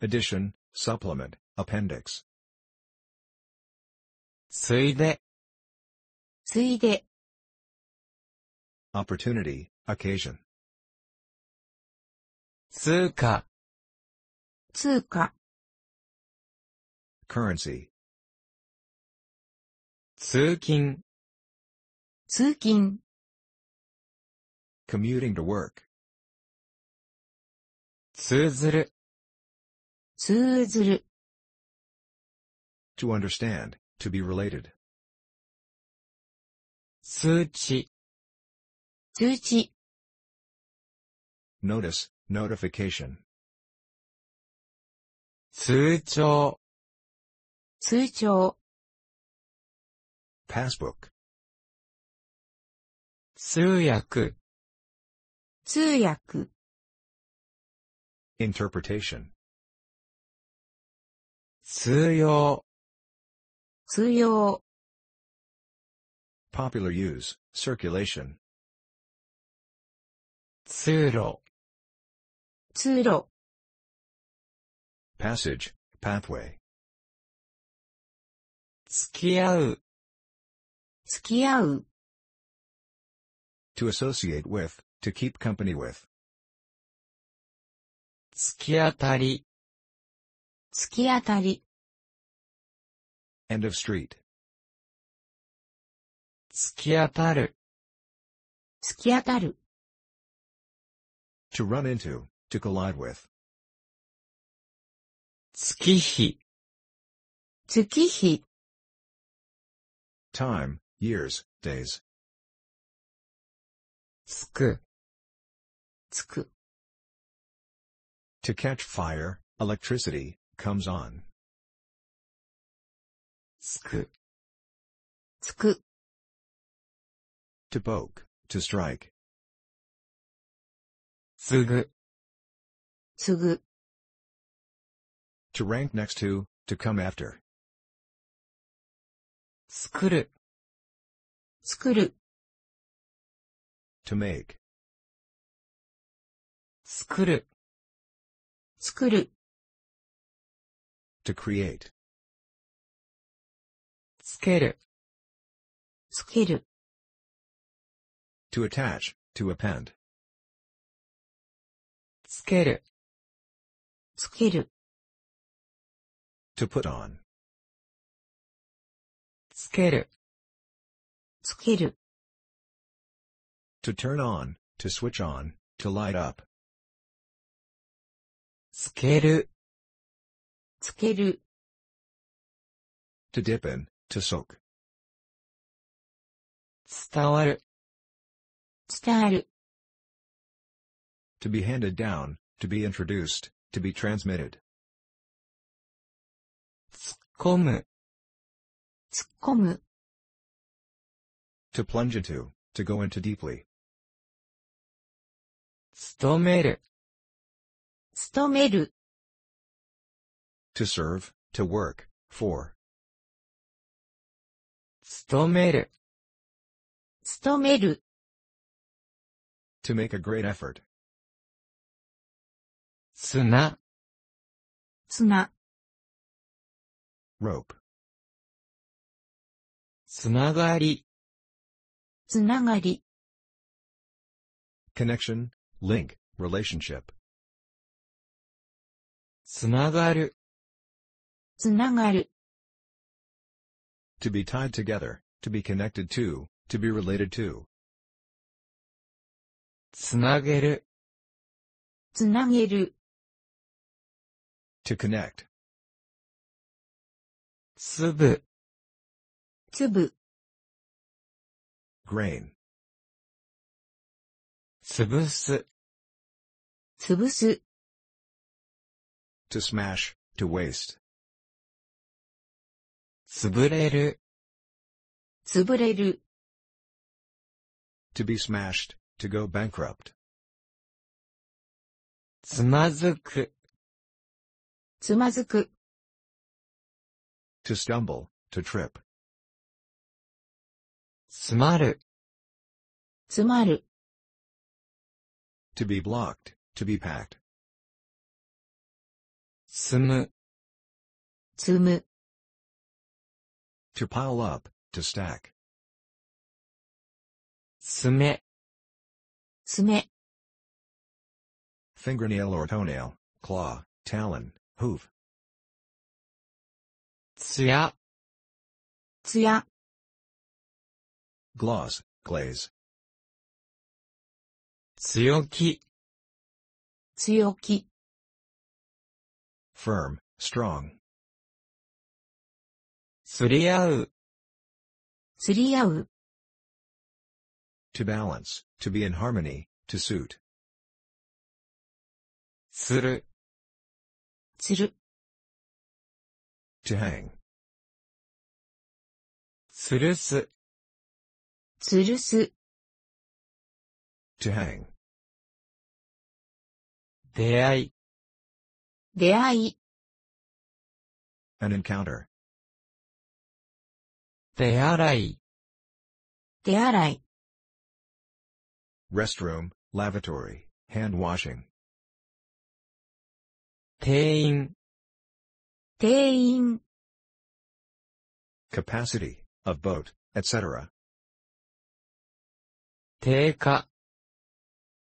Addition, supplement, appendix.
ついで、
ついで、
Opportunity, occasion.
通貨、
通貨、
Currency,
通勤、
通勤、
commuting to work.
通ずる、
通ずる、
To understand, to be related.
数値、
通知、
Notice, notification.
通帳、
通帳、
Passbook.
通訳、
通訳、
Interpretation.
通用、
通用、
Popular use, circulation.
通路、
通路、
Passage, pathway.
付き合う、
付き合う、
To associate with, to keep company with.
突き当たり、
突き当たり、
End of street.
突き当たる、
突き当たる、
To run into, to collide with.
月日、
月日、
Time, years, days.
つく、
つく、
To catch fire, electricity, comes on.
つく、
つく、
To poke, to strike.
すぐ、
つぐ、
To rank next to, to come after.
作る、
作る、
To make,
作る、
作る、
to create.
つける、
つける、
To attach, to append.
つける、
つける、
To put on.
つける、
つける、
To turn on, to switch on, to light up.
つける、
つける、
To dip in, to soak.
伝わる、
伝える、
To be handed down, to be introduced, to be transmitted.
込む、
突っ込む、
To plunge into, to go into deeply.
努める、
努める、
To serve, to work, for.
努める、
努める、
To make a great effort.
綱、
綱、
Rope.
つながり、
つながり、
Connection, link, relationship.
つながる、
つながる、
To be tied together, to be connected to, to be related to.
つなげる、
つなげる、
To connect.
粒、
粒、
Grain.
潰す、
潰す、
To smash, to waste.
潰れる、
潰れる、
To be smashed, to go bankrupt.
つまずく、
つまずく、
To stumble, to trip.
詰まる、
詰まる、
To be blocked, to be packed.
積む、
積む、
To pile up, to stack.
詰め、
詰め、
Fingernail or toenail, claw, talon, hoof.
つや、
つや、
Gloss, glaze.
強気、
強気、
Firm, strong.
すり合う、
釣り合う、
To balance, to be in harmony, to suit.
する、
釣る、
To hang.
吊るす、
吊るす、
To hang.
出会い、
出会い、
An encounter.
手洗い、
手洗い、
Restroom, lavatory, hand washing.
店員、
定員、
Capacity, of boat, etc.
低下、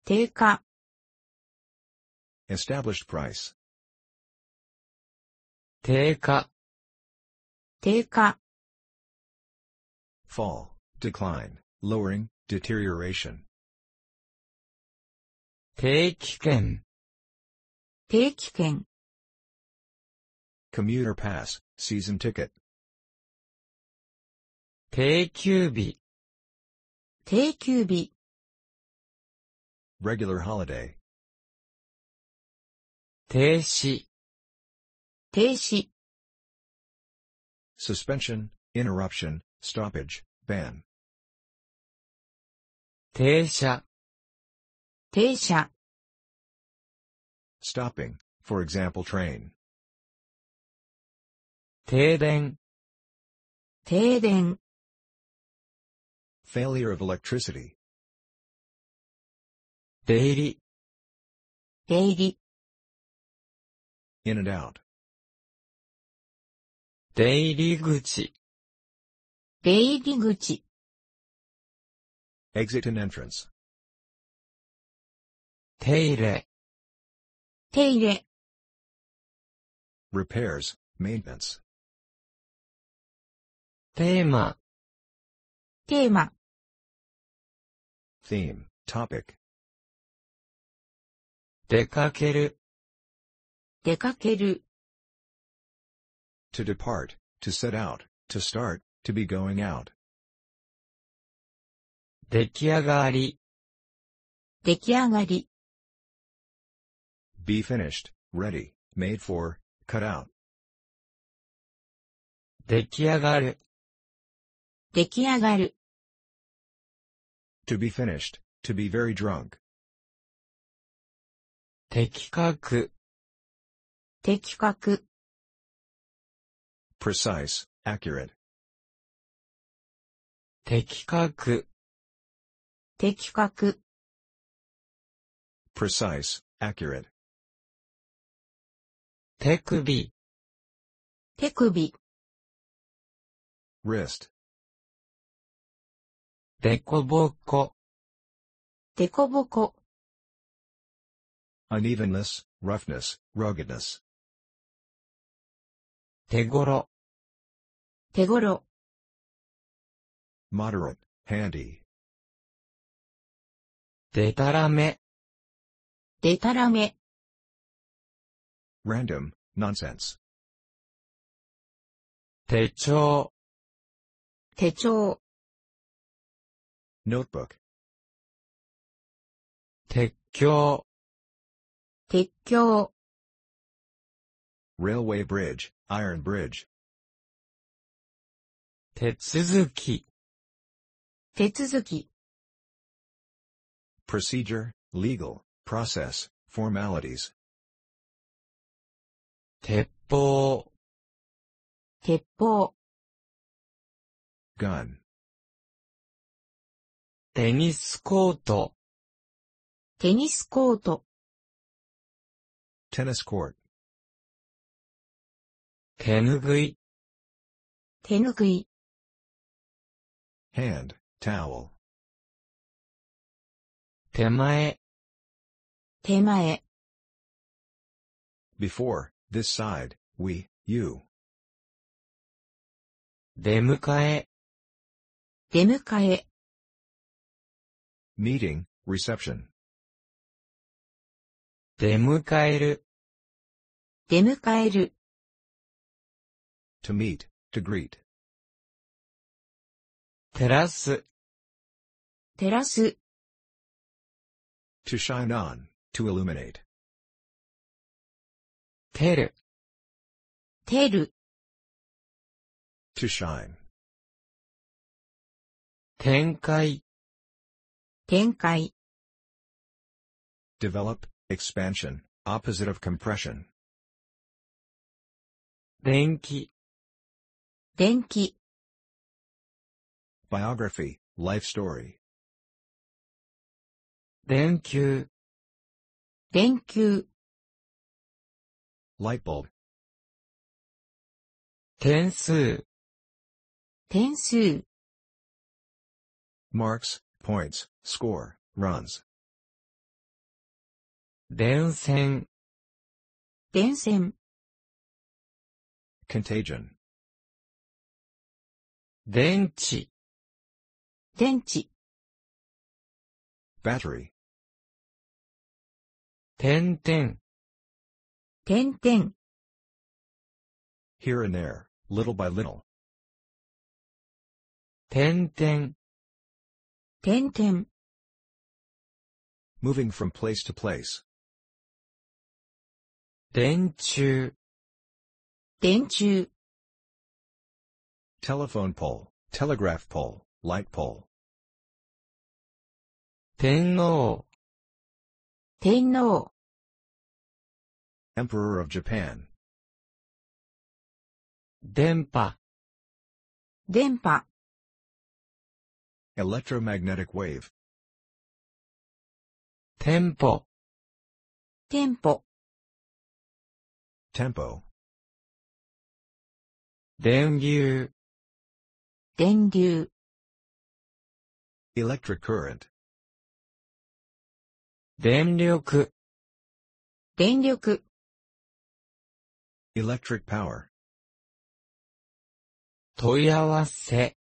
低下、
Established price.
低下、
低下、
Fall, decline, lowering, deterioration.
定期券、
定期券、
Commuter pass, season ticket.
定休日、
定休日、
Regular holiday.
停止、
停止、
Suspension, interruption, stoppage, ban.
停車、
停車、
Stopping, for example train.
停電、
停電、
Failure of electricity.
出入り、
出入り、
In and out.
出入り口、
出入り口、
Exit and entrance.
手入れ、
手入れ、
Repairs, maintenance.
テーマ、
テーマ、
Theme, topic.
出かける、
出かける、
To depart, to set out, to start, to be going out.
出来上がり、
出来上がり、
Be finished, ready, made for, cut out.
出来上がる、
出来上がる、
To be finished, to be very drunk.
的確、
的確、
Precise, accurate.
的確、
的確、
Precise, accurate.
手首、
手首、
Wrist.
でこぼこ、
でこぼこ、
Unevenness, roughness, ruggedness.
手頃、
手頃、
Moderate, handy.
でたらめ、
でたらめ、
Random, nonsense.
手帳、
手帳、
Notebook.
鉄橋、
鉄橋、
Railway bridge, iron bridge.
手続き、
手続き、
Procedure, legal, process, formalities.
鉄砲、
鉄砲、
Gun.
テニスコート、
テニスコート、
Tennis court.
手ぬぐい、
手ぬぐい、
Hand, towel.
手前、
手前、
Before, this side, we, you.
出迎え、
出迎え、
Meeting, reception.
出迎える、
出迎える、
To meet, to greet.
照らす、
照らす、
To shine on, to illuminate.
照る、
照る、
To shine.
展開、
展開、
Develop, expansion, opposite of compression.
電気、
電気、
Biography, life story.
電球、
電球、
Light bulb.
点数、
点数、
Marks, points, score, runs.
電線、
電線、
Contagion.
電池、
電池、
Battery.
点々、
点々、
Here and there, little by little.
点々、
点々、
Moving from place to place.
電柱、
電柱、
Telephone pole, telegraph pole, light pole.
天皇、
天皇、
Emperor of Japan.
電波、
電波、
Electromagnetic wave.
店舗、
店舗、
Tempo.
電流、
電流、
Electric current.
電力、
電力、
Electric power.
問い合わせ、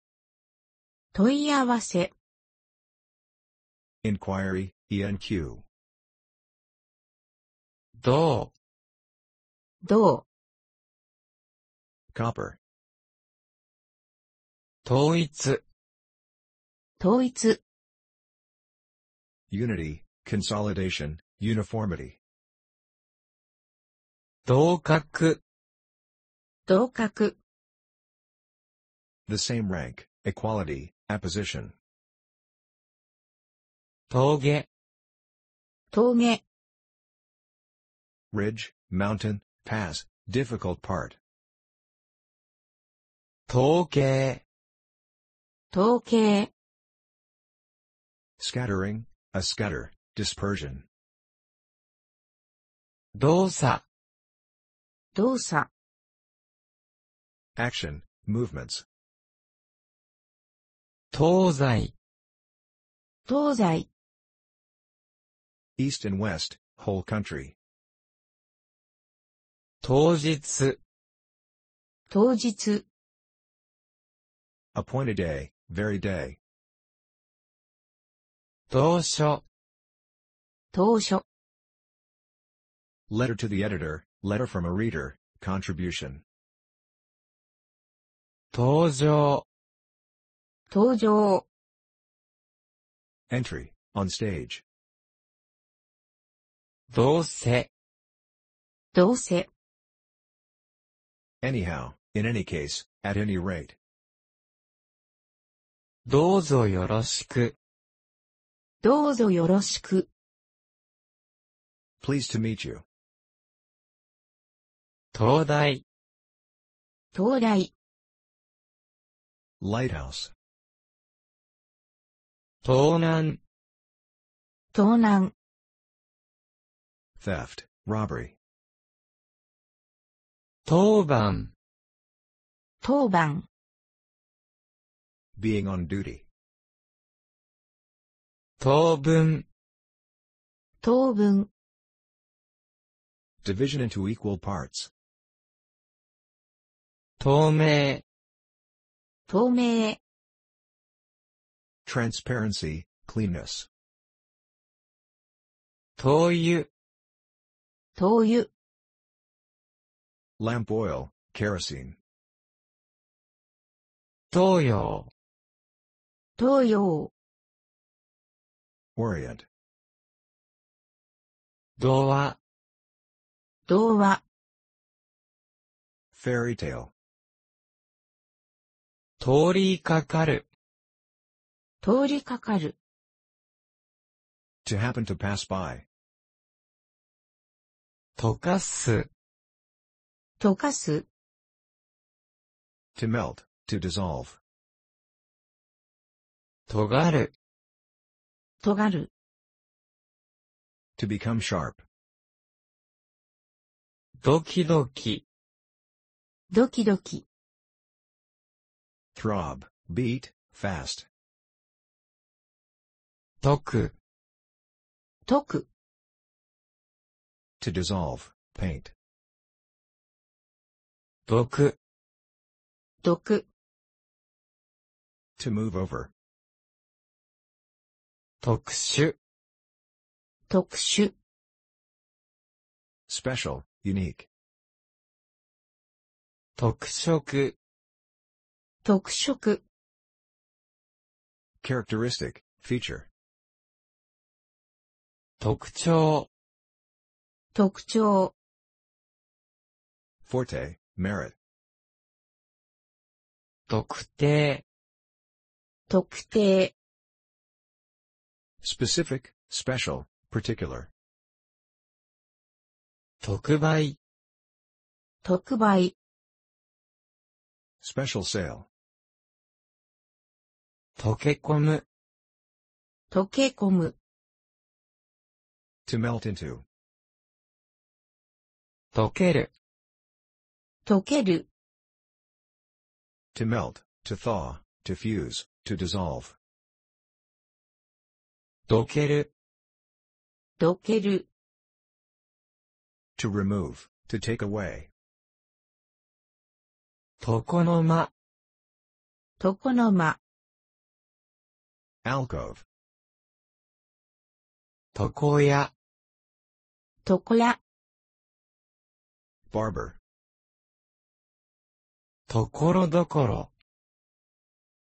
問い合わせ、
Inquiry, E ENQ.
銅、
銅、
Copper.
統一、
統一、
Unity, consolidation, uniformity,
同格、
同格、
the same rank, equality, apposition,
峠、
峠、
ridge, mountain, pass, difficult part,
統計、
統計、
scattering, a scatter, dispersion,
動作、
動作、
action, movements,
東西、
東西、
east and west, whole country,
当日、
当日、
appointed day, very day,
当初、
当初、
letter to the editor, letter from a reader, contribution,
登場、
登場、
entry, on stage,
どうせ、
どうせ、
anyhow, in any case, at any rate,
どうぞよろしく、
どうぞよろしく、
pleased to meet you,
東大、
東大、
lighthouse,
東南、
東南、
theft, robbery,
当番、
当番、
being on duty,
当分、
当分、
division into equal parts,
透明、
透明、
transparency, cleanness,
灯油、
灯油、
lamp oil, kerosene,
東洋、
東洋、
orient,
童話、
童話、
fairy tale,
通りかかる、
通りかかる、
to happen to pass by,
溶かす、
溶かす、
to melt, to dissolve,
尖る、
尖る、
to become sharp,
ドキドキ、
ドキドキ、
throb, beat, fast,
解く、
解く、
to dissolve, paint,
毒、
毒、
to move over,
特殊、
特殊、
special, unique,
特色、
特色、
characteristic, feature,
特徴、
特徴、
forte, merit,
特定、
特定、
specific, special, particular,
特売、
特売、
special sale,
溶け込む、
溶け込む、
to melt into,
溶ける、
溶ける、
to melt, to thaw, to fuse, to dissolve,
どける、
どける、
to remove, to take away,
床の間、
床の間、
alcove,
床屋、
床屋、
barber,
ところどころ、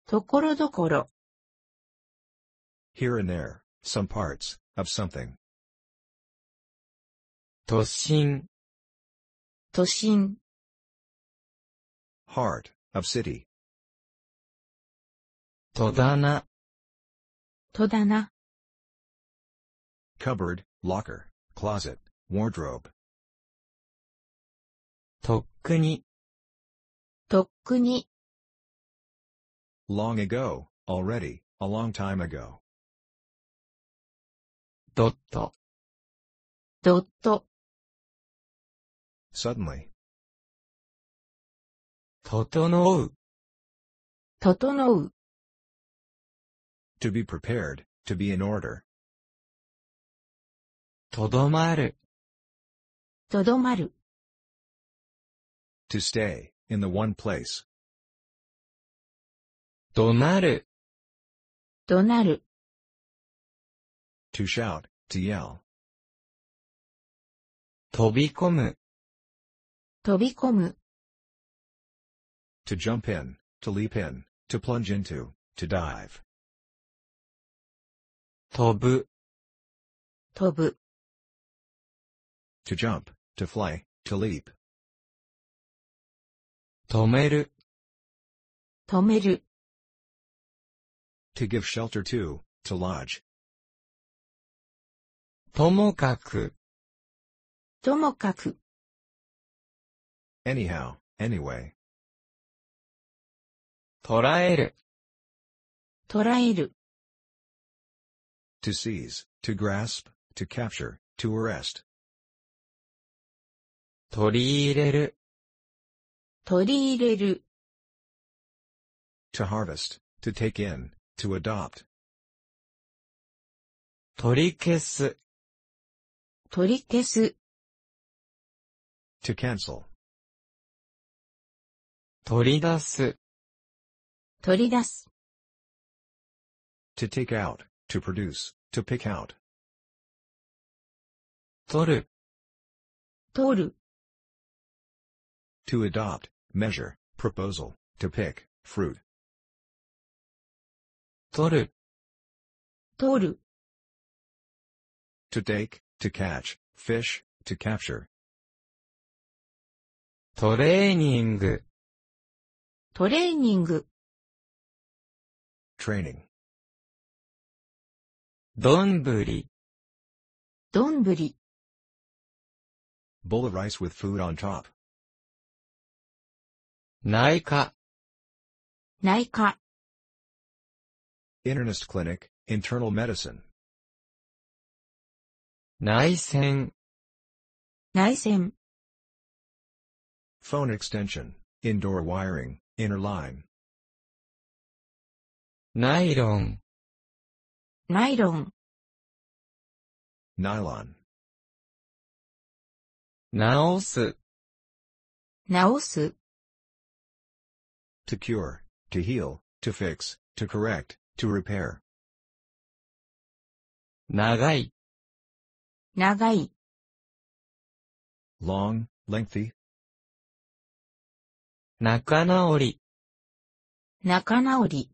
ところどころ、
here and there, some parts, Of something.
突進、
都心、
Heart. Of city.
戸棚、
戸棚、
Cupboard. Locker. Closet. Wardrobe.
とっくに、
とっくに、
Long ago. Already. A long time ago.
ドット、
どっと、
Suddenly.
整う、
整う、
To be prepared. To be in order.
とどまる、
とどまる、
To stay. In the one place.
怒鳴る、
どなる、
To shout. To yell.
飛び込む、
飛び込む、
To jump in. To leap in. To plunge into. To dive.
飛ぶ、
飛ぶ、
To jump. To fly. To leap.
止める、
止める、
To give shelter to. To lodge.
ともかく、
ともかく、
Anyhow. Anyway.
捉える、
捉える、
To seize. To grasp. To capture. To arrest.
取り入れる、
取り入れる、
To harvest. To take in. To adopt.
取り消す、
取り消す、
To cancel.
取り出す、
取り出す、
To take out. To produce. To pick out.
取る、
取る、
To adopt. Measure. Proposal. To pick. Fruit.
取る、
取る、
To take. To catch. Fish. To capture.
トレーニング、
トレーニング、
Training.
どんぶり、
どんぶり、
Bowl of rice with food on top.
内科、
内科、
Internist clinic. Internal medicine.
内線、
内線、
Phone extension. Indoor wiring. Inner line.
ナイロン、
ナイロン、
Nylon.
直す、
直す、
To cure. To heal. To fix. To correct. To repair.
長い、
長い、
Long. Lengthy.
仲直り、
仲直り、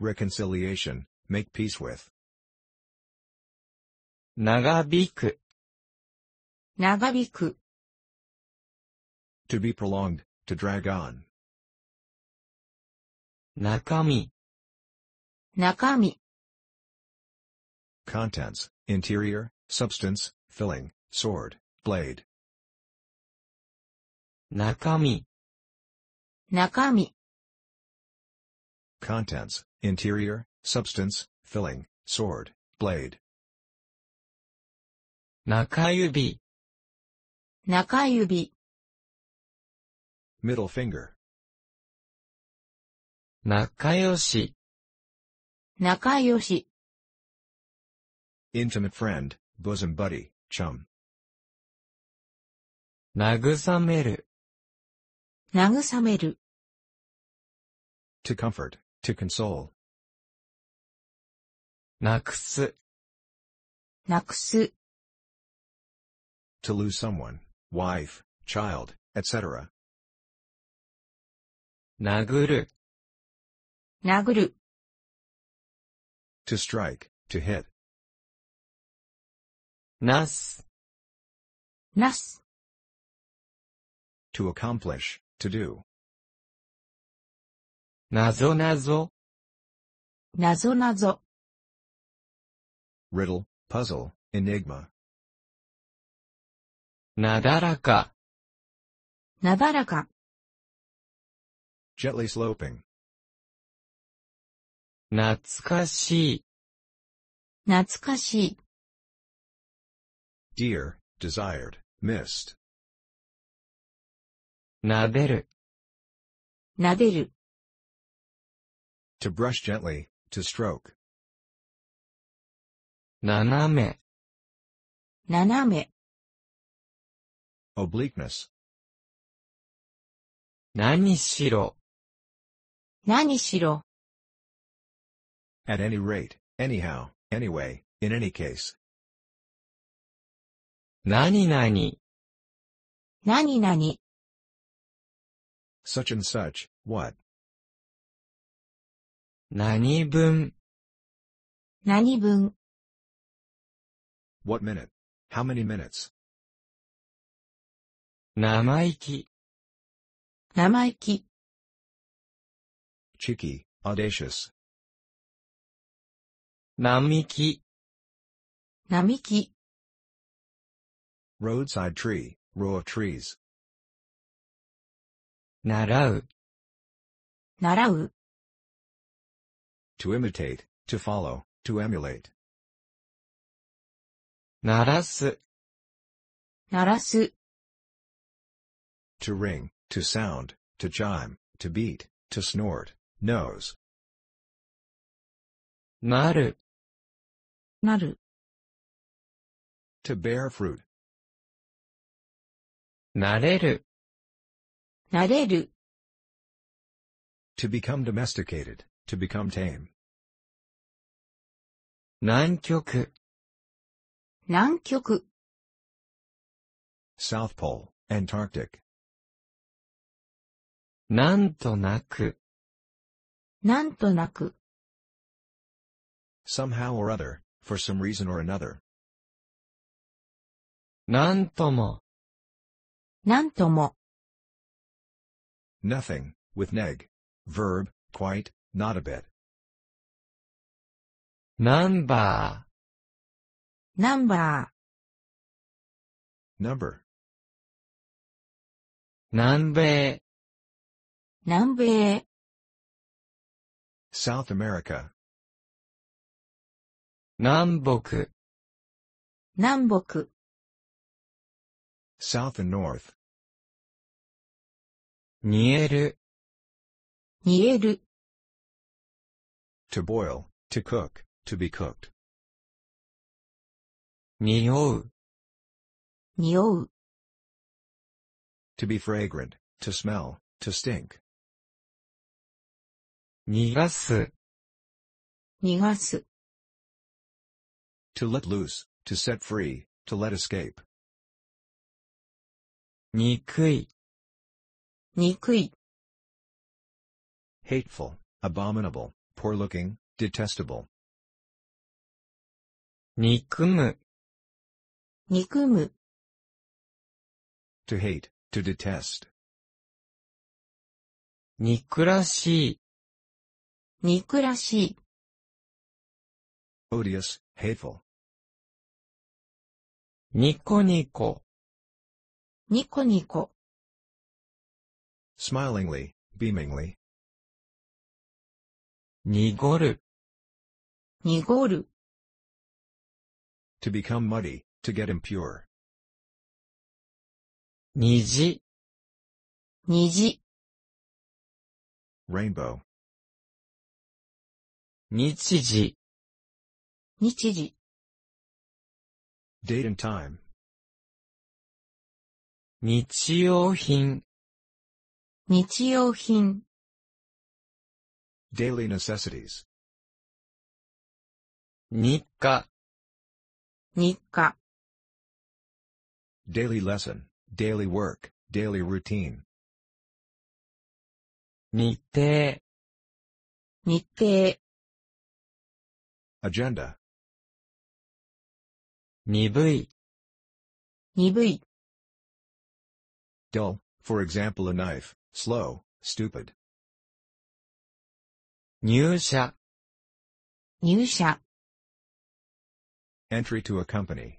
Reconciliation. Make peace with.
長引く、
長引く、
To be prolonged. To drag on.
中身、
中身、
Contents, interior, substance, filling, sword, blade.
中身、
中身、
Contents, interior, substance, filling, sword, blade.
中指、
中指、
Middle finger.
仲良し、
仲良し、
Intimate friend, bosom buddy, chum.
慰める、
慰める、
To comfort, to console.
なくす、
なくす、
To lose someone, wife, child, etc.
殴る、
殴る、
To strike, to hit,
なす、
なす、
to accomplish, to do,
なぞなぞ、
なぞなぞ、
riddle, puzzle, enigma,
なだらか、
なだらか、
gently sloping,
懐かしい、
懐かしい、
dear, desired, missed,
なでる、
なでる、
to brush gently, to stroke,
斜め、
斜め、
obliqueness,
何しろ、
何しろ、
at any rate, anyhow, anyway, in any case,
何々、
何々、
such and such, what,
何分、
何分、
what minute, how many minutes,
生意気、
生意気、
cheeky, audacious,
並木、
並木、
roadside tree, row of trees,
習う、
習う、
to imitate, to follow, to emulate,
鳴らす、
鳴らす、
to ring, to sound, to chime, to beat, to snort, nose,
なる、
なる、
to bear fruit,
なれる、
なれる、
to become domesticated, to become tame,
南極、
南極、
South Pole, Antarctic,
なんとなく、
なんとなく、
somehow or other, for some reason or another,
なんとも、
なんとも、
nothing, with neg, verb, quite, not a bit,
ナンバ
ナンバ
number,
ー、南米、
ー、南米、
South America,
南北、
南北、
South and North,
煮える、
煮える、
to boil, to cook, to be cooked,
匂う、
匂う、
to be fragrant, to smell, to stink,
逃がす、
逃がす、
to let loose, to set free, to let escape,
憎い、
憎い、
hateful, abominable, poor looking, detestable,
憎む、
憎む、
to hate, to detest,
憎らしい、
憎らしい、
odious, hateful,
ニコニコ、
ニコニコ、
smilingly, beamingly,
濁る、
濁る、
to become muddy, to get impure,
虹、
虹、
rainbow,
日時、
日時、
date and time,
日用品、
日用品、
daily necessities,
日課、
日課、
daily lesson, daily work, daily routine,
日程、
日程、
agenda,
鈍い、
鈍い、
dull, for example a knife, slow, stupid,
入社、
入社、
entry to a company,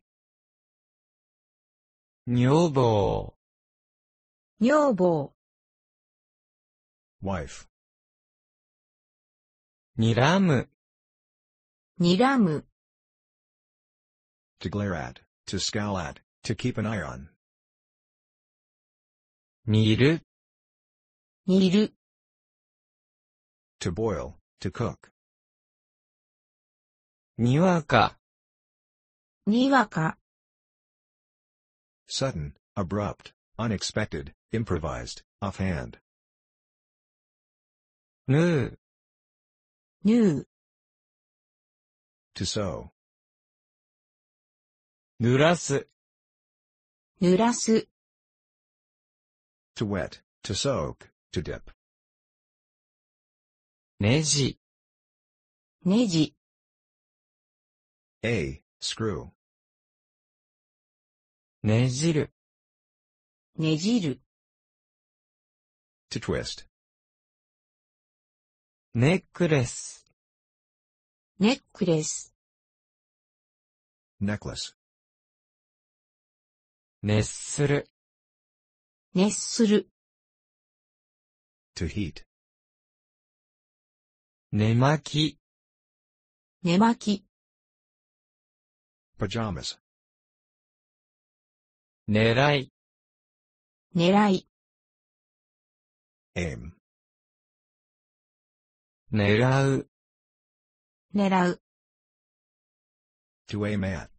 女房、
女房、
wife,
睨む、
睨む、
to glare at, to scowl at, to keep an eye on,
煮る、
煮る、
to boil, to cook,
にわか、
にわか、
sudden, abrupt, unexpected, improvised, offhand,
縫う、
縫う、
to sew,
濡らす、
濡らす、
to wet, to soak, to dip,
ネジ、
ネジ、
a, screw,
ねじる、
ねじる、
to twist,
ネックレス、
ネックレス、
necklace,
熱する、
熱する、
to heat,
寝巻き、
寝巻き、
pajamas,
狙い、
狙い、
aim,
狙う、
狙う、
to aim at,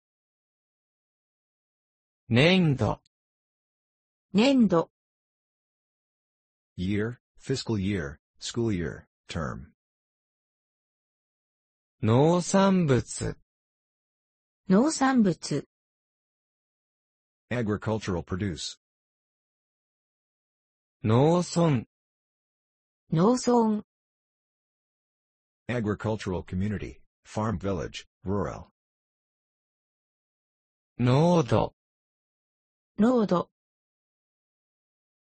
粘土、
粘土、
year, fiscal year, school year, term,
農産物、
農産物、
agricultural produce,
農村、
農村、
agricultural community, farm village, rural,
濃度、
濃度、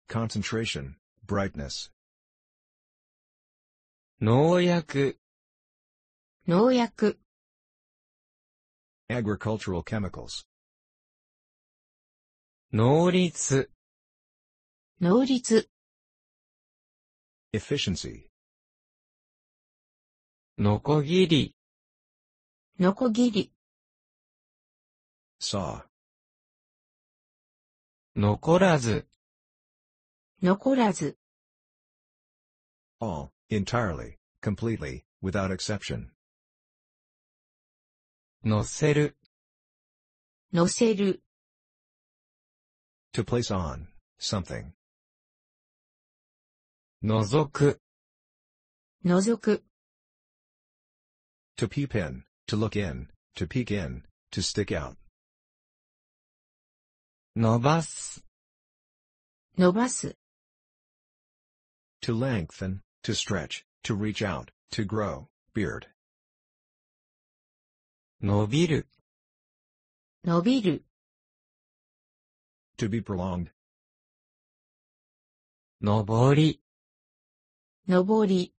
concentration, brightness,
農薬、
農薬、
agricultural chemicals,
能率、
能率、
efficiency,
ノコギリ、
ノコギリ、
saw,
残らず、
残らず、
all, entirely, completely, without exception,
乗せる、
乗せる、
to place on, something,
覗く、
覗く、
to peep in, to look in, to peek in, to stick out,
伸ばす、
伸ばす、
to lengthen, to stretch, to reach out, to grow, beard,
伸びる、
伸びる、
to be prolonged,
登り、
登り、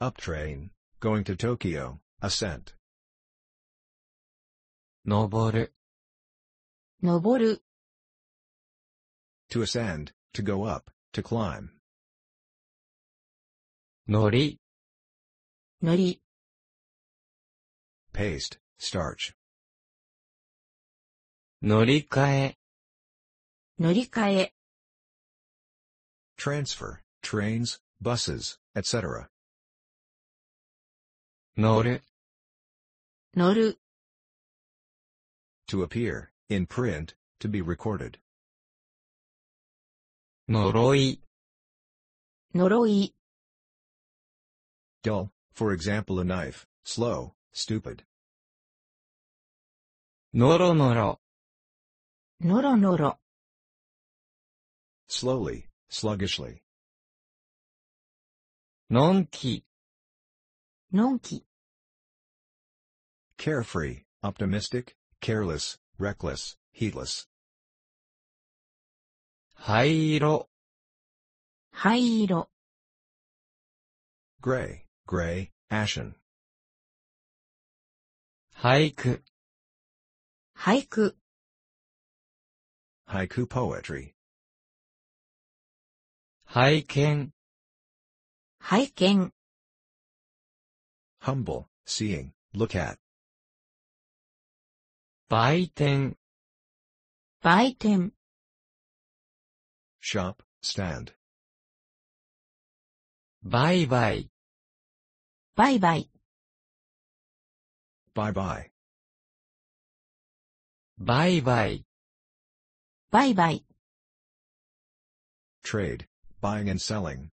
up train, going to Tokyo, ascent,
登る、
登る、
to ascend, to go up, to climb,
乗り、
乗り、
paste, starch,
乗り換え、
乗り換え、
transfer, trains, buses, etc.,
乗る、
乗る、
to appear, in print, to be recorded,
呪い、
呪い、
dull, for example a knife, slow, stupid,
のろのろ、
のろのろ、
slowly, sluggishly,
のんき、
のんき、
carefree, optimistic, careless, reckless, heedless,
灰色、
灰色、
gray, gray, ashen,
俳句、
俳句、
haiku poetry,
拝見、
拝見、
humble, seeing, look at,
売店、
売店、
shop, stand,
売買、
売買、
bye bye,
売買、
売買、
trade, buying and selling,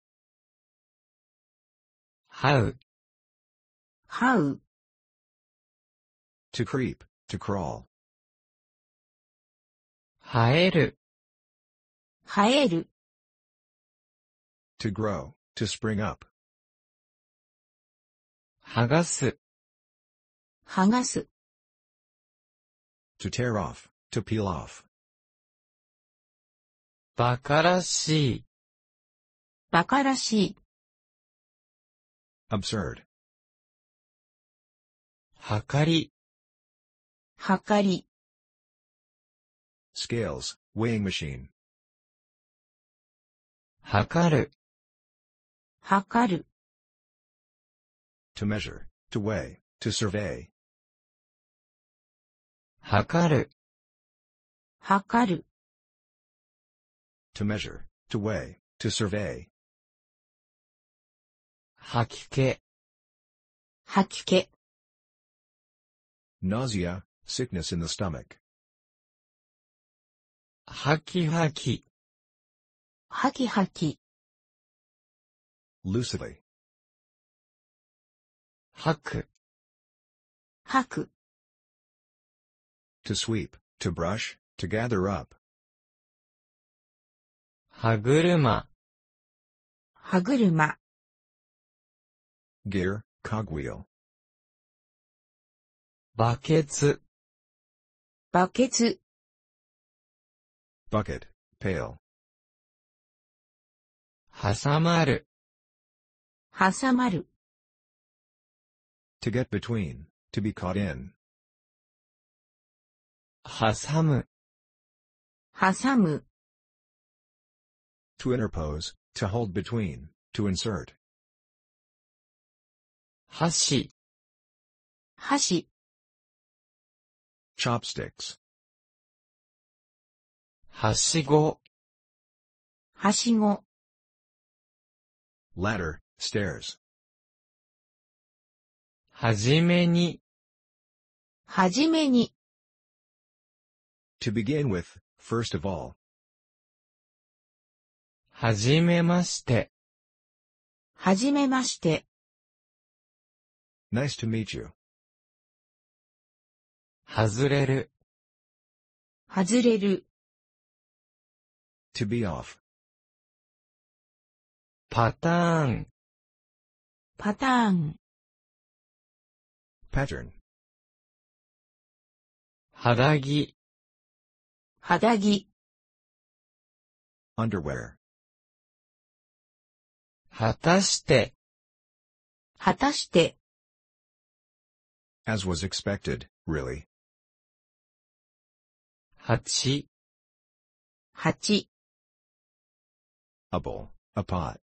這う、
はう、
to creep, to crawl,
生える、
生える、
to grow, to spring up,
剥がす、
剥がす、
to tear off, to peel off,
馬鹿らしい、
馬鹿らしい、
absurd,
はかり、
はかり、
scales, weighing machine,
はかる、
はかる、
to measure, to weigh, to survey,
はかる、
はかる、
to measure, to weigh, to survey,
吐き気、
吐き気、
nausea, sickness in the stomach,
はきはき、
吐き吐き、
lucidly,
吐く、
吐く、
to sweep, to brush, to gather up,
歯車、
歯車、
gear, cogwheel,
バケツ、
バケツ、
bucket, pail,
挟まる、
挟まる、
to get between, to be caught in,
挟む、
挟む、
to interpose, to hold between, to insert,
箸、
箸、
chopsticks,
はしご、
はしご、
ladder, stairs,
はじめに、
はじめに、
to begin with, first of all,
はじめまして、
はじめまして、
nice to meet you,
外れる、
外れる、
to be off,
パターン、
パターン、
pattern,
肌着、
肌着、
underwear,
果たして、
果たして、
as was expected, really,
蜂、
鉢、
a bowl, a pot,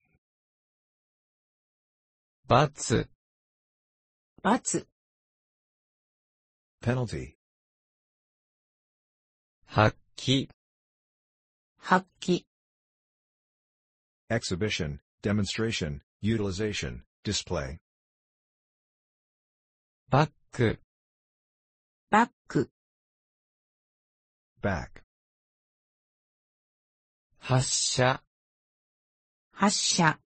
罰、
罰、
penalty,
発揮、
発揮、
exhibition, demonstration, utilization, display,
バック、
バック、
back,
発射、
発射、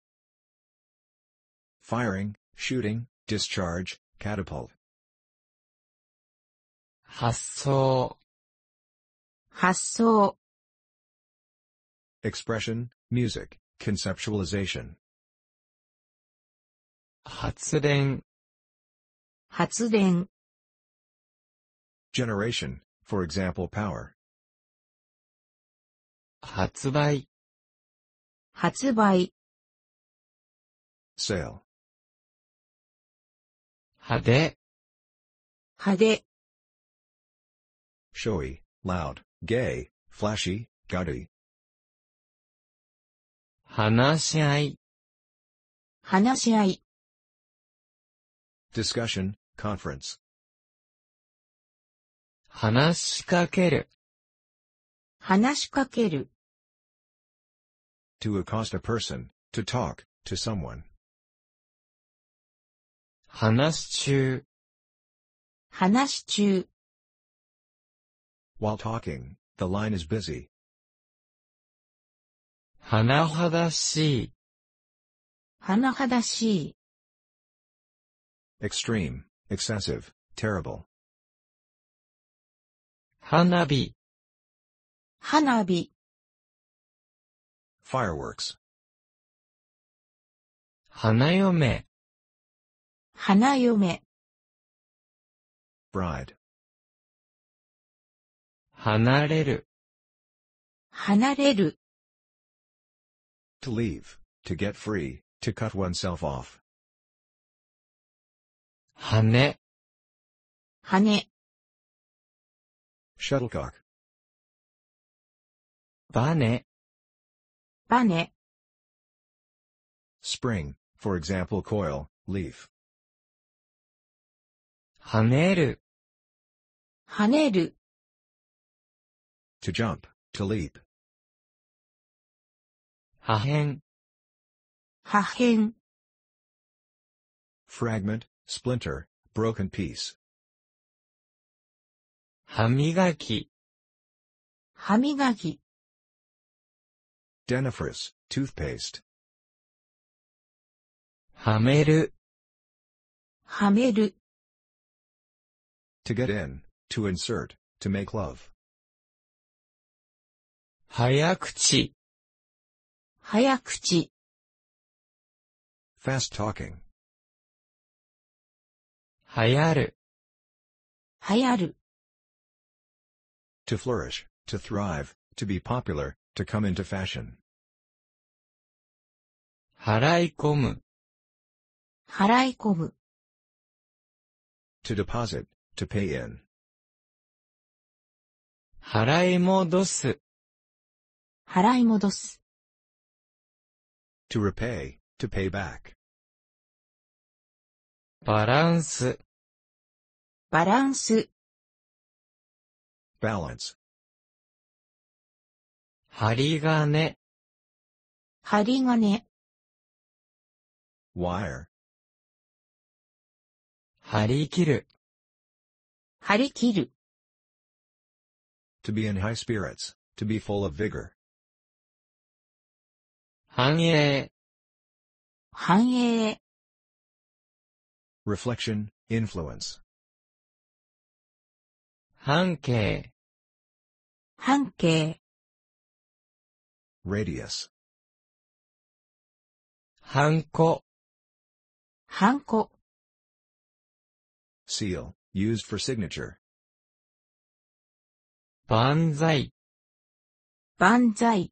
firing, shooting, discharge, catapult,
発想、
発想、
expression, music, conceptualization,
発電、
発電、
Generation, for example power.
発売、
発売、
Sale.
派手、
派手、
Showy, loud, gay, flashy, gaudy.
話し合い、
話し合い、
Discussion, conference.
話しかける、
話しかける、
To accost a person, to talk, to someone.
話し中、
話し中、
While talking, the line is busy.
甚だしい、
甚だしい、
Extreme, excessive, terrible.
花火、
花火、
Fireworks.
花嫁、
花嫁、
Bride.
離れる、
離れる、
To leave, to get free, to cut oneself off.
羽、
羽、
Shuttlecock.
バネ、
バネ、
Spring, for example coil, leaf.
跳ねる、
跳ねる、
To jump, to leap.
破片、
破片、
Fragment, splinter, broken piece.
歯磨き、
歯磨き、
Dentifrice, toothpaste.
はめる、
はめる、
To get in, to insert, to make love.
早口、
早口、
Fast talking.
流行る、
流行る、
To flourish, to thrive, to be popular, to come into fashion.
払い込む、
払い込む、
To deposit, to pay in.
払い戻す、
払い戻す、
To repay, to pay back.
バランス、
バランス、
Balance.
針金、
針金、
Wire.
張り切る、
張り切る、
To be in high spirits, to be full of vigor.
繁栄、
繁栄、
Reflection, influence.
半径、
半径、
Radius.
ハンコ、
ハンコ、
Seal, used for signature.
万歳、
万歳、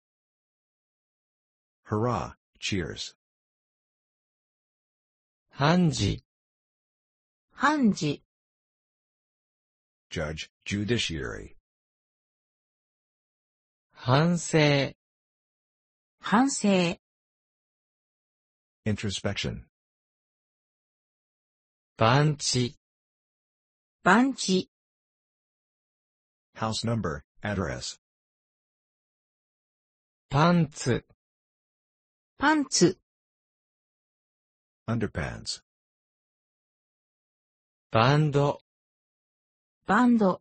Hurrah, cheers.
判事、
判事、
Judge, judiciary.
反省、
反省、
Introspection.
番地、
番地、
House number, address.
パンツ、
パンツ、
Underpants.
バンド、
バンド、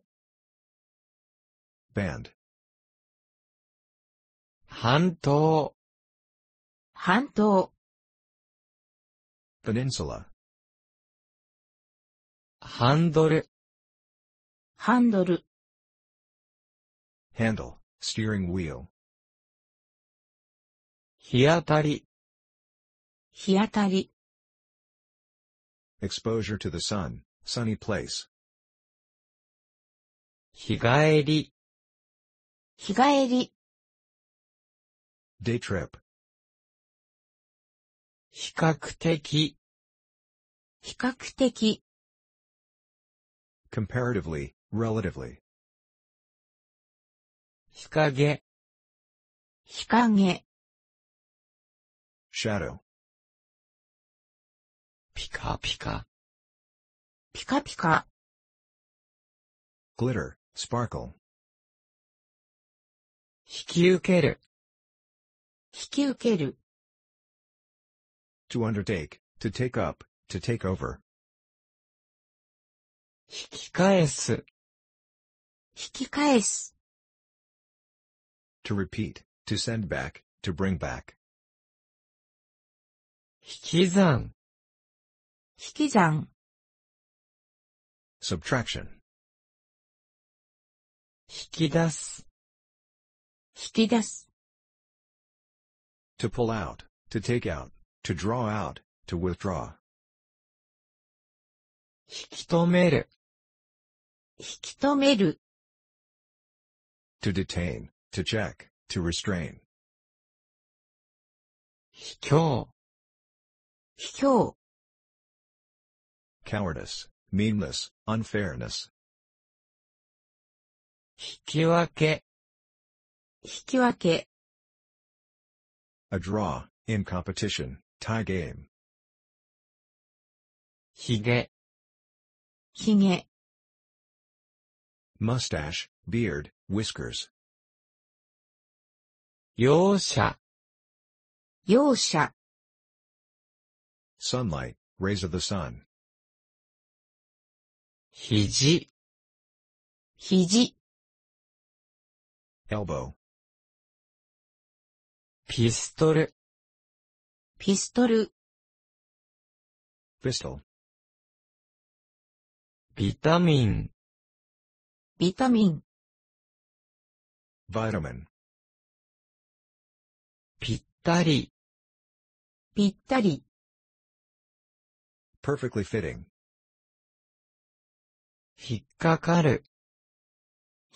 Band.
半島、
半島、
Peninsula.
ハンドル、
ハンドル、
Handle, steering wheel.
日当たり、
日当たり、
Exposure to the sun, sunny place.
日帰り、
日帰り、
day trip,
比較的、
比較的、
comparatively, relatively,
日陰、
日陰、
shadow,
ピカピカ、
ピカピカ、
glitter, sparkle,
引き受ける、
引き受ける、
to undertake, to take up, to take over,
引き返す、
引き返す、
to repeat, to send back, to bring back,
引き算、
引き算、
subtraction,
引き出す、
引き出す、
to pull out, to take out, to draw out, to withdraw,
引き止める、
引き止める、
to detain, to check, to restrain,
卑怯、
卑怯、
cowardice, meanness, unfairness,
引き分け、
引き分け、
a draw, in competition, tie game,
ひげ、
ひげ、
mustache, beard, whiskers,
容赦、
容赦、
sunlight, rays of the sun,
肘、
肘、
elbow,
ピストル、
ピストル、
pistol,
ビタミン、
ビタミン、
vitamin,
ぴったり、
ぴったり、
perfectly fitting,
引っかかる、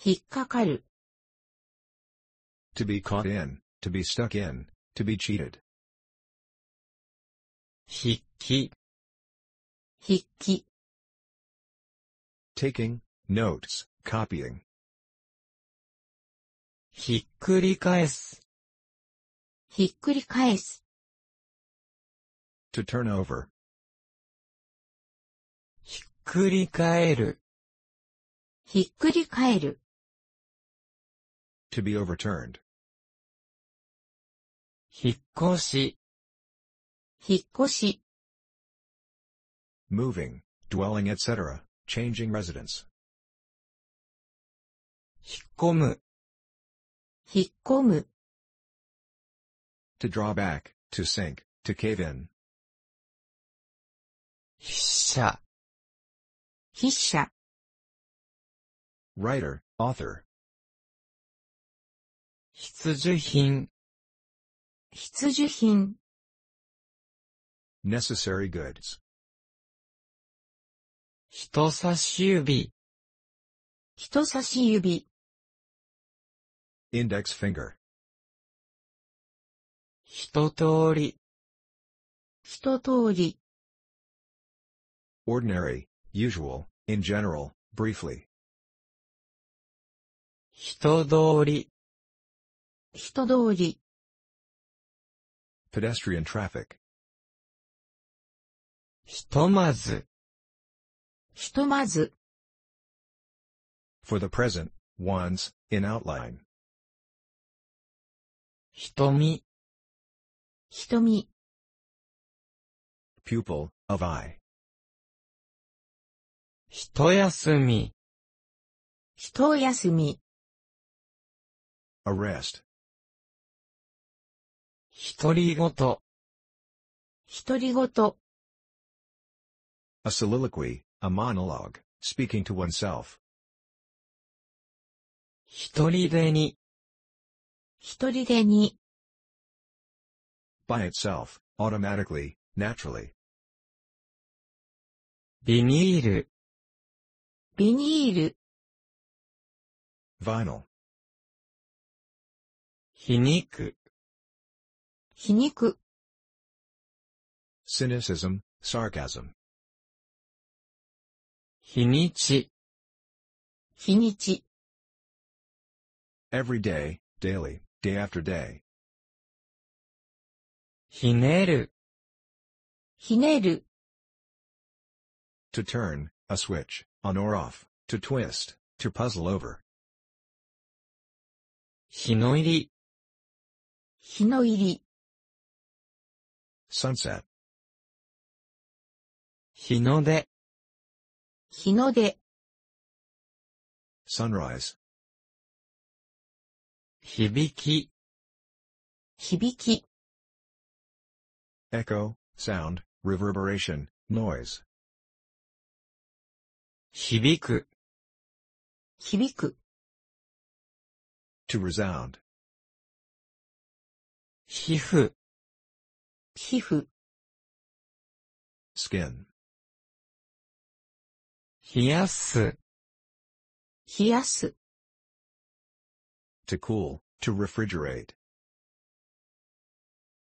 引っかかる、
to be caught in, to be stuck in, to be cheated,
筆記、
筆記、
taking, notes, copying,
ひっくり返す、
ひっくり返す、
to turn over,
ひっくり返る、
ひっくり返る、
to be overturned,
引っ越し、
引っ越し、
moving, dwelling etc., changing residence,
引っ込む、
引っ込む、
to draw back, to sink, to cave in,
筆者、
筆者、
writer, author,
必需品、
必需品、
necessary goods,
人差し指、
人差し指、
index finger,
一通り、
一通り、
ordinary, usual, in general, briefly,
人通り、
人通り、
pedestrian traffic,
ひとまず、
ひとまず、
for the present, ones, in outline,
瞳、
瞳、
pupil, of eye,
ひと休み、
一休み、
arrest,
独り言、
独り言、
a soliloquy, a monologue, speaking to oneself,
一人でに、
一人でに、
by itself, automatically, naturally,
ビニール、
ビニール、
Vinyl.
皮肉、
皮肉、
Cynicism, sarcasm.
日にち、
日にち、
Every day, daily, day after day.
ひねる、
ひねる、
To turn, a switch, on or off, to twist, to puzzle over.
日の入り、
日の入り、
Sunset.
日の出、
日の出、
Sunrise.
響き、
響き、
Echo, sound, reverberation, noise.
響く、
響く、
To resound.
皮膚、
皮膚、
Skin.
冷やす、
冷やす、
To cool, to refrigerate.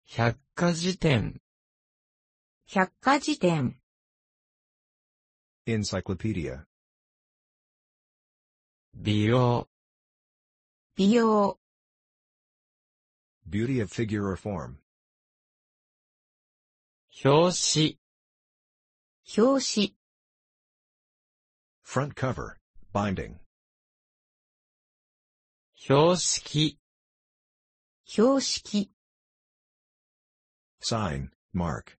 百科事典、
百科事典、
Encyclopedia.
美容、
美容、
Beauty of figure or form.
表紙、
表紙、
Front cover. Binding.
標識、
標識、
Sign, mark.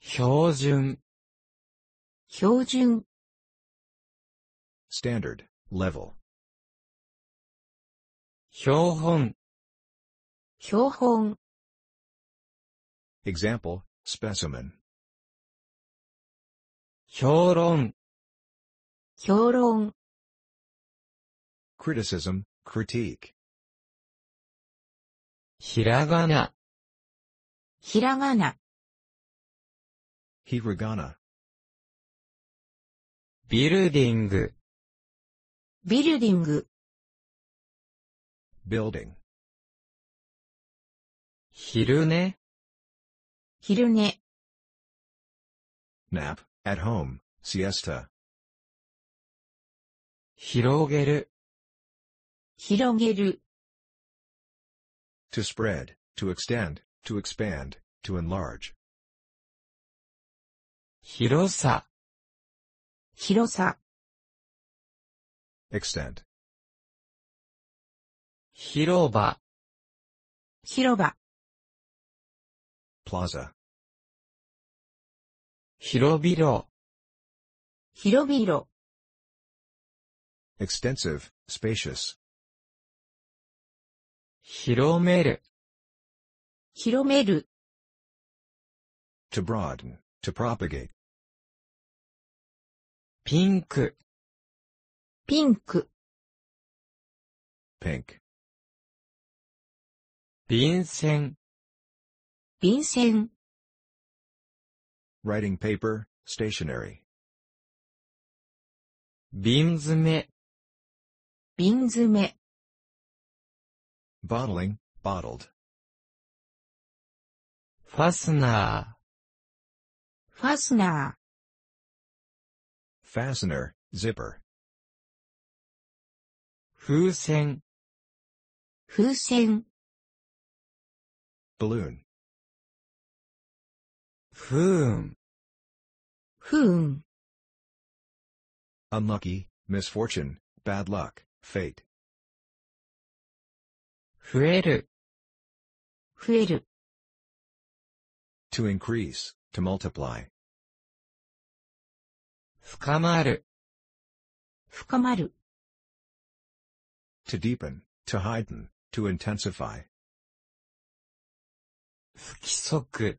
標準、
標準、
Standard, level.
標本、
標本、
Example, specimen.
評論、
評論、
Criticism, critique.
ひらがな、
ひらがな、
Hiragana.
ビルディング、
ビルディング、
Building.
昼寝、
昼寝、
Nap, at home, siesta.
広げる、
広げる、
To spread, to extend, to expand, to enlarge.
広さ、
広さ、
Extent.
広場、
広場、
Plaza.
広々、
広々、
Extensive, spacious.
広める、
広める、
To broaden, to propagate.
ピンク、
ピンク、
Pink.
便箋、
便箋、
Writing paper, stationery.
瓶詰め、
瓶詰め、
Bottling, bottled.
ファスナ
ファスナ
Fastener, zipper.
ー、風船、
ー、風船、
Balloon.
不運、
不運、
Unlucky, misfortune, bad luck, fate.
増える、
増える、
To increase, to multiply.
深まる、
深まる、
To deepen, to heighten, to intensify.
不規則、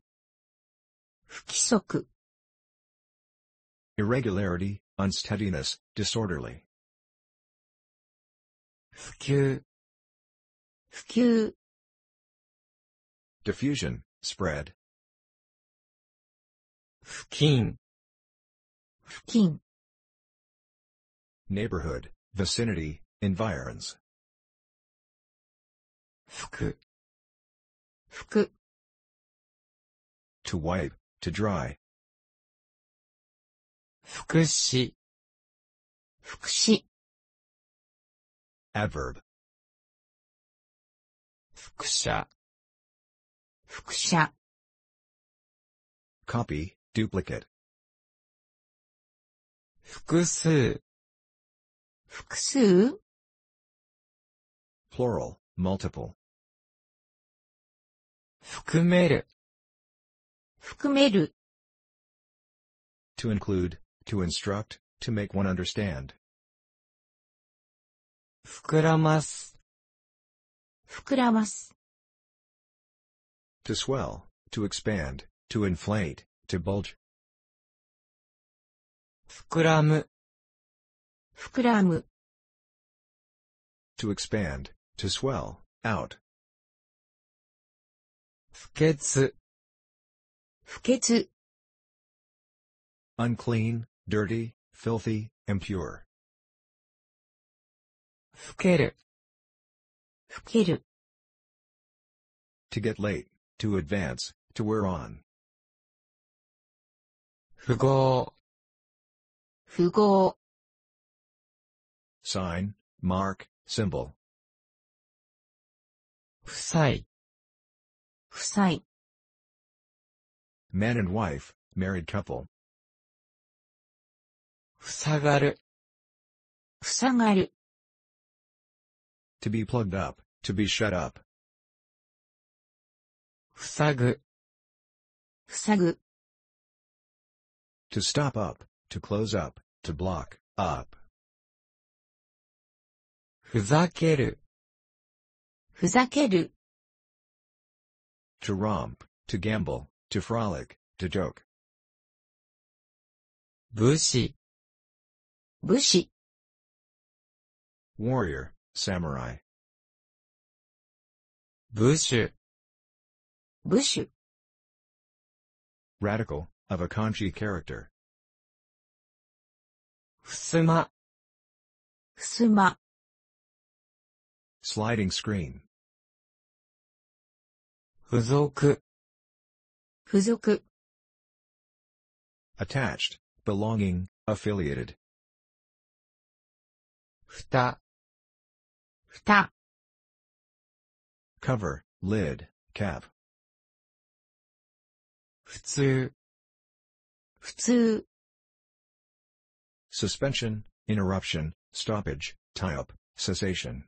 不規則、
Irregularity, unsteadiness, disorderly.
普及、
普及、
Diffusion, spread.
付近、
付近、
Neighborhood, vicinity, environs,
服、
服、
to wipe, to dry,
福祉、
福祉、
adverb,
副社、
副社、
copy, duplicate,
複数、
複数、
plural, multiple,
含める、
含める、
to include, to instruct, to make one understand,
膨らます、
膨らます、
to swell, to expand, to inflate, to bulge,
膨らむ、
膨らむ、
to expand, to swell, out,
不潔、
不潔、
unclean, dirty, filthy, impure,
老ける、
老ける、
to get late, to advance, to wear on,
不合、
符号、
sign, mark, symbol,
夫妻、
夫妻、
man and wife, married couple,
塞がる、
塞がる、
to be plugged up, to be shut up,
塞ぐ、
塞ぐ、
to stop up, to close up, to block, up,
ふざける、
ふざける、
to romp, to gamble, to frolic, to joke,
武士、
武士、
warrior, samurai,
部首、
部首、
radical, of a kanji character,
ふすま、
ふすま、
sliding screen,
付属、
付属、
attached, belonging, affiliated,
蓋、
蓋、
cover, lid, cap,
普通、
普通、
suspension, interruption, stoppage, tie up, cessation,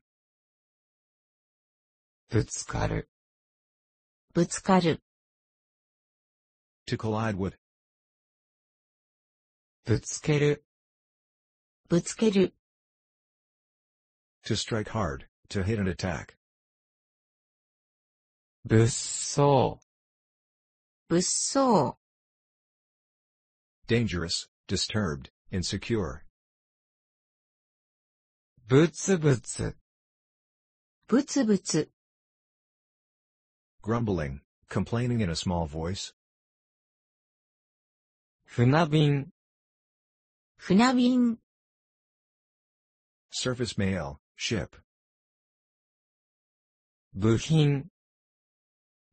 ぶつかる、
ぶつかる、
to collide with,
ぶつける、
ぶつける、
to strike hard, to hit an attack,
物騒、
物騒、
dangerous, disturbed, insecure,
ぶつぶつ、
ぶつぶつ、
grumbling, complaining in a small voice,
船便、
船便、
surface mail, ship,
部品、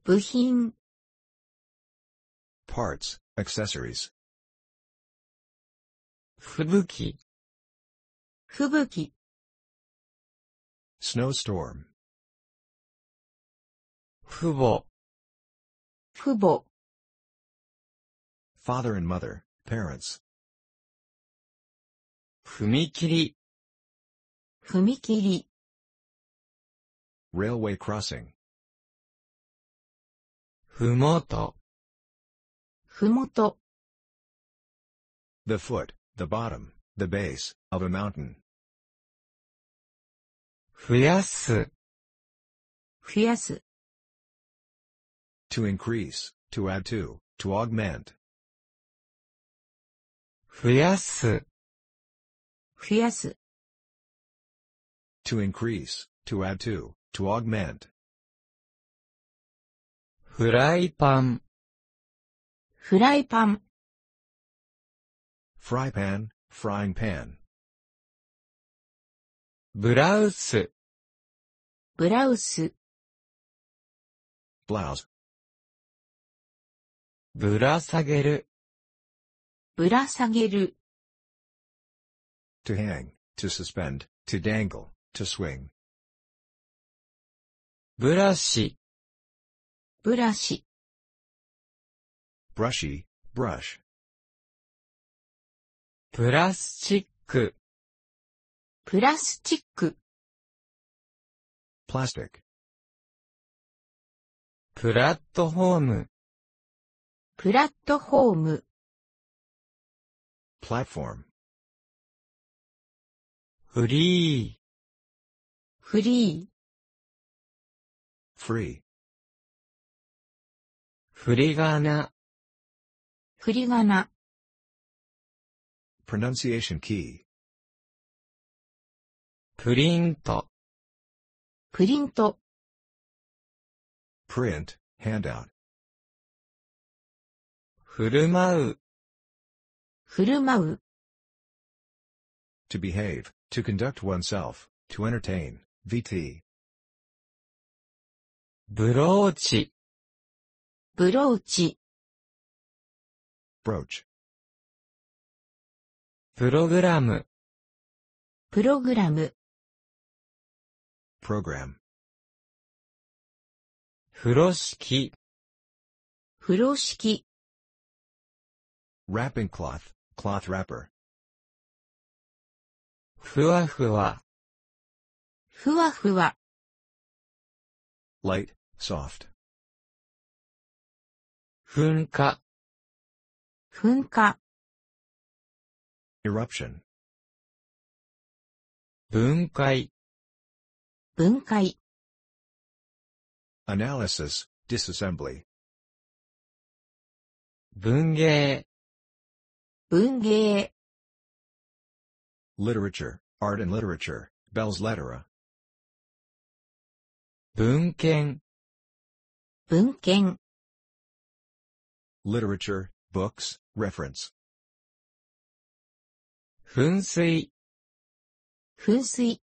部品、
parts, accessories,
吹雪、
吹雪、
snowstorm,
父母、
父母、
father and mother, parents,
踏切、
踏切、
railway crossing,
ふもと、
ふもと、
the foot, the bottom, the base, of a mountain,
増やす、
増やす、
to increase, to add to, to augment,
増やす、
増やす、
to increase, to add to, to augment,
フライパン、
フライパン、
fry pan, frying pan,
ブラウス、
ブラウス、
blouse,
ぶら下げる、
ぶら下げる、
to hang, to suspend, to dangle, to swing,
ブラシ、
ブラシ、
brushy, brush,
プラスチック、
プラスチック、
plastic,
プラットフォーム、
プラットフォーム、
platform,
フリー、
フリー、
free,
振り仮名、
振り仮名、
pronunciation key,
プリント、
プリント、
print, handout,
振る舞う、
振る舞う、
to behave, to conduct oneself, to entertain, VT,
ブローチ、
ブローチ、
brooch,
プログラム、
プログラム、
program,
風呂敷、
風呂敷、
wrapping cloth, cloth wrapper,
ふわふわ、
ふわふわ、
light, soft,
噴火、
噴火、
eruption,
分解、
分解、
analysis, disassembly,
文芸、
文芸、
literature, art and literature, belles lettres,
文献、
文献、
literature, books, reference,
噴水、
噴水、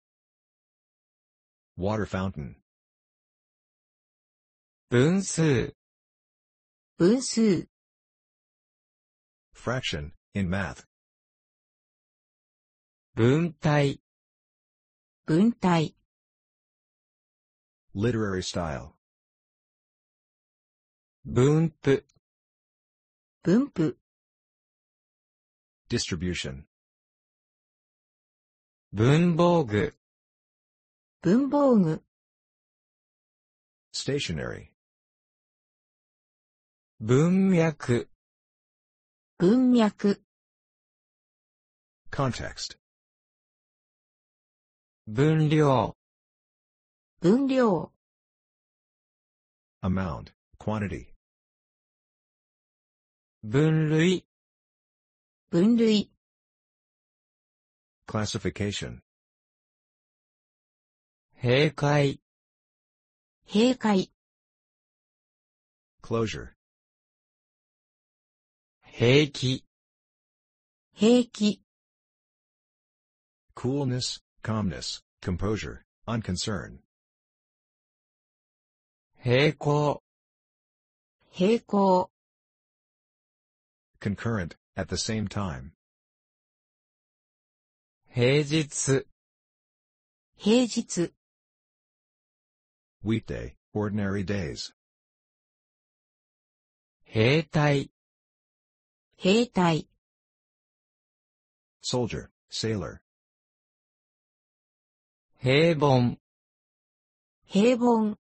water fountain,
分数、
分数、
fraction, in math,
文体、
文体、
literary style,
分布、
分布、
distribution,
文房具、
文房具、
stationary,
文脈、
文脈、
context,
分量、
分量、
amount, quantity,
分類、
分類、
classification,
閉会、
閉会、
closure,
平気、
平気、
coolness, calmness, composure, unconcern,
平行、
平行、
concurrent, at the same time,
平日、
平日、
weekday, ordinary days,
兵隊、
兵隊、
soldier, sailor,
平凡、
平凡、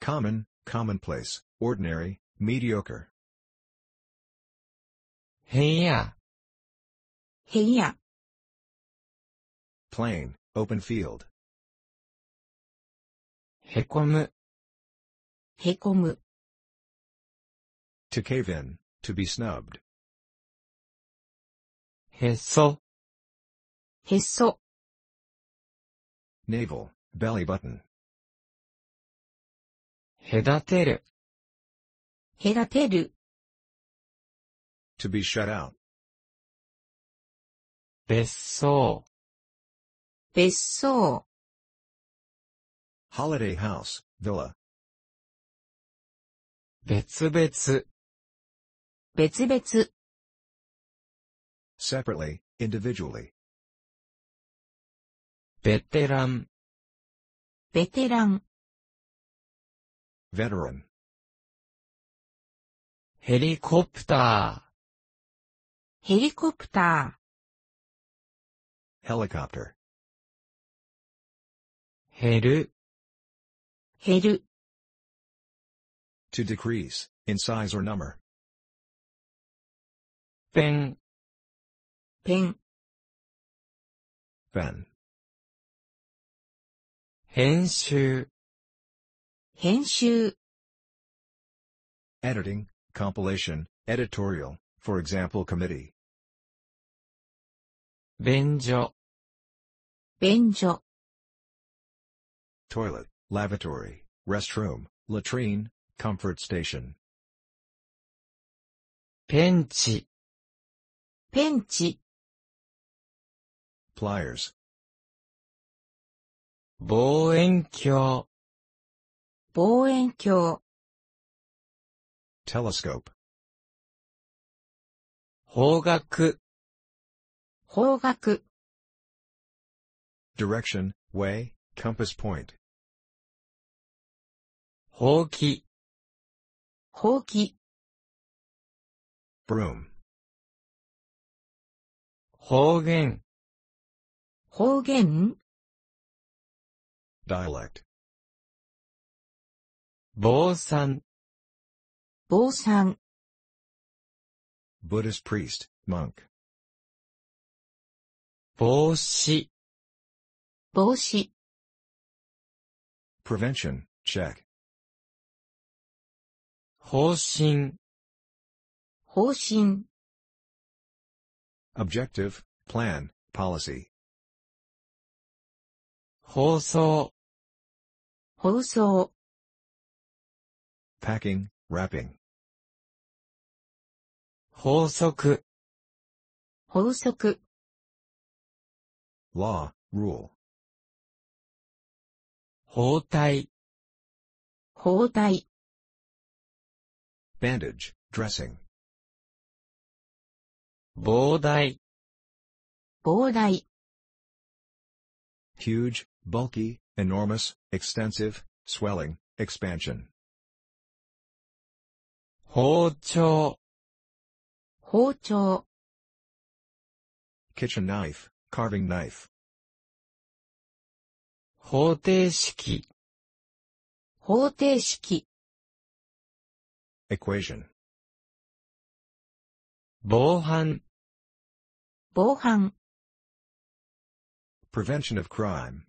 common, commonplace, ordinary, mediocre,
変や、
変や、
plain, open field,
へこむ、
へこむ、
to cave in, to be snubbed,
へそ、
へっそ、
navel, belly button,
隔てる、
隔てる、
to be shut out,
別荘。
別荘、
holiday house, villa,
別々、
別々、
separately, individually,
ベテラン、
ベテラン、
veteran,
ヘリコプタ
ヘリコプタ
helicopter,
ー、減る、
ー、減る、
to decrease, in size or number,
ペン、
ペン、
pen,
編集、
編集、
editing, compilation, editorial, for example committee,
便所、
便所、
toilet, lavatory, restroom, latrine, comfort station,
ペンチ、
ペンチ、
pliers,
望遠鏡、
望遠鏡、
telescope,
方角、
方角、
direction, way, compass point,
ほうき、
ほうき、
broom,
方言、
方言、
dialect,
坊さん、
坊さん、
Buddhist priest, monk,
帽子、
帽子、
prevention, check,
方針、
方針、
objective, plan, policy,
放送、
放送、
packing, wrapping,
法則、
法則、
law, rule,
包帯、
包帯、
bandage, dressing,
膨大、
膨大、
huge, bulky, enormous, extensive, swelling, expansion,
包丁、
包丁、
kitchen knife, carving knife,
方程式、
方程式、
equation,
防犯、
防犯、
prevention of crime,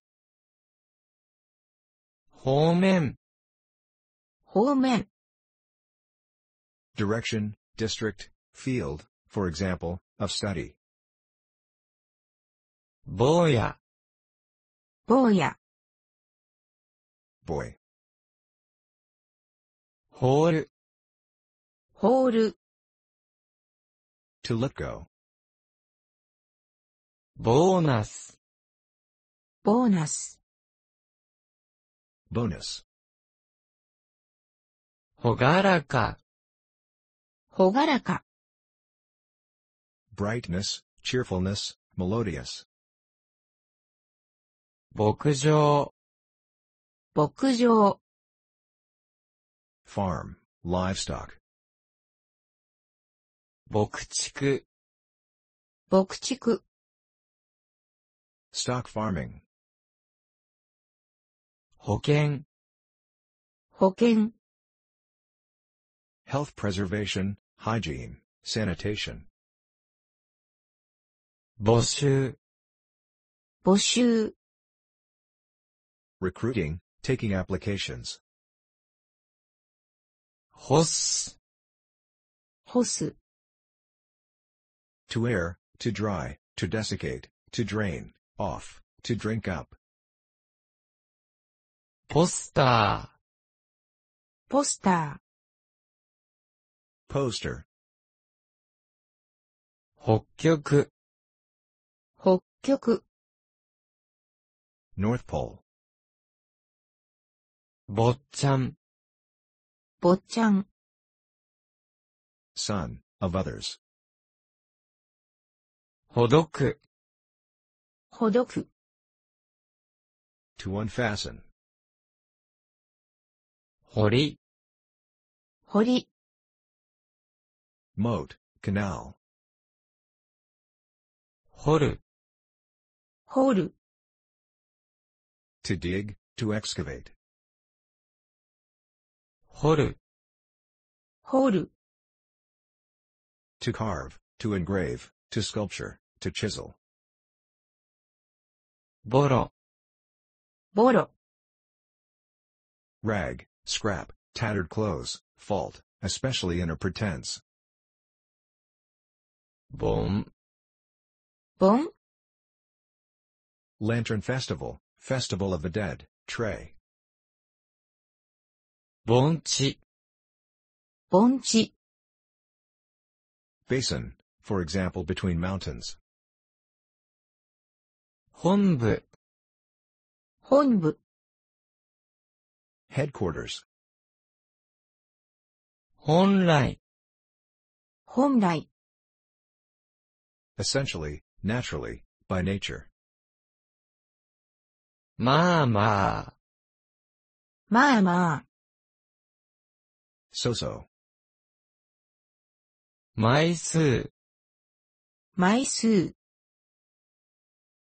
方面、
方面、
direction, district, field, for example, of study,
坊や、
坊や、
boy,
ホール、
ホール、
to let go,
ボーナス、
ボーナス、
bonus,
ほがらか、
ほがらか、
brightness, cheerfulness, melodious,
牧場、
牧場、
farm, livestock,
牧畜、
牧畜、
stock farming,
保険、
保険、
health preservation, hygiene, sanitation,
募集、
募集、
recruiting, taking applications,
干す、
干す、
to air, to dry, to desiccate, to drain, off, to drink up,
ポスター、
ポスタ
poster,
北極、
ー、北極、
North Pole.
坊っちゃん、
坊ちゃん、
Son of others.
ほどく、
ほどく、
To unfasten.
堀、
堀、
Moat, canal.
掘る、
掘る、
To dig, to excavate.
掘る、
掘る、
To carve, to engrave, to sculpture, to chisel.
ボロ、
ボロ、
Rag, scrap, tattered clothes, fault, especially in a pretense.
盆、
盆、
Lantern festival, festival of the dead, tray.
盆地、
盆地、
Basin, for example between mountains.
本部、
本部、
Headquarters,
本来、
本来、
essentially, naturally, by nature.
まあまあ、
まあまあ、
So-so,
枚数、
枚数、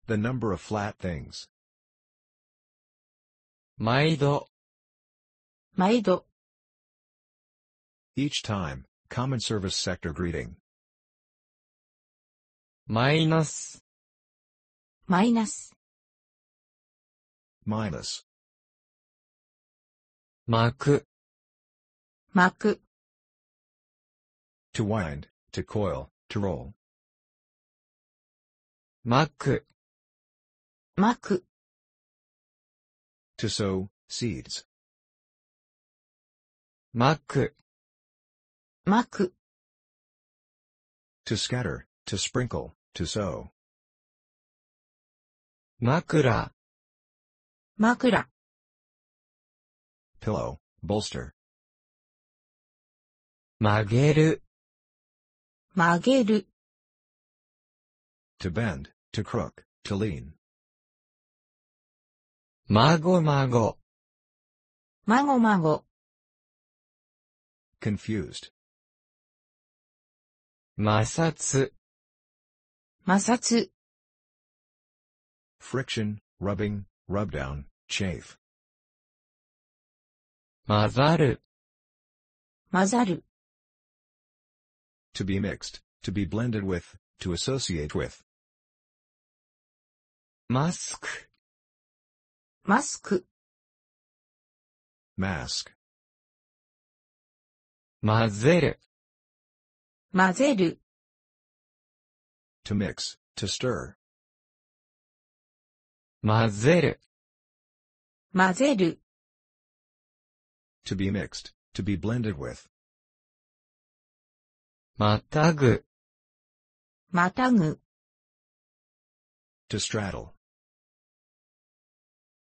the number of flat things.
毎度、
毎度、
Each time, common service sector greeting.
マイナス、
マイナス、
Minus,
幕、
巻く、
to wind, to coil, to roll.
幕、
巻く、
To sow, seeds.
幕、
巻く、
To scatter, to sprinkle, to sow.
枕、
枕、
Pillow, bolster.
曲げる、
曲げる、
To bend, to crook, to lean.
孫孫、
まごまご、
Confused,
摩擦、
摩擦、
friction, rubbing, rubdown, chafe.
混ざる、
混ざる、
To be mixed, to be blended with, to associate with.
マスク、
マスク、
Mask,
混ぜる、
混ぜる、
to mix, to stir.
混ぜる、
混ぜる、
To be mixed, to be blended with.
またぐ、
またぐ、
To straddle,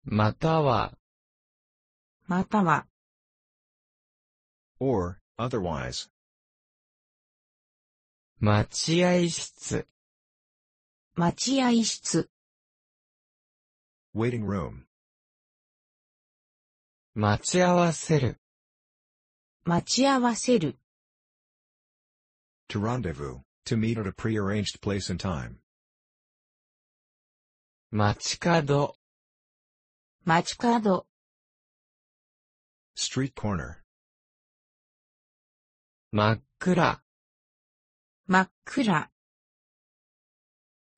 または、
または、
or, otherwise.
待合室、
待合室、
Waiting room,
待ち合わせる、
待ち合わせる、
to rendezvous, to meet at a prearranged place and time.
街角、
街角、
Street corner,
真っ暗、
真っ暗、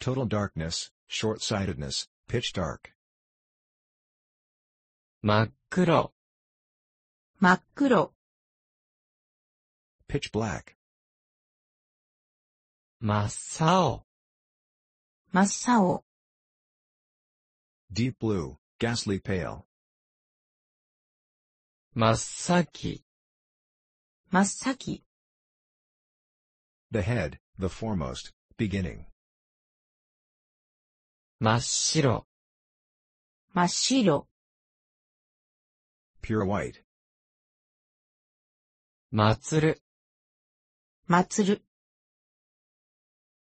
total darkness, short-sightedness, pitch dark.
真っ黒、
真っ黒、
Pitch black,
真っ青、
真っ青、
deep blue, ghastly pale.
真っ先、
真っ先、
The head, the foremost, beginning.
真っ白、
真っ白、
pure white,
祭る、
祭る、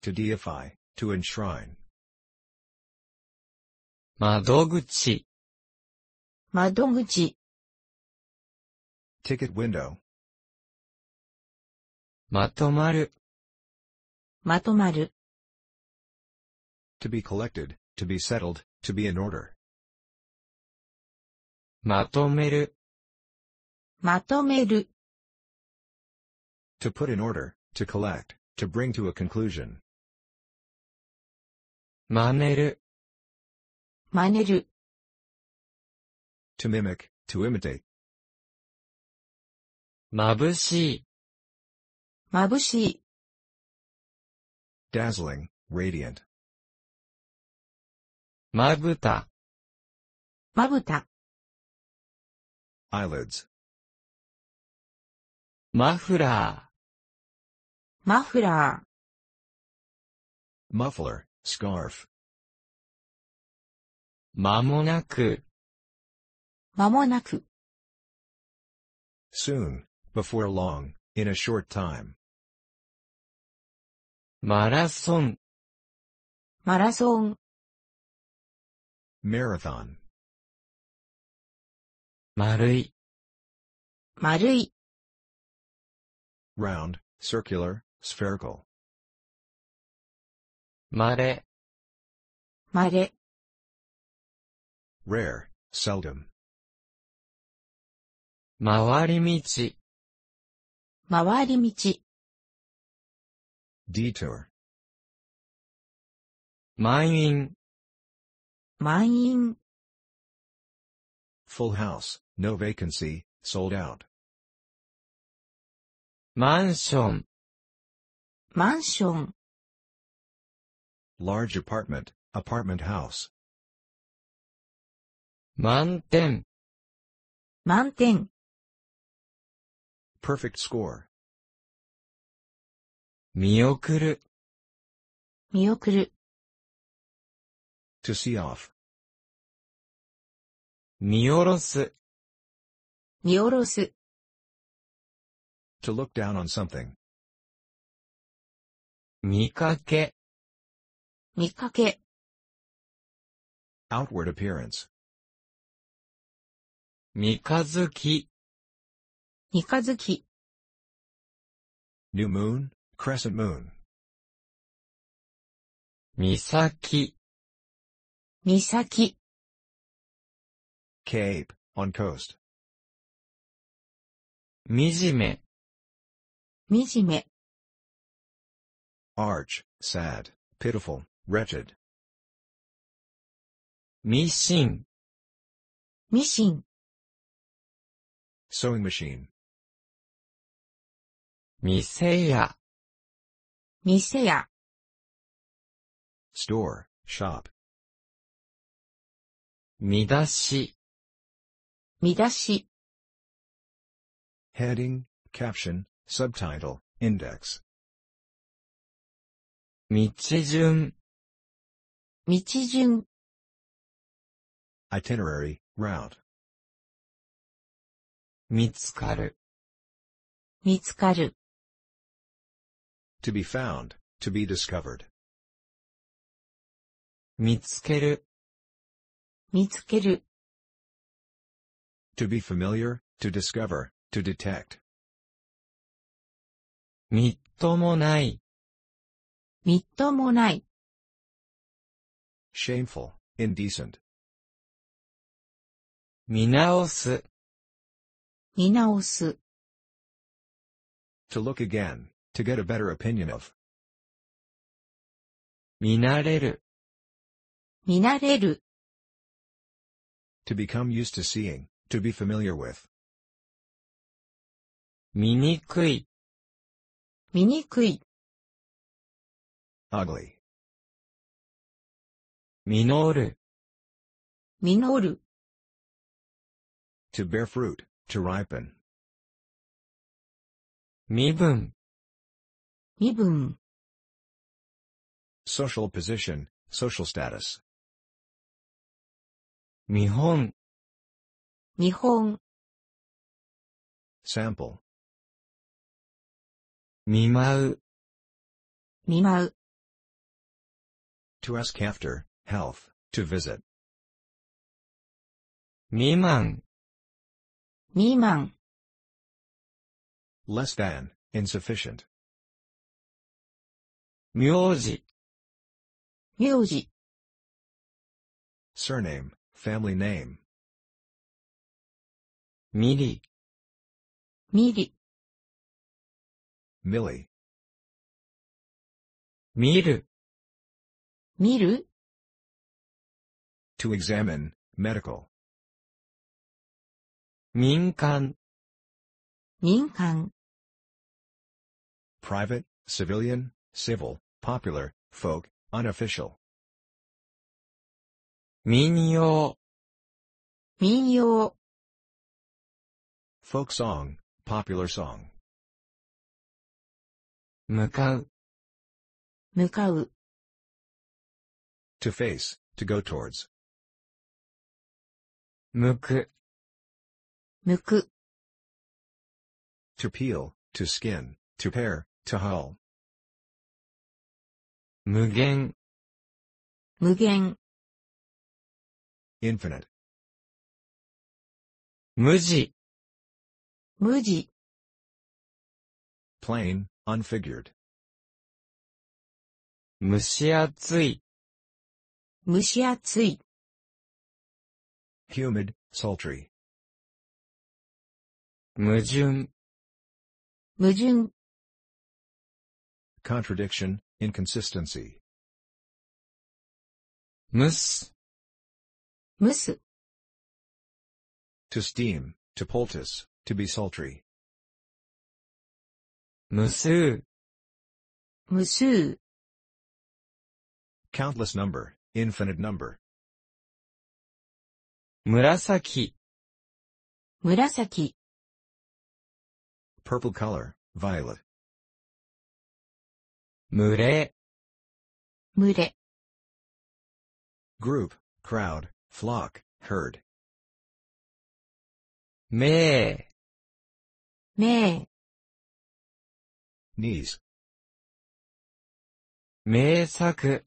to deify, to enshrine,
窓口、
窓口、
ticket window,
まとまる、
まとまる、
to be collected, to be settled, to be in order,
まとめる、
まとめる、
to put in order, to collect, to bring to a conclusion,
真似る、
真似る、
to mimic, to imitate,
眩しい、
眩しい、
dazzling, radiant,
まぶた、
まぶた、
eyelids,
マフラ
マフラー、
muffler, scarf,
ー、間もなく、
まもなく、
soon, before long, in a short time,
マラソン、
マラソン、
marathon,
丸い、
丸い、
round, circular, spherical,
稀、
稀、
rare, seldom,
回り道、
回り道、
detour,
満員、
満員、
full house, no vacancy, sold out,
マンション、
マンション、
large apartment, apartment house,
満点、
満点、
perfect score,
見送る、
見送る、
to see off,
見下ろす、
見下ろす、
to look down on something,
見かけ、
見かけ、
outward appearance,
三日月、
三日月、
new moon, crescent moon,
岬、
岬、
cape, on coast,
惨め、
惨め、
arch, sad, pitiful, wretched,
ミシン、
ミシン、
sewing machine,
店屋、
店屋、
store, shop,
見出し、
見出し、
heading, caption, subtitle, index,
道順、
道順、
itinerary, route,
見つかる、
見つかる、
to be found, to be discovered,
見つける、
見つける、
to be familiar, to discover, to detect,
みっともない、
みっともない、
shameful, indecent,
見直す、
見直す、
to look again, to get a better opinion of,
見慣れる、
見慣れる、
to become used to seeing, to be familiar with,
見にくい、
見にくい、
ugly,
実る、
実る、
to bear fruit, to ripen,
身分、
身分、
social position, social status,
見本、
見本、
sample,
見舞う、
見舞う、
to ask after, health, to visit,
未満、
未満、
less than, insufficient,
名字、
名字、
surname, family name,
ミリ、
ミリ、
milli,
見る、
見る、
to examine, medical,
民間、
民間、
private, civilian, civil, popular, folk, unofficial,
民謡、
民謡、
folk song, popular song,
向かう、
向かう、
to face, to go towards,
向く、
向く、
to peel, to skin, to pare, to hull,
無限、
無限、
infinite,
無地、
無地、
plain, unfigured,
蒸し暑い、
蒸し暑い、
humid, sultry,
矛盾、
矛盾、
contradiction, inconsistency,
蒸す、
蒸す、
to steam, to poultice, to be sultry,
無数、
無数、
countless number, infinite number,
紫、
紫、
purple color, violet,
群れ、
群れ、
group, crowd, flock, herd,
名、
名、
knees,
名作、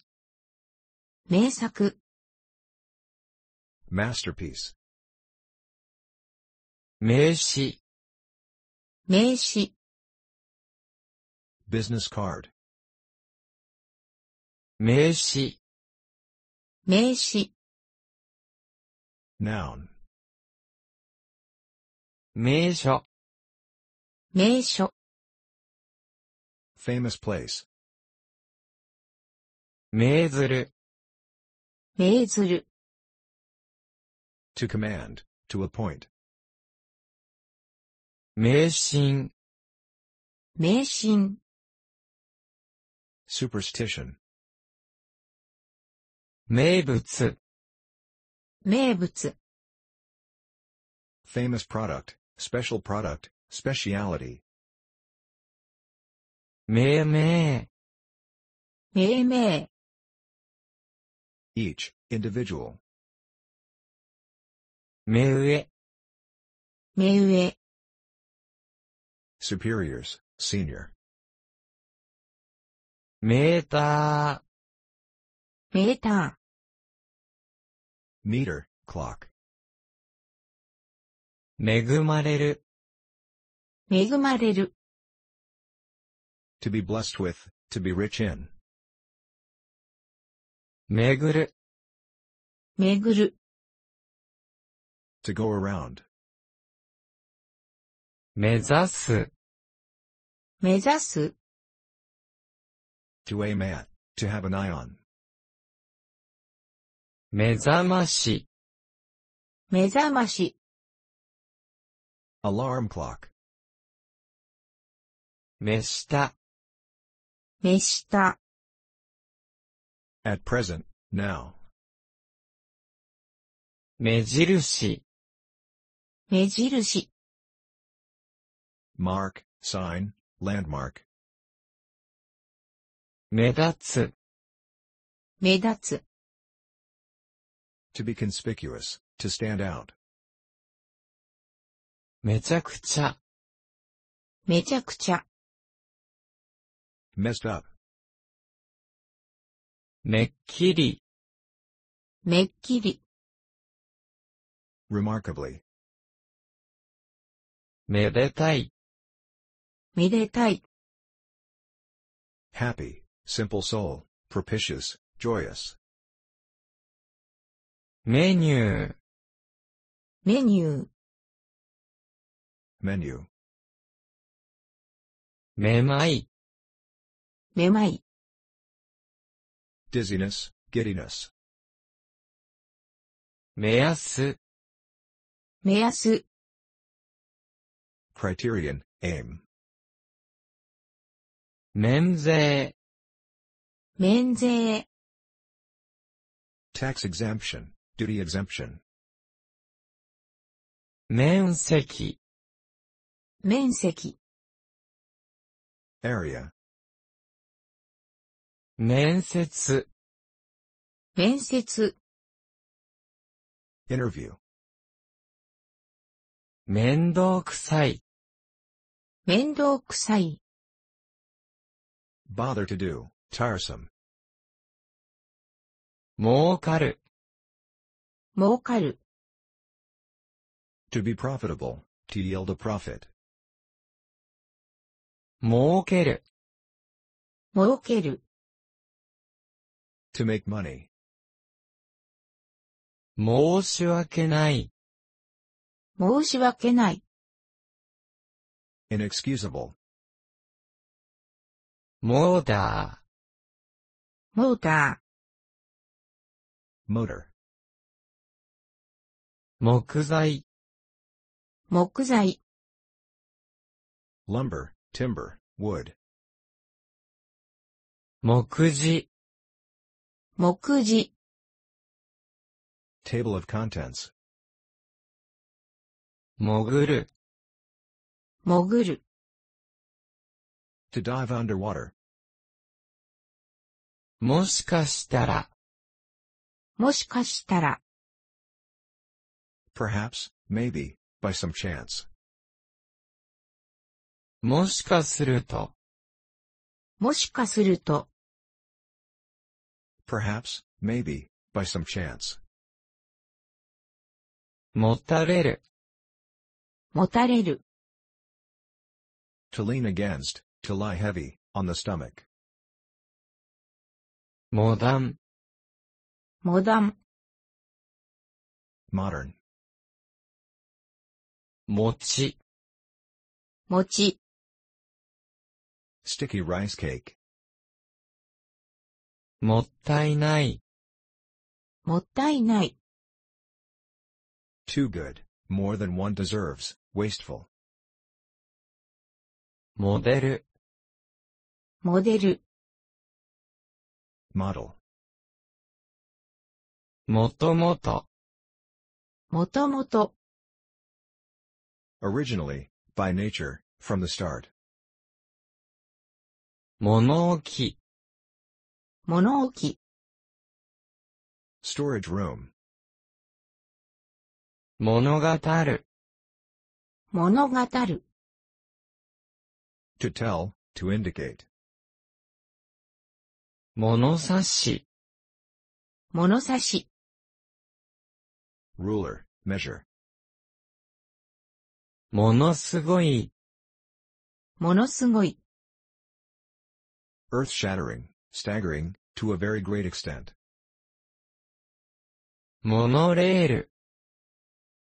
名作、
masterpiece,
名詞、
名詞、
business card,
名詞、
名詞、
noun,
名所、
名所、
famous place,
名ずる、
命ずる、
to command, to appoint,
名神、
迷信、
superstition,
名物、
名物、
famous product, special product, speciality,
命名、
命名、
each, individual,
目上、
目上、
superiors, senior,
メータ
メータ
meter, clock,
ー、恵まれる、
ー、恵まれる、
to be blessed with, to be rich in,
巡る、
巡る、
to go around,
目指す、
目指す、
to aim at, to have an eye on,
目覚まし、
目覚まし、
alarm clock,
目下、
目下、
at present, now,
目印、
目印、
mark, sign, landmark,
目立つ、
目立つ、
to be conspicuous, to stand out,
めちゃくちゃ、
めちゃくちゃ、
messed up,
めっきり、
めっきり、
remarkably,
めでたい、
めでたい、
happy, simple soul, propitious, joyous,
メニュー、
メニュー、
menu,
めまい、
めまい、
dizziness, giddiness,
目安、
目安、
criterion, aim,
免税、
免税、
tax exemption, duty exemption,
面積、
面積、
area,
面接、
面接、
interview,
面倒くさい、
面倒くさい、
bother to do, tiresome,
儲かる、
儲かる、
to be profitable, to yield a profit,
儲ける、
儲ける、
to make money,
申し訳ない、
申し訳ない、
inexcusable,
モーダ
モータ
motor,
ー、木材、
ー、木材、
lumber, timber, wood,
木地、
木地、
table of contents,
潜る、
潜る、
to dive underwater,
もしかしたら、
もしかしたら、
perhaps, maybe, by some chance,
もしかすると、
もしかすると、
perhaps, maybe, by some chance,
もたれる、
もたれる、
to lean against, to lie heavy, on the stomach,
モダン、
モダン、
modern,
持ち、
餅、
sticky rice cake,
もったいない、
もったいない、
too good, more than one deserves, wasteful,
モデル、
モデル、
model,
もともと、
もともと、
originally, by nature, from the start,
物置、
物置、
storage room,
物語る、
物語る、
to tell, to indicate,
物差し、
物差し、
ruler, measure,
ものすごい、
ものすごい、
earth shattering, staggering, to a very great extent,
モノレール、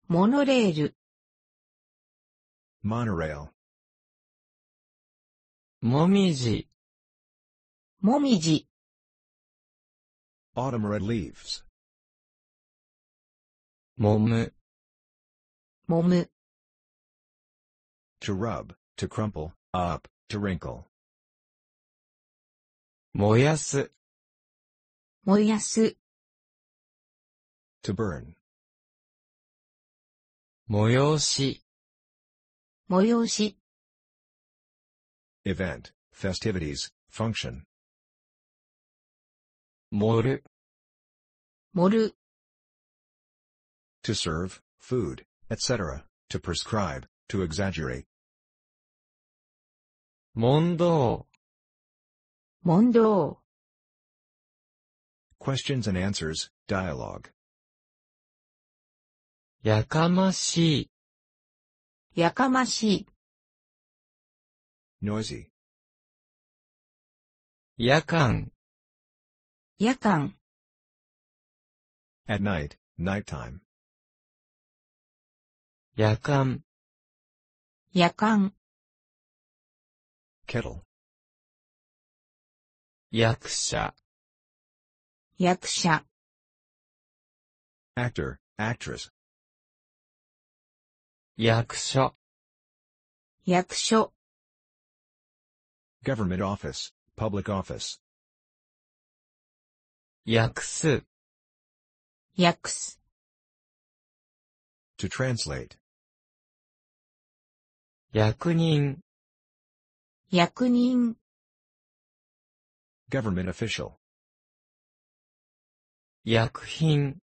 モノレール、
monorail,
もみじ、
もみじ、
autumn red leaves,
もむ、
もむ、
to rub, to crumple, up, to wrinkle,
燃やす、
燃やす、
to burn,
催し、
催し、
event, festivities, function,
盛る、
盛る、
to serve, food, etc., to prescribe, to exaggerate,
問答、
問答、
questions and answers, dialogue,
やかましい、
やかましい、
noisy,
夜間、
夜間、
at night, nighttime,
夜間、
夜間、
kettle,
役者、
役者、
actor, actress,
役所、
役所、
government office, public office,
訳す、
訳す、
to translate,
役人、
役人、
government official,
薬品、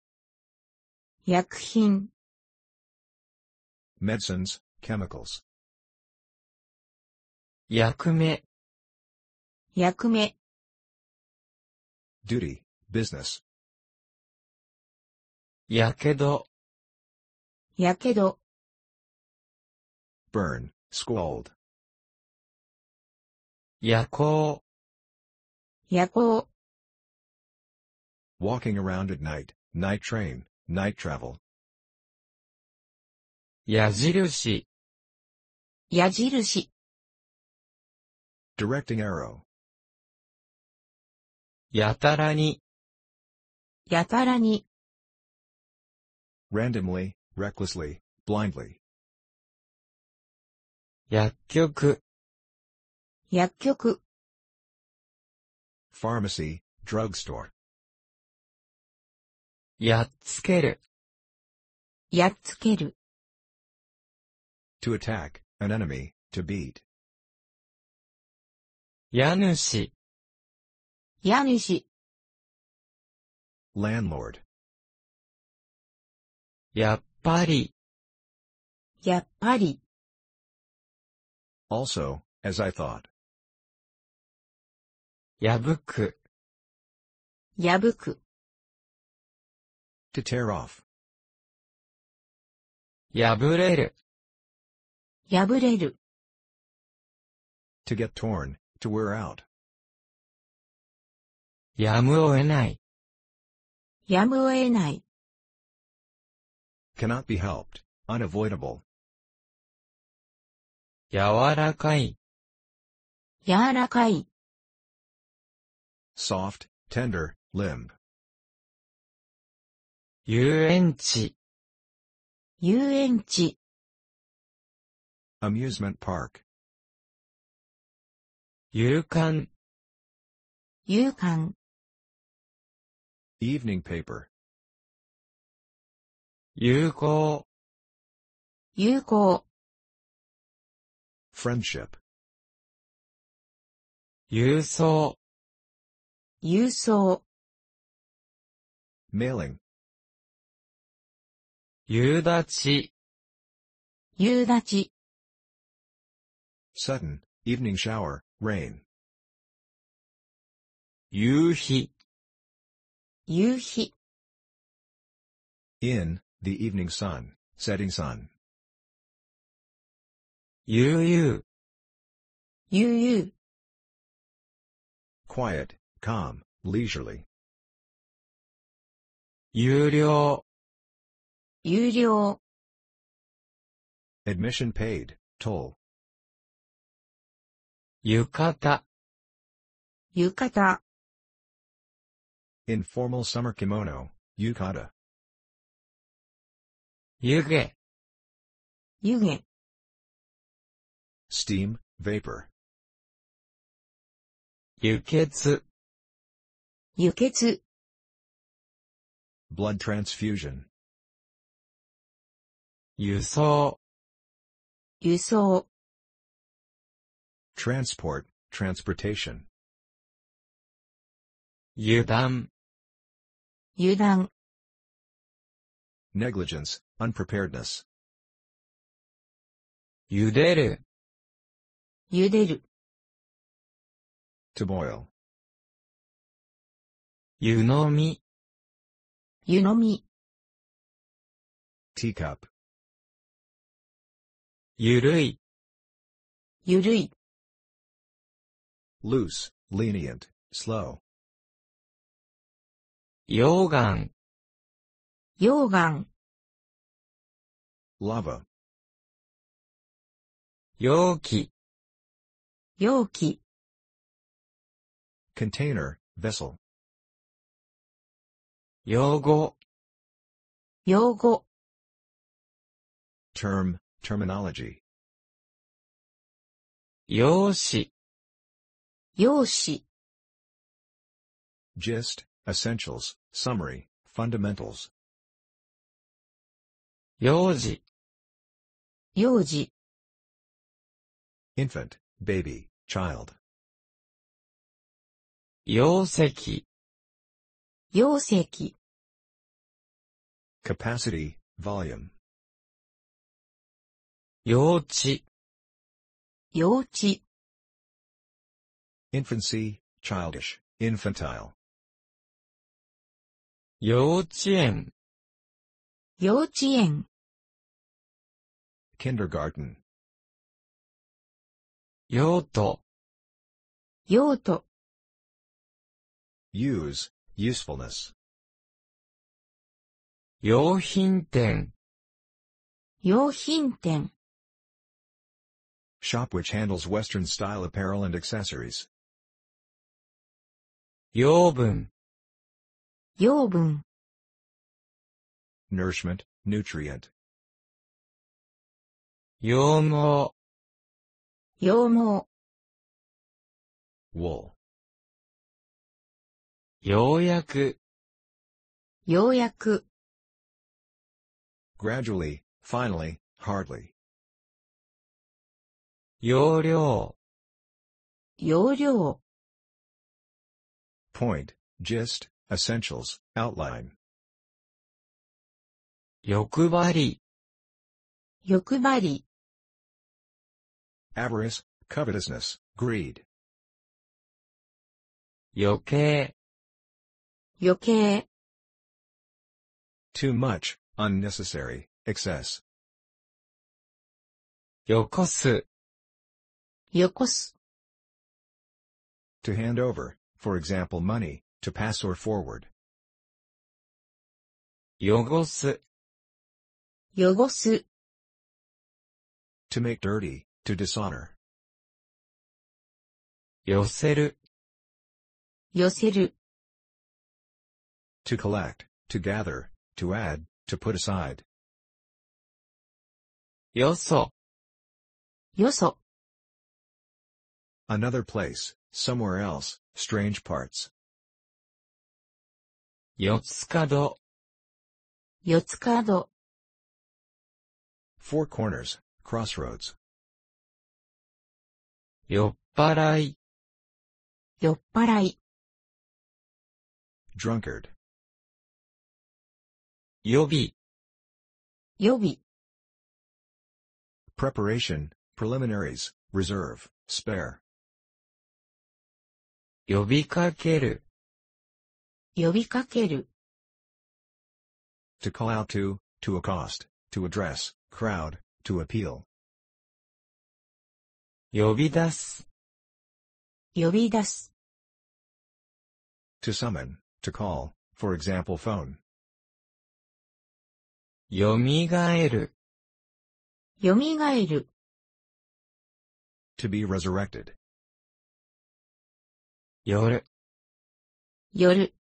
薬品、
medicines, chemicals,
役目、
役目、
duty, business,
やけど、
やけど、
burn, scald,
夜行、
夜行、
walking around at night, night train, night travel,
矢印、
矢印、
directing arrow,
やたらに、
やたらに、
randomly, recklessly, blindly,
薬局、
薬局、
pharmacy, drugstore,
やっつける、
やっつける、
to attack, an enemy, to beat,
家主、
家主、
landlord,
やっぱり、
やっぱり、
also, as I thought,
破く、
破く、
to tear off,
破れる、
破れる、
to get torn, to wear out,
やむを得ない、
やむを得ない、
cannot be helped, unavoidable,
柔らかい、
柔らかい、
soft, tender, limb,
遊園地、
遊園地、
amusement park,
勇敢、
勇敢、
evening paper,
有効、
友好、
friendship,
郵送、
郵送、
mailing,
夕立、
夕立ち、
sudden, evening shower, rain,
夕日、
夕日、
in, the evening sun, setting sun,
悠々、
悠々、
quiet, calm, leisurely,
有料、
有料、
admission paid, toll,
浴衣、
浴衣、
informal summer kimono, yukata,
湯気、
湯気、
steam, vapor,
輸血、
輸血、
blood transfusion,
輸送、
輸送、
transport, transportation,
油断、
油断、
negligence, unpreparedness.
茹でる、
茹でる、
To boil.
湯飲み、
湯飲み、
Teacup.
ゆるい、
ゆるい、
Loose, lenient, slow.
溶岩、
溶岩、
Lava.
容器、
容器、
Container, vessel.
用語、
用語、
Term, terminology.
用紙、
用紙、
Gist, essentials, summary, fundamentals.
用事、
幼児、
Infant, baby, child.
容積、
容積、
Capacity, volume.
用地、
幼稚、
Infancy, childish, infantile.
幼稚園、
幼稚園、
Kindergarten.
用途、
用途、
Use, usefulness.
用品店、
用品店、
Shop which handles Western style apparel and accessories.
養分、
養分、
Nourishment, nutrient.
羊毛、
羊毛、
Wool.
ようやく、
ようやく、
Gradually, finally, hardly.
容量、
容量、
Point, gist, essentials, outline.
欲張り、
欲張り、
Avarice, covetousness, greed.
余計、
余計、
Too much, unnecessary, excess.
よこす、
よこす、
To hand over, for example money, to pass or forward.
汚す、
汚す、
To make dirty, to dishonor.
寄せる、
寄せる、
To collect, to gather, to add, to put aside.
よそ、
よそ、
Another place, somewhere else, strange parts.
四つ角、
四つ角、
Four corners, crossroads.
酔っ払い、
酔っ払い、
Drunkard.
予備、
予備、
Preparation, preliminaries, reserve, spare.
呼びかける、
呼びかける、
To call out to, to accost, to address, crowd, to appeal.
呼び出す、
呼び出す、
To summon, to call, for example phone.
蘇る、
蘇る、
To be resurrected.
夜、
夜、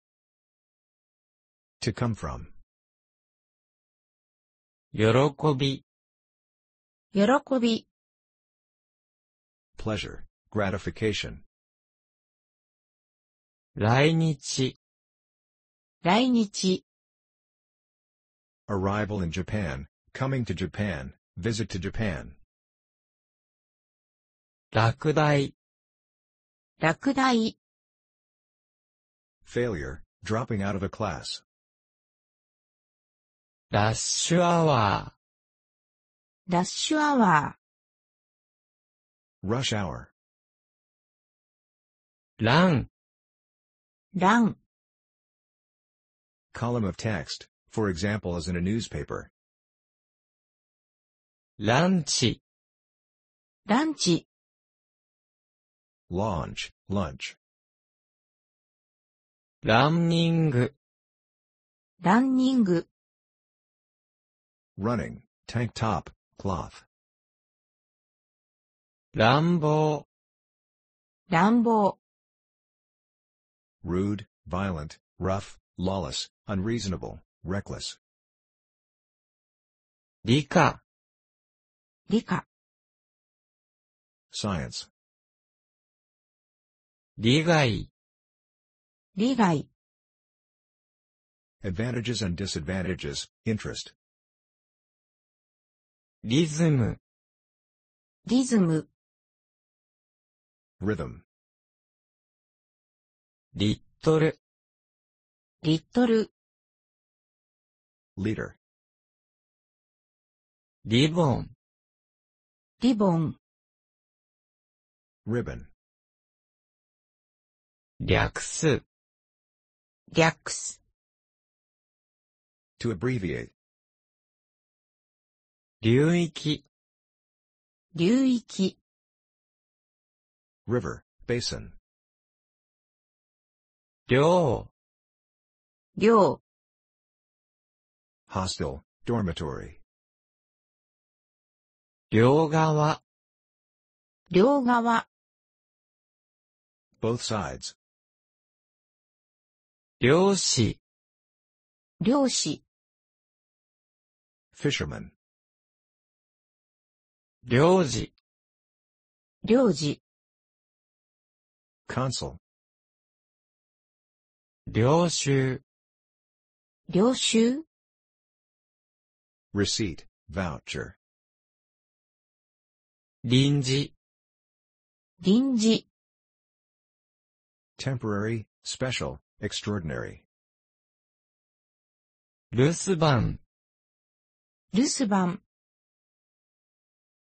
To come from.
喜び、
喜び、
Pleasure, gratification.
来日、
来日、
Arrival in Japan, coming to Japan, visit to Japan.
落第、
落第、
Failure, dropping out of a class.
ラッシュアワ
ラッシュアワ
rush hour,
ー、ラン、
ー、ラン、
column of text, for example as in a newspaper,
ランチ、
ランチ、
launch, lunch,
ランニング、
ランニング、
running, tank top, cloth,
乱暴、
乱暴、
rude, violent, rough, lawless, unreasonable, reckless,
理科、
理科、
science,
利害、
利害、
advantages and disadvantages, interest,
リズム、
リズム、
rhythm,
リットル、
リットル、
leader,
リボン、
リボン、
ribbon,
略す、
略す、
to abbreviate,
流域、
流域、
river, basin,
量、
量、
hostel, dormitory,
両側、
両側、
both sides,
漁師、
漁師、
fisherman,
領事、
領事、
consul,
領収、
領収、
receipt, voucher,
臨時、
臨時、
temporary, special, extraordinary,
留守番、
留守番、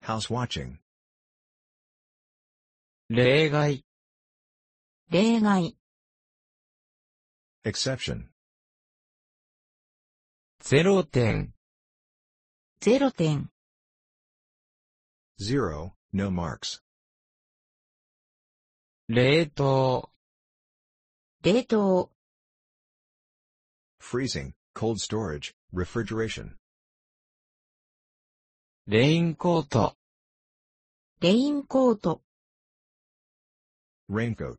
house watching,
例外、
例外、
exception,
ゼロ点、
ゼロ点、
zero, no marks,
冷凍、
冷凍、
freezing, cold storage, refrigeration,
レインコート、
レインコート、
raincoat,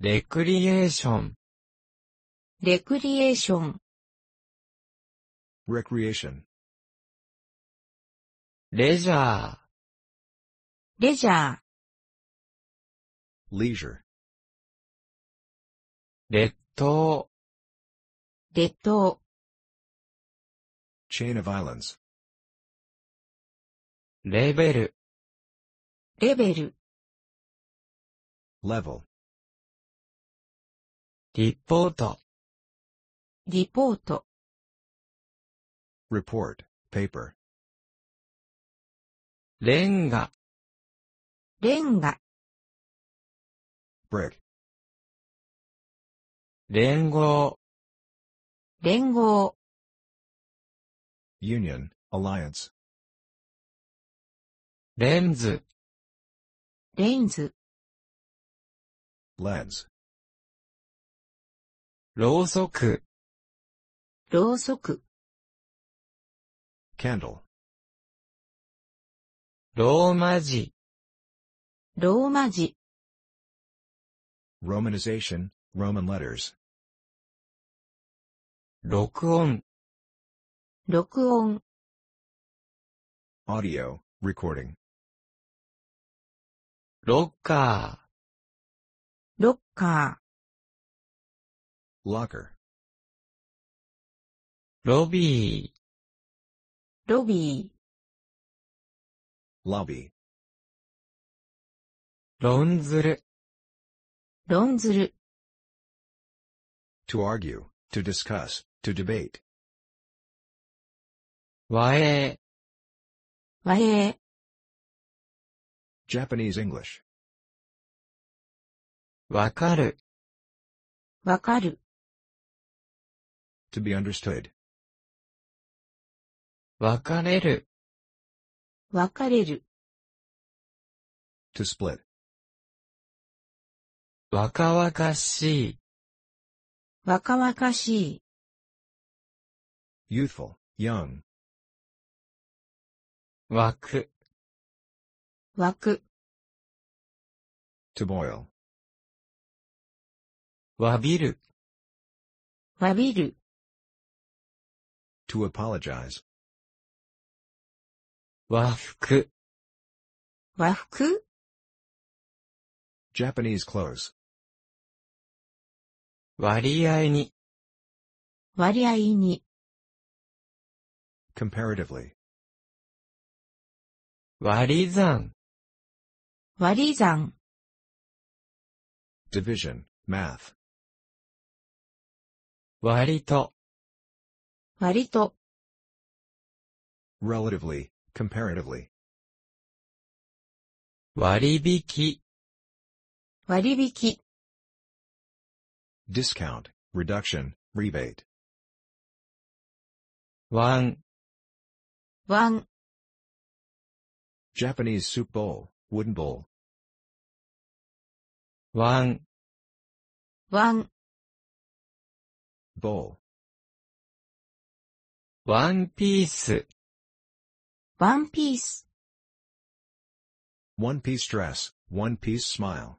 レクリエーション、
レクリエーション、
recreation,
レジャー、
レジャー、
leisure,
列島、
列島、
chain of islands,
レベル、
レベル、
level,
リポート、
リポート、
report, paper,
レンガ、
レンガ、
brick,
連合、
連合、
union, alliance,
レンズ、
レンズ、
lens,
ろうそく、
ろうそく、
candle,
ローマ字、
ローマ字、
romanization, Roman letters,
録音、
録音、
audio, recording,
ロッカ
ロッカ
locker,
ー、ロビー、
ー、ロビ
lobby,
論ずる、
ー、論ずる、
to argue, to discuss, to debate,
和英、
和英、
Japanese English,
わかる、
わかる、
to be understood,
別れる、
分かれる、
to split,
若々しい、
若々しい、
youthful, young,
湧く、
湧く、
to boil,
わびる、
わびる、
to apologize,
和服、
和服、
Japanese clothes,
割合に、
割合に、
comparatively,
割り算、
割り算、
division, math,
割と、
割と、
relatively, comparatively,
割引、
割引、
discount, reduction, rebate,
ワン、
ワン、
Japanese soup bowl, wooden bowl,
ワン、
ワン、
bowl,
ワンピース、
ワンピース、
one piece dress, one piece smile,